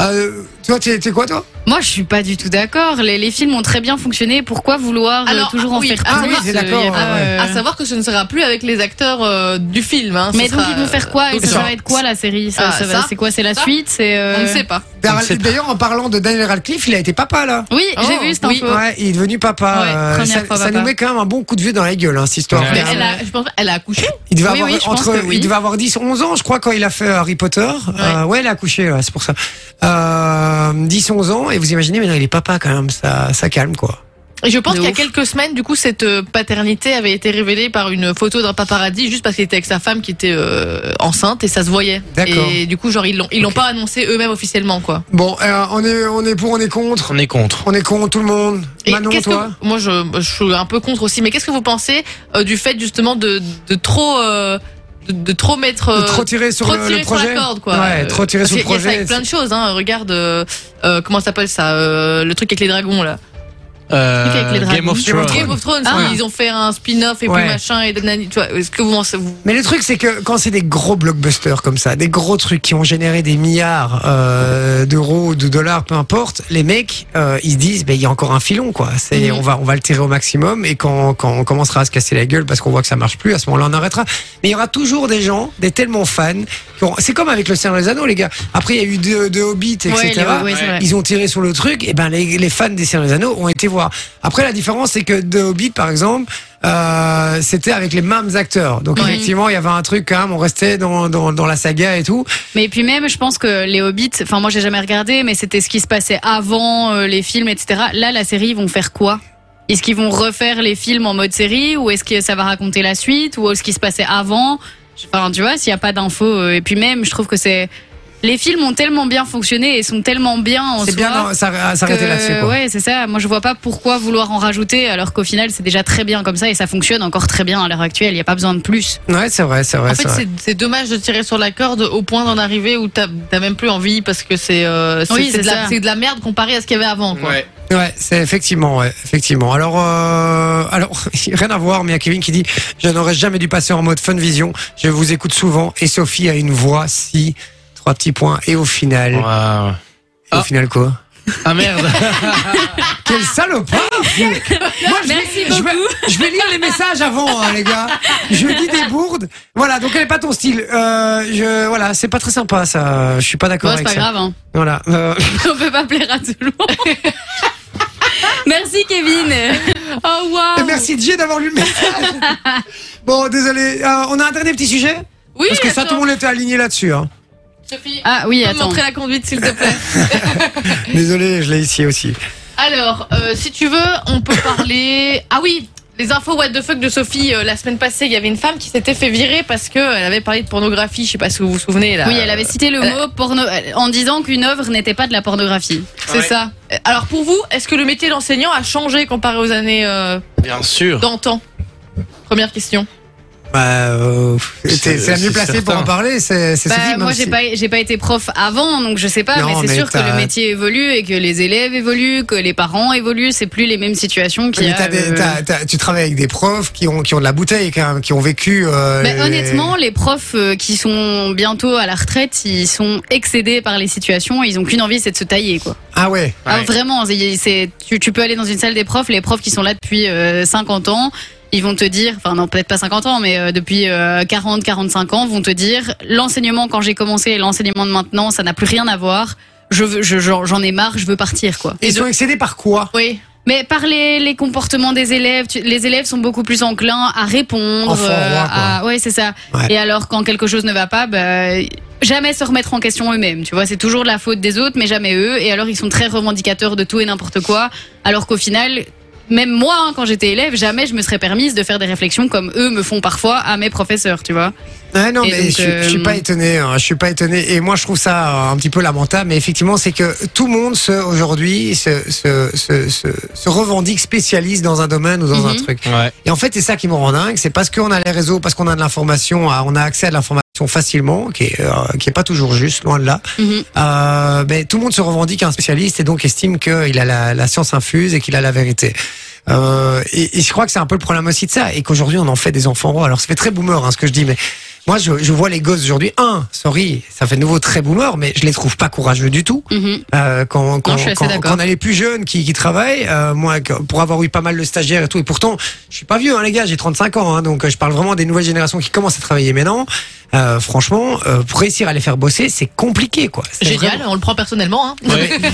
Speaker 2: Euh, toi, t'es t'es quoi, toi
Speaker 6: Moi, je suis pas du tout d'accord. Les, les films ont très bien fonctionné. Pourquoi vouloir euh, toujours
Speaker 7: ah,
Speaker 6: en
Speaker 7: oui,
Speaker 6: faire
Speaker 7: ah,
Speaker 6: plus
Speaker 7: oui,
Speaker 2: c'est
Speaker 6: euh,
Speaker 2: d'accord,
Speaker 6: y
Speaker 2: ouais,
Speaker 6: a pas,
Speaker 2: ouais. Ah,
Speaker 6: euh,
Speaker 7: À savoir que ce ne sera plus avec les acteurs euh, du film. Hein, ce
Speaker 6: Mais donc,
Speaker 7: sera,
Speaker 6: ils vont faire
Speaker 2: euh,
Speaker 6: quoi Et
Speaker 7: donc,
Speaker 6: ça,
Speaker 7: ce
Speaker 6: ça
Speaker 7: sera-
Speaker 6: va être quoi la série Ça-
Speaker 7: Ah,
Speaker 6: ça va-
Speaker 7: ça,
Speaker 6: C'est quoi C'est la
Speaker 7: ça,
Speaker 6: suite C'est euh,
Speaker 7: On ne sait pas.
Speaker 2: D'ailleurs, Bah, en parlant de Daniel Radcliffe, il a été papa là.
Speaker 6: Oui, j'ai
Speaker 7: Oh,
Speaker 6: vu cette
Speaker 2: Oui,
Speaker 6: info.
Speaker 2: ouais, il est devenu papa.
Speaker 6: Ouais,
Speaker 2: Euh,
Speaker 6: première
Speaker 2: ça
Speaker 6: fois
Speaker 2: ça
Speaker 6: papa.
Speaker 2: nous met quand même un bon coup de vieux dans la gueule, hein, cette histoire.
Speaker 7: Mais
Speaker 2: Regarde.
Speaker 7: elle a, je pense, elle a accouché.
Speaker 2: Il devait,
Speaker 6: Oui,
Speaker 2: avoir,
Speaker 6: oui, je
Speaker 2: entre,
Speaker 6: pense que oui.
Speaker 2: il devait avoir 10, 11 ans, je crois, quand il a fait Harry Potter. Euh, ouais, il a accouché, ouais, c'est pour ça. Euh, 10, 11 ans, et vous imaginez, maintenant il est papa quand même, ça, ça calme quoi.
Speaker 7: Et je pense
Speaker 6: De
Speaker 7: qu'il y a
Speaker 6: ouf.
Speaker 7: quelques semaines, du coup, cette euh, paternité avait été révélée par une photo d'un paparazzi juste parce qu'il était avec sa femme qui était euh, enceinte et ça se voyait.
Speaker 2: D'accord.
Speaker 7: Et du coup, genre, ils l'ont, ils l'ont pas annoncé eux-mêmes officiellement, quoi.
Speaker 2: Bon, euh, on, est, on est pour, on est contre.
Speaker 3: On est contre.
Speaker 2: On est contre tout le monde.
Speaker 7: Et
Speaker 2: Manon,
Speaker 7: qu'est-ce que
Speaker 2: toi
Speaker 7: vous- moi, je, je suis un peu contre aussi, mais qu'est-ce que vous pensez euh, du fait justement de, de trop, euh, de, de trop mettre,
Speaker 2: De
Speaker 7: euh,
Speaker 2: trop tirer sur
Speaker 7: trop
Speaker 2: le,
Speaker 7: tirer
Speaker 2: le projet
Speaker 7: sur la corde, quoi.
Speaker 2: Ouais,
Speaker 7: Euh,
Speaker 2: trop tirer
Speaker 7: parce
Speaker 2: sur le
Speaker 7: qu'il y a ça
Speaker 2: projet.
Speaker 7: avec plein de choses, hein. Regarde, euh, euh, comment ça s'appelle ça, euh, le truc avec les dragons là.
Speaker 3: Euh,
Speaker 6: avec les dragons.
Speaker 3: Game of
Speaker 2: Game of
Speaker 3: Thrones.
Speaker 7: Game of Thrones,
Speaker 6: Ah.
Speaker 7: ils ont fait un spin-off et
Speaker 2: Ouais.
Speaker 7: puis machin et nanani, tu vois. Est-ce que vous en savez
Speaker 2: Mais le truc, c'est que quand c'est des gros blockbusters comme ça, des gros trucs qui ont généré des milliards euh, d'euros, de dollars, peu importe, les mecs, euh, ils se disent, ben il y a encore un filon, quoi. C'est,
Speaker 7: Mhm.
Speaker 2: on va, on va le tirer au maximum, et quand, quand on commencera à se casser la gueule parce qu'on voit que ça marche plus, à ce moment-là, on arrêtera. Mais il y aura toujours des gens, des tellement fans. qui ont- C'est comme avec le Seigneur des Anneaux, les gars. Après, il y a eu deux, deux Hobbits, etc.
Speaker 6: Ouais, les- ouais, c'est vrai.
Speaker 2: Ils ont tiré sur le truc, et ben les, les fans des Seigneurs des Anneaux ont été voir. Après, la différence, c'est que The Hobbit, par exemple, euh, c'était avec les mêmes acteurs. Donc,
Speaker 6: Ouais.
Speaker 2: effectivement, il y avait un truc quand même, on restait dans, dans, dans la saga et tout.
Speaker 6: Mais puis même, je pense que les Hobbits, enfin moi j'ai jamais regardé, mais c'était ce qui se passait avant euh, les films, etc. Là, la série, ils vont faire quoi Est-ce qu'ils vont refaire les films en mode série ou est-ce que ça va raconter la suite ou ce qui se passait avant Enfin, tu vois, s'il n'y a pas d'infos. euh, et puis même, je trouve que c'est les films ont tellement bien fonctionné et sont tellement bien en
Speaker 2: C'est
Speaker 6: soi
Speaker 2: bien d'en- s'arr- s'arrêter
Speaker 6: que-
Speaker 2: là-dessus, quoi.
Speaker 6: Ouais, c'est ça. Moi, je vois pas pourquoi vouloir en rajouter alors qu'au final, c'est déjà très bien comme ça et ça fonctionne encore très bien à l'heure actuelle. Il n'y a pas besoin de plus.
Speaker 2: Ouais, c'est vrai, c'est vrai.
Speaker 7: En
Speaker 2: c'est
Speaker 7: fait,
Speaker 2: vrai.
Speaker 7: c'est- c'est dommage de tirer sur la corde au point d'en arriver où t'as t'as même plus envie parce que c'est euh, c'est-
Speaker 6: Oui,
Speaker 7: c'est de,
Speaker 6: c'est
Speaker 7: la-
Speaker 6: ça.
Speaker 7: c'est de la merde comparé à ce qu'il y avait avant. Quoi.
Speaker 8: Ouais.
Speaker 2: Ouais, c'est effectivement, ouais, effectivement. Alors, euh, alors, rien à voir, mais il y a Kevin qui dit, je n'aurais jamais dû passer en mode fun vision. Je vous écoute souvent et Sophie a une voix si trois petits points. Et au final,
Speaker 3: Ouais, ouais.
Speaker 2: et au
Speaker 3: Ah.
Speaker 2: final quoi
Speaker 3: Ah merde.
Speaker 2: Quel salopard Moi, je vais-
Speaker 6: Ah. Merci
Speaker 2: je vais, je vais lire les messages avant, hein, les gars. Je dis des bourdes. Voilà, donc elle est pas ton style. Euh, je, voilà, c'est pas très sympa, ça. Je suis pas d'accord
Speaker 6: Bon, c'est
Speaker 2: avec
Speaker 6: pas
Speaker 2: ça.
Speaker 6: grave. Hein.
Speaker 2: Voilà. euh,
Speaker 6: On peut pas plaire à tout le monde. Merci Kevin.
Speaker 7: Oh
Speaker 6: Ah
Speaker 7: waouh
Speaker 2: Merci DJ d'avoir lu le message. bon, désolé. Euh, on a un dernier petit sujet
Speaker 7: Oui,
Speaker 2: Parce que ça,
Speaker 7: attends,
Speaker 2: tout le monde était aligné là-dessus. Hein.
Speaker 7: Sophie,
Speaker 6: Ah oui,
Speaker 7: peux me
Speaker 6: attends.
Speaker 7: montrer la conduite s'il te plaît.
Speaker 2: Désolé, je l'ai ici aussi.
Speaker 7: Alors, euh, si tu veux, on peut parler. Ah oui les infos what the fuck de Sophie euh, la semaine passée, il y avait une femme qui s'était fait virer parce que euh, elle avait parlé de pornographie, je sais pas si vous vous souvenez là.
Speaker 6: Oui, elle avait cité le mot porno euh, en disant qu'une œuvre n'était pas de la pornographie.
Speaker 7: C'est ça. Alors pour vous, est-ce que le métier d'enseignant a changé comparé aux années euh,
Speaker 3: Bien sûr.
Speaker 7: d'antan Première question.
Speaker 2: Bah, euh,
Speaker 3: C'est-
Speaker 2: t'es- c'est la mieux
Speaker 3: c'est
Speaker 2: placée pour en
Speaker 3: certain.
Speaker 2: parler, c'est c'est
Speaker 6: Bah,
Speaker 2: Sophie.
Speaker 6: moi,
Speaker 2: même
Speaker 6: j'ai
Speaker 2: si-
Speaker 6: pas, j'ai pas été prof avant, donc je sais pas,
Speaker 2: Non,
Speaker 6: mais c'est
Speaker 2: mais
Speaker 6: sûr que
Speaker 2: t'as-
Speaker 6: le métier évolue et que les élèves évoluent, que les parents évoluent. C'est plus les mêmes situations qu'il y
Speaker 2: Mais
Speaker 6: a.
Speaker 2: t'as des-
Speaker 6: euh,
Speaker 2: t'as- t'as- tu travailles avec des profs qui ont, qui ont de la bouteille, quand même, qui ont vécu. euh,
Speaker 6: Ben,
Speaker 2: les-
Speaker 6: honnêtement, les profs euh, qui sont bientôt à la retraite, ils sont excédés par les situations. Ils ont qu'une envie, c'est de se tailler, quoi.
Speaker 2: Ah ouais.
Speaker 6: Ah,
Speaker 3: Ouais.
Speaker 6: vraiment, c'est- c'est- tu, tu peux aller dans une salle des profs, les profs qui sont là depuis euh, 50 ans, ils vont te dire, enfin non peut-être pas 50 ans, mais euh, depuis euh, 40, 45 ans, vont te dire, l'enseignement quand j'ai commencé et l'enseignement de maintenant, ça n'a plus rien à voir, je veux- je- j'en j'en ai marre, je veux partir quoi.
Speaker 2: Ils sont excédés par quoi
Speaker 7: Oui.
Speaker 6: Mais par les, les comportements des élèves, tu- les élèves sont beaucoup plus enclins à répondre. euh,
Speaker 2: Enfant roi, quoi.
Speaker 6: à, ouais, c'est ça.
Speaker 2: Ouais.
Speaker 6: Et alors, quand quelque chose ne va pas, bah, jamais se remettre en question eux-mêmes. Tu vois, c'est toujours de la faute des autres, mais jamais eux. Et alors, ils sont très revendicateurs de tout et n'importe quoi. Alors qu'au final, Même moi, hein, quand j'étais élève, jamais je me serais permise de faire des réflexions comme eux me font parfois à mes professeurs, tu vois.
Speaker 2: Ouais, Ah non,
Speaker 6: Et
Speaker 2: mais
Speaker 6: donc,
Speaker 2: je, suis- je
Speaker 6: euh,
Speaker 2: suis pas étonné. hein, je suis pas étonné. Et moi, je trouve ça euh, un petit peu lamentable. Mais effectivement, c'est que tout le monde se- aujourd'hui se, se, se, se, se revendique spécialiste dans un domaine ou dans un
Speaker 3: Mhm.
Speaker 2: truc.
Speaker 3: Ouais.
Speaker 2: Et en fait, c'est ça qui me rend dingue. C'est parce qu'on a les réseaux, parce qu'on a de l'information, euh, on a accès à de l'information facilement, qui est, euh, qui est pas toujours juste, loin de là. Euh, mais tout le monde se revendique un spécialiste et donc estime qu'il a la, la science infuse et qu'il a la vérité. Euh, et, et je crois que c'est un peu le problème aussi de ça et qu'aujourd'hui on en fait des enfants rois. Alors ça fait très boomer hein, ce que je dis, mais moi je, je vois les gosses aujourd'hui. Un, sorry, ça fait de nouveau très boomer, mais je les trouve pas courageux du tout.
Speaker 6: mhm.
Speaker 2: Euh, quand, quand,
Speaker 6: Non, je suis assez
Speaker 2: quand-
Speaker 6: d'accord.
Speaker 2: quand on a les plus jeunes qui, qui travaillent, euh, moi que- pour avoir eu pas mal de stagiaires et tout, et pourtant je suis pas vieux hein, les gars, j'ai 35 ans, hein, donc euh, je parle vraiment des nouvelles générations qui commencent à travailler maintenant. Euh, franchement, euh, pour réussir à les faire bosser, c'est compliqué quoi. C'est
Speaker 7: Génial,
Speaker 2: vraiment-
Speaker 7: on le prend personnellement. Hein.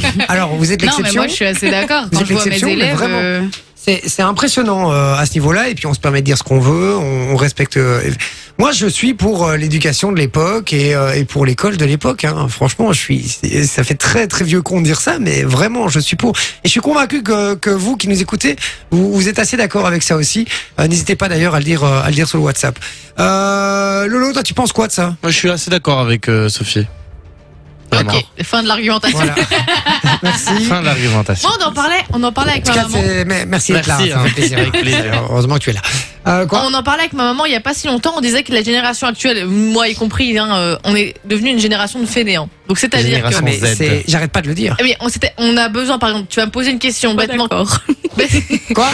Speaker 2: Alors, vous êtes
Speaker 7: Non, mais
Speaker 2: l'exception.
Speaker 7: moi, je suis assez d'accord.
Speaker 2: Vous
Speaker 7: Quand
Speaker 2: êtes
Speaker 7: je vois mes
Speaker 2: l'exception, mais
Speaker 7: élèves,
Speaker 2: vraiment,
Speaker 7: euh,
Speaker 2: C'est c'est impressionnant euh, à ce niveau-là. Et puis, on se permet de dire ce qu'on veut. On, on respecte. euh, et- Moi, je suis pour euh, l'éducation de l'époque et, euh, et pour l'école de l'époque. hein. Franchement, je suis. c'est- Ça fait très très vieux con de dire ça, mais vraiment, je suis pour. Et je suis convaincu que, que vous qui nous écoutez, vous, vous êtes assez d'accord avec ça aussi. Euh, N'hésitez pas d'ailleurs à le dire euh, à le dire sur le WhatsApp. Euh, Lolo, toi, tu penses quoi de ça
Speaker 3: Moi, je suis assez d'accord avec euh, Sophie. Vraiment.
Speaker 7: fin de l'argumentation.
Speaker 2: Voilà. Merci.
Speaker 3: Fin de l'argumentation.
Speaker 7: Moi, on en parlait, on en parlait avec
Speaker 2: En tout
Speaker 7: ma
Speaker 2: cas,
Speaker 7: maman.
Speaker 2: c'est- mais- Merci d'être là.
Speaker 3: Merci,
Speaker 2: ça fait
Speaker 3: hein.
Speaker 2: plaisir.
Speaker 3: Avec plaisir.
Speaker 2: Heureusement que tu es là. Euh, quoi
Speaker 7: on en parlait avec ma maman il n'y a pas si longtemps. On disait que la génération actuelle, moi y compris, hein, euh, on est devenu une génération de fainéants. Donc c'est-à-dire que.
Speaker 2: Ah, mais c'est- J'arrête pas de le dire.
Speaker 7: Eh bien, on, s'était- on a besoin, par exemple, tu vas me poser une question bêtement.
Speaker 2: Quoi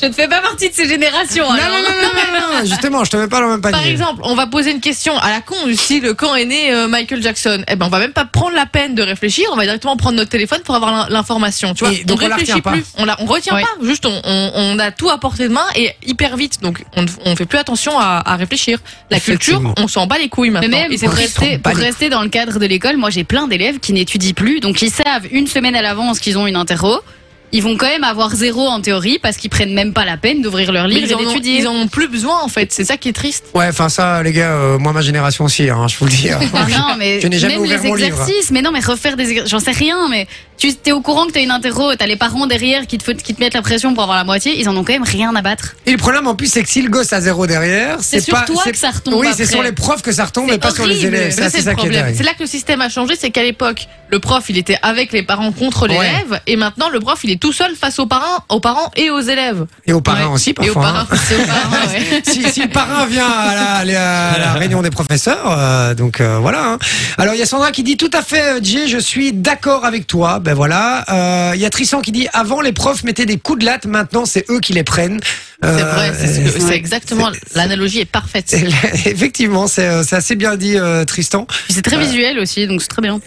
Speaker 6: Je ne fais pas partie de ces générations.
Speaker 7: Non, non, non,
Speaker 2: non, non, non, justement, je te mets pas dans le même panier.
Speaker 7: Par exemple, on va poser une question à la con si le quand est né euh, Michael Jackson. Eh ben, on va même pas prendre la peine de réfléchir. On va directement prendre notre téléphone pour avoir l'in- l'information. Tu vois,
Speaker 2: Et donc, on la
Speaker 7: réfléchit
Speaker 2: retient pas.
Speaker 7: plus. On la, on retient
Speaker 6: Ouais.
Speaker 7: pas. Juste, on, on, on a tout à portée de main et hyper vite. Donc, on, ne- on fait plus attention à, à réfléchir. La culture,
Speaker 2: Effectivement.
Speaker 7: on s'en bat les couilles
Speaker 6: Mais
Speaker 7: maintenant.
Speaker 6: même
Speaker 7: Et c'est
Speaker 6: pour,
Speaker 7: triste.
Speaker 6: rester,
Speaker 2: pas
Speaker 6: pour
Speaker 2: les
Speaker 6: rester dans le cadre de l'école, moi j'ai plein d'élèves qui n'étudient plus, donc ils savent une semaine à l'avance qu'ils ont une interro. Ils vont quand même avoir zéro en théorie parce qu'ils prennent même pas la peine d'ouvrir leur
Speaker 7: Mais
Speaker 6: livre
Speaker 7: Ils
Speaker 6: et
Speaker 7: en, ont,
Speaker 6: d'étudier.
Speaker 7: ils en ont plus besoin en fait. C'est ça qui est triste.
Speaker 2: Ouais, enfin ça, les gars, euh, moi ma génération aussi, hein, je vous le dis. hein.
Speaker 6: Ah non, mais
Speaker 2: Je n'ai jamais
Speaker 6: même
Speaker 2: ouvert
Speaker 6: les
Speaker 2: mon livre.
Speaker 6: exercices, mais non, mais refaire des exercices, j'en sais rien, mais tu es au courant que t'as une interro, t'as les parents derrière qui te, foutent- qui te mettent la pression pour avoir la moitié, ils en ont quand même rien à battre.
Speaker 2: Et le problème en plus, c'est que si le gosse a zéro derrière,
Speaker 6: C'est
Speaker 2: c'est
Speaker 6: sur
Speaker 2: pas.
Speaker 6: toi
Speaker 2: c'est-
Speaker 6: que ça retombe
Speaker 2: Oui,
Speaker 6: après.
Speaker 2: c'est sur les profs que ça retombe, mais pas sur les
Speaker 7: horrible.
Speaker 2: élèves.
Speaker 7: Mais
Speaker 2: Ça, c'est
Speaker 7: c'est le
Speaker 2: ça qui est
Speaker 7: problème.
Speaker 2: dingue.
Speaker 7: C'est là que le système a changé, c'est qu'à l'époque, le prof, il était avec les parents contre
Speaker 2: Ouais.
Speaker 7: l'élève, et maintenant, le prof, il est tout seul face aux parents, aux parents et aux élèves.
Speaker 2: Et aux parrains
Speaker 7: Ouais.
Speaker 2: aussi,
Speaker 7: Et
Speaker 2: parfois.
Speaker 7: aux parents,
Speaker 2: hein.
Speaker 7: c'est aux parents, ouais.
Speaker 2: si, si le parrain vient à la, à la- à la réunion des professeurs, euh, donc euh, voilà. hein. Alors il y a Sandra qui dit tout à fait, euh, Jay, je suis d'accord avec toi. Ben voilà. Euh, Il y a Tristan qui dit avant les profs mettaient des coups de latte, maintenant c'est eux qui les prennent.
Speaker 7: C'est
Speaker 2: Euh,
Speaker 7: vrai, c'est ce que-
Speaker 2: euh,
Speaker 7: c'est exactement, l'analogie est parfaite.
Speaker 2: Effectivement, c'est euh, c'est assez bien dit, euh, Tristan.
Speaker 6: Puis C'est très visuel aussi, donc c'est très bien.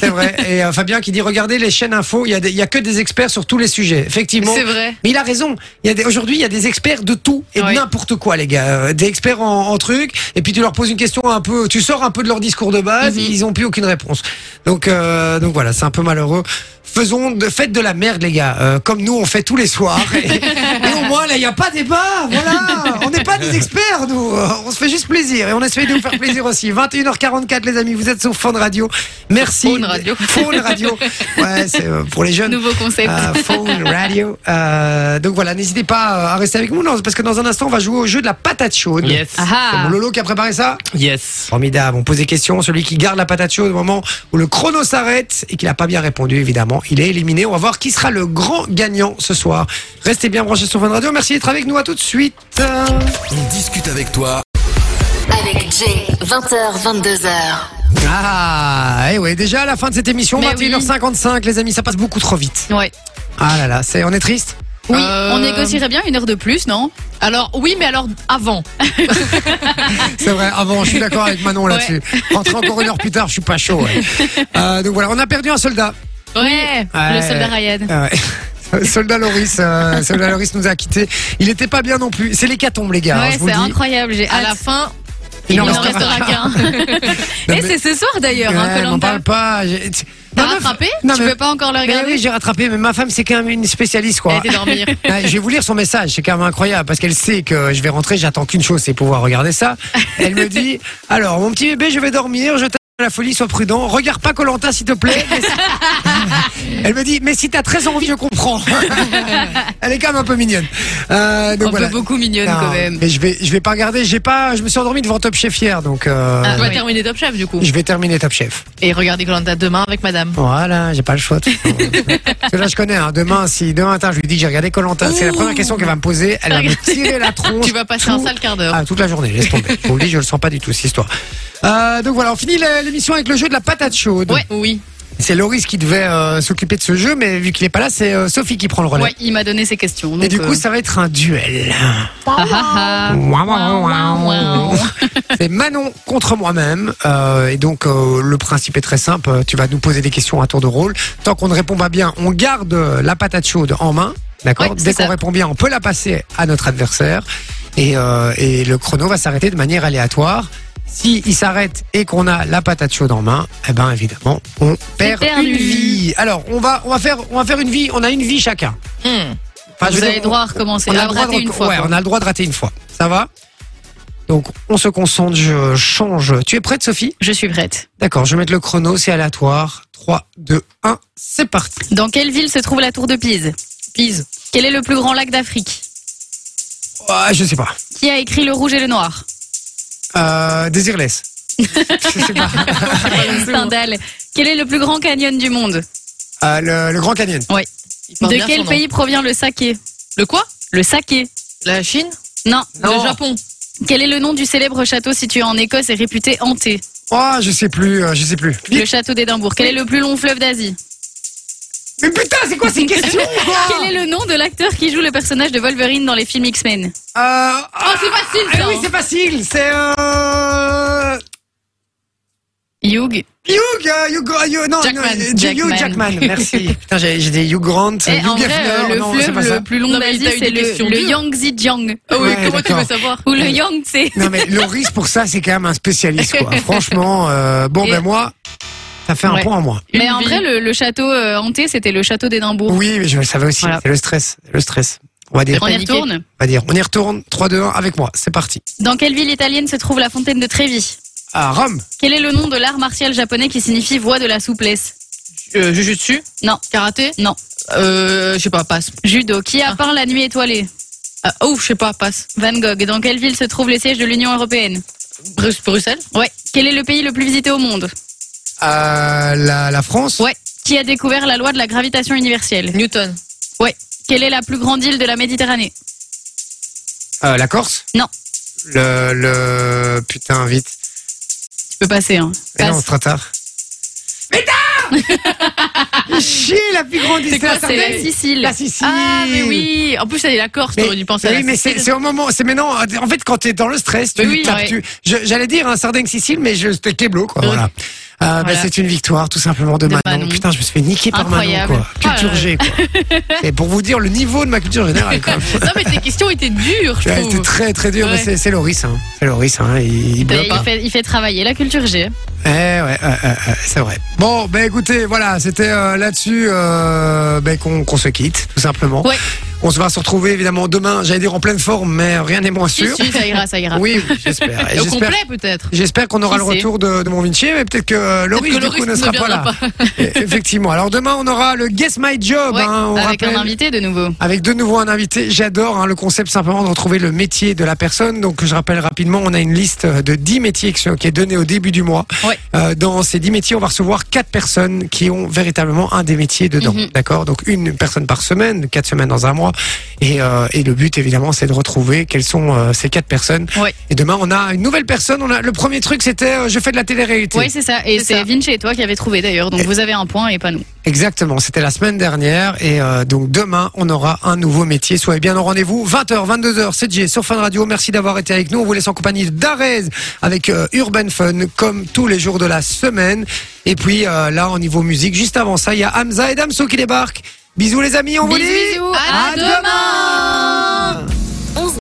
Speaker 2: C'est vrai. Et euh, Fabien qui dit regardez les chaînes info, il y, a des- il y a que des experts sur tous les sujets. Effectivement.
Speaker 7: C'est vrai.
Speaker 2: Mais il a raison. Il y a des- Aujourd'hui, il y a des experts de tout et
Speaker 7: Ouais.
Speaker 2: de n'importe quoi, les gars. Euh, Des experts en, en trucs. Et puis tu leur poses une question un peu, tu sors un peu de leur discours de base.
Speaker 7: Mhm.
Speaker 2: Ils n'ont plus aucune réponse. Donc, euh, donc voilà, c'est un peu malheureux. Faisons, de, faites de la merde, les gars. euh, comme nous, on fait tous les soirs. Et, et au moins, là, il n'y a pas débat. Voilà. On n'est pas des experts, nous. Euh, On se fait juste plaisir et on essaye de vous faire plaisir aussi. 21h44, les amis. Vous êtes sur Fun Radio. Merci.
Speaker 7: Faune Radio.
Speaker 2: Faune Radio. Ouais, c'est euh, pour les jeunes.
Speaker 6: Nouveau concept.
Speaker 2: Euh, phone, radio. Euh, donc voilà, n'hésitez pas euh, à rester avec nous non, parce que dans un instant, on va jouer au jeu de la patate chaude.
Speaker 3: Yes.
Speaker 6: Ah
Speaker 2: C'est
Speaker 6: ah.
Speaker 2: mon Lolo qui a préparé ça
Speaker 3: Yes.
Speaker 2: Formidable, on pose des questions. Celui qui garde la patate chaude au moment où le chrono s'arrête et qui n'a pas bien répondu, évidemment, il est éliminé. On va voir qui sera le grand gagnant ce soir. Restez bien branchés sur Fun Radio. Merci d'être avec nous. À tout de suite.
Speaker 5: On discute avec toi
Speaker 4: Avec Jay, 20h, 22h.
Speaker 2: Ah, et ouais, déjà à la fin de cette émission,
Speaker 6: Mais
Speaker 2: 21h55, les amis, ça passe beaucoup trop vite.
Speaker 6: Ouais.
Speaker 2: Ah là là, c'est, on est triste
Speaker 6: Oui,
Speaker 7: Euh,
Speaker 6: on négocierait bien une heure de plus, non
Speaker 7: Alors, oui, mais alors, avant.
Speaker 2: C'est vrai, avant, je suis d'accord avec Manon là-dessus. Rentrer encore une heure plus tard, je suis pas chaud. ouais. Euh, donc voilà, on a perdu un soldat.
Speaker 7: Ouais.
Speaker 6: Le
Speaker 2: Ouais.
Speaker 6: soldat Ryan.
Speaker 2: Euh, soldat Loris, euh, soldat Loris nous a quittés. Il était pas bien non plus. C'est l'hécatombe, les gars. hein,
Speaker 6: ouais,
Speaker 2: je vous
Speaker 6: c'est
Speaker 2: le dis.
Speaker 6: incroyable. J'ai
Speaker 7: À la
Speaker 6: hâte.
Speaker 7: fin,
Speaker 6: Il
Speaker 2: Il en
Speaker 6: n'en
Speaker 2: restera
Speaker 6: restera qu'un.
Speaker 2: Non, mais-
Speaker 6: Et c'est ce soir d'ailleurs, hein,
Speaker 2: Ouais, m'en
Speaker 6: Koh-Lanta.
Speaker 2: parle pas. j'ai-
Speaker 6: T'as
Speaker 2: Non, mais-
Speaker 6: rattrapé
Speaker 2: non,
Speaker 6: Tu
Speaker 2: mais-
Speaker 6: peux pas encore le
Speaker 2: mais
Speaker 6: regarder
Speaker 2: oui, j'ai rattrapé, mais ma femme, c'est quand même une spécialiste,
Speaker 7: elle
Speaker 2: quoi.
Speaker 7: était dormir.
Speaker 2: Ouais, Bah, je vais vous lire son message, c'est quand même incroyable, parce qu'elle sait que je vais rentrer, j'attends qu'une chose, c'est pouvoir regarder ça. Elle me dit, alors, mon petit bébé, je vais dormir, je la folie, sois prudent. Regarde pas Colanta, s'il te plaît. Mais si- Elle me dit, mais si t'as très envie, je comprends. Elle est quand même un peu mignonne. Euh, donc
Speaker 6: Un peu beaucoup mignonne, quand même.
Speaker 2: Mais je vais, je vais pas regarder. J'ai pas, je me suis endormi devant Top Chef hier, donc euh,
Speaker 7: Ah, on va terminer Top Chef du coup.
Speaker 2: je vais terminer Top Chef.
Speaker 7: Et regardez Colanta demain avec madame.
Speaker 2: Voilà, j'ai pas le choix. de toute façon. Parce que là, je connais. hein. Demain, si demain matin, je lui dis que j'ai regardé Colanta, c'est la
Speaker 7: Ouh.
Speaker 2: première question qu'elle va me poser. Elle va me tirer la tronche.
Speaker 7: Tu vas passer un sale quart d'heure.
Speaker 2: Ah, toute la journée, laisse tomber. Je vous le dis, je le sens pas du tout, cette histoire. Euh, donc voilà, on finit la- l'émission avec le jeu de la patate chaude.
Speaker 7: Oui.
Speaker 2: C'est Loris qui devait euh, s'occuper de ce jeu, mais vu qu'il est pas là, c'est euh, Sophie qui prend le relais.
Speaker 6: Ouais, il m'a donné ses questions.
Speaker 2: Et
Speaker 6: donc,
Speaker 2: du coup,
Speaker 6: euh,
Speaker 2: ça va être un duel.
Speaker 6: ah, ah, ah.
Speaker 2: Ouah, ouah, ouah,
Speaker 6: Ouah, ouah, ouah.
Speaker 2: C'est Manon contre moi-même. Euh, et donc, euh, le principe est très simple. euh, Tu vas nous poser des questions à tour de rôle. Tant qu'on ne répond pas bien, on garde euh, la patate chaude en main. D'accord
Speaker 7: Ouais,
Speaker 2: Dès
Speaker 7: c'est
Speaker 2: qu'on
Speaker 7: ça.
Speaker 2: répond bien, on peut la passer à notre adversaire. Et, euh, et le chrono va s'arrêter de manière aléatoire. Si il s'arrête et qu'on a la patate chaude en main, eh ben évidemment, on perd
Speaker 6: perdu.
Speaker 2: une vie. Alors, on va, on va faire, on va faire une vie. On a une vie chacun.
Speaker 7: Hmm.
Speaker 2: Enfin, Ah, je
Speaker 6: Vous
Speaker 2: veux
Speaker 6: avez
Speaker 2: dire,
Speaker 6: droit à recommencer.
Speaker 2: on a
Speaker 6: à
Speaker 2: le droit de
Speaker 6: rater une
Speaker 2: rec-
Speaker 6: fois.
Speaker 2: ouais,
Speaker 6: quoi.
Speaker 2: on a le droit de rater une fois. Ça va Donc, on se concentre, je change. Tu es prête, Sophie
Speaker 6: Je suis prête.
Speaker 2: D'accord, je vais mettre le chrono, c'est aléatoire. 3, 2, 1, c'est parti.
Speaker 6: Dans quelle ville se trouve la tour de Pise
Speaker 7: Pise.
Speaker 6: Quel est le plus grand lac d'Afrique
Speaker 2: Ah, je sais pas.
Speaker 6: Qui a écrit Le Rouge et le Noir
Speaker 2: Euh, Désirless. je sais pas.
Speaker 7: Hum.
Speaker 6: Stendhal. Quel est le plus grand canyon du monde
Speaker 2: Euh, le, le Grand Canyon.
Speaker 6: Oui.
Speaker 7: porte
Speaker 6: De
Speaker 7: bien
Speaker 6: quel
Speaker 7: son
Speaker 6: pays provient le saké
Speaker 7: Le quoi
Speaker 6: Le saké.
Speaker 7: La Chine
Speaker 6: Non.
Speaker 7: Le Japon.
Speaker 6: Quel est le nom du célèbre château situé en Écosse et réputé hanté
Speaker 2: Oh, je sais plus, euh, je sais plus.
Speaker 6: Le château d'Édimbourg. Quel est le plus long fleuve d'Asie
Speaker 2: Mais putain, c'est quoi ces questions quoi Euh,
Speaker 6: Quel est le nom de l'acteur qui joue le personnage de Wolverine dans les films X-Men
Speaker 2: Euh,
Speaker 7: Oh,
Speaker 2: ah,
Speaker 7: c'est facile
Speaker 2: ah
Speaker 7: ça
Speaker 2: oui, c'est facile, c'est euh...
Speaker 6: Hugh.
Speaker 2: Hugh, euh, Hugh, Gra- Hugh- non,
Speaker 7: Jackman.
Speaker 2: non, Hugh Jackman,
Speaker 7: Jackman.
Speaker 2: merci. Putain, j'ai j'ai des Hugh Grant,
Speaker 6: Eh, en
Speaker 2: Hugh
Speaker 6: vrai, euh,
Speaker 2: Hefner,
Speaker 6: le
Speaker 2: non, c'est
Speaker 6: fleuve
Speaker 2: pas
Speaker 6: le
Speaker 2: ça.
Speaker 6: plus long
Speaker 7: Non, mais
Speaker 6: d'Asie,
Speaker 7: t'as eu
Speaker 6: c'est
Speaker 7: des questions
Speaker 6: le, le
Speaker 7: dures.
Speaker 6: Yangtze-Jiang.
Speaker 7: Ah oui,
Speaker 2: Ouais,
Speaker 7: comment tu
Speaker 2: d'accord.
Speaker 7: veux savoir
Speaker 6: Ou le Yangtze.
Speaker 2: Non mais Loris pour ça c'est quand même un spécialiste quoi. Franchement, euh, bon
Speaker 6: Et-
Speaker 2: ben moi, ça fait un
Speaker 6: Ouais.
Speaker 2: point à moi.
Speaker 6: Mais
Speaker 7: Une
Speaker 6: en
Speaker 7: vie.
Speaker 6: vrai, le, le château euh, hanté, c'était le château d'Édimbourg.
Speaker 2: Oui, mais je le savais aussi.
Speaker 7: Voilà.
Speaker 2: C'est le stress, le stress. On va dire,
Speaker 6: On
Speaker 2: on
Speaker 6: y
Speaker 7: paniqué.
Speaker 6: retourne.
Speaker 2: va dire, on y retourne. 3, 2, 1 avec moi. C'est parti.
Speaker 6: Dans quelle ville italienne se trouve la fontaine de Trévi
Speaker 2: À Rome,
Speaker 6: Quel est le nom de l'art martial japonais qui signifie voie de la souplesse
Speaker 7: euh, Jujutsu
Speaker 6: Non.
Speaker 7: Karaté
Speaker 6: Non.
Speaker 7: Euh, je sais pas, passe.
Speaker 6: Judo. Qui a
Speaker 7: Ah.
Speaker 6: peint la nuit étoilée
Speaker 7: Ah, oh, je sais pas, passe.
Speaker 6: Van Gogh. Dans quelle ville se trouve le siège de l'Union européenne
Speaker 7: Bru- Bruxelles
Speaker 6: Ouais. Quel est le pays le plus visité au monde
Speaker 2: à la, la France.
Speaker 6: Ouais. Qui a découvert la loi de la gravitation universelle
Speaker 7: Newton.
Speaker 6: Quelle est la plus grande île de la Méditerranée
Speaker 2: Euh, la Corse.
Speaker 6: Non.
Speaker 2: Le, le putain vite.
Speaker 6: Tu peux passer, hein.
Speaker 2: Et là on
Speaker 6: Passe.
Speaker 2: se tard. Mais Chier la plus grande
Speaker 6: C'est quoi
Speaker 2: histoire.
Speaker 6: C'est la Sicile.
Speaker 2: La Sicile.
Speaker 7: Ah, mais oui En plus, elle est la Corse,
Speaker 2: Mais-
Speaker 7: t'aurais dû penser à
Speaker 2: oui,
Speaker 7: la
Speaker 2: mais
Speaker 7: Sicile.
Speaker 2: c'est c'est au moment, c'est maintenant. En fait, quand t'es dans le stress, tu
Speaker 7: Mais oui,
Speaker 2: tapes,
Speaker 7: ouais.
Speaker 2: tu- je- J'allais dire un sardin Sicile, mais je c'était Keblo, quoi.
Speaker 7: Oui.
Speaker 2: Voilà. Euh, bah,
Speaker 7: Voilà.
Speaker 2: c'est une victoire, tout simplement, de,
Speaker 7: De
Speaker 2: Manon.
Speaker 7: Manon.
Speaker 2: Putain, je me suis fait niquer
Speaker 7: Incroyable.
Speaker 2: par
Speaker 7: Ah.
Speaker 2: Manon, quoi. Culture G, quoi. Et pour vous dire le niveau de ma culture générale, quoi.
Speaker 7: non, mais tes questions étaient dures, je
Speaker 2: Ouais, C'était
Speaker 7: trouve.
Speaker 2: très très dur,
Speaker 7: Ouais.
Speaker 2: mais c'est- c'est Loris, hein. C'est Loris, hein. Il, il
Speaker 6: Et
Speaker 2: bloque.
Speaker 6: Il fait, il fait travailler la culture G.
Speaker 2: Eh ouais, ouais, ouais, ouais, c'est vrai. Bon, ben écoutez, voilà, c'était euh, là-dessus euh, ben, qu'on qu'on se quitte, tout simplement.
Speaker 6: Ouais.
Speaker 2: On se va se retrouver évidemment demain, j'allais dire en pleine forme, mais rien n'est moins
Speaker 6: Si,
Speaker 2: sûr.
Speaker 6: si, ça ira, ça ira.
Speaker 2: Oui, oui, j'espère. Et
Speaker 7: Au
Speaker 2: j'espère-
Speaker 7: complet, peut-être.
Speaker 2: J'espère qu'on aura
Speaker 6: Qui
Speaker 2: le
Speaker 6: sait
Speaker 2: retour de, de mon Vinci, mais peut-être que euh, Loris, du
Speaker 7: Peut-être que
Speaker 2: coup, ne
Speaker 7: Loris ne
Speaker 2: sera pas là.
Speaker 7: viendra
Speaker 2: Eh, Effectivement. Alors demain, on aura le Guess My Job.
Speaker 6: Ouais,
Speaker 2: hein, on
Speaker 6: avec
Speaker 2: rappelle.
Speaker 6: un invité de nouveau.
Speaker 2: Avec de nouveau un invité, j'adore hein, le concept simplement de retrouver le métier de la personne. Donc je rappelle rapidement, on a une liste de 10 métiers qui sont- qui est donnée au début du mois.
Speaker 6: Ouais.
Speaker 2: Euh, dans ces 10 métiers, on va recevoir quatre personnes qui ont véritablement un des métiers dedans.
Speaker 6: Mhm.
Speaker 2: D'accord Donc une personne par semaine, quatre semaines dans un mois. Et, euh, et le but évidemment, c'est de retrouver quelles sont euh, ces quatre personnes.
Speaker 6: Ouais.
Speaker 2: Et demain, on a une nouvelle personne. On a le premier truc, c'était euh, je fais de la télé-réalité.
Speaker 6: Oui, c'est ça. Et
Speaker 7: C'est
Speaker 6: c'est
Speaker 7: ça.
Speaker 6: Vinci et toi qui avez trouvé d'ailleurs. Donc vous avez un point et pas nous.
Speaker 2: Exactement, c'était la semaine dernière et euh, donc demain on aura un nouveau métier. Soyez bien au rendez-vous 20h 22h c'est Jay sur Fun Radio. Merci d'avoir été avec nous. On vous laisse en compagnie de d'Arez avec euh, Urban Fun comme tous les jours de la semaine. Et puis euh, là en niveau musique, juste avant ça, il y a Hamza et Damso qui débarquent. Bisous les amis, on vous
Speaker 6: Bisous,
Speaker 2: dit
Speaker 6: bisous.
Speaker 2: à
Speaker 6: À
Speaker 2: demain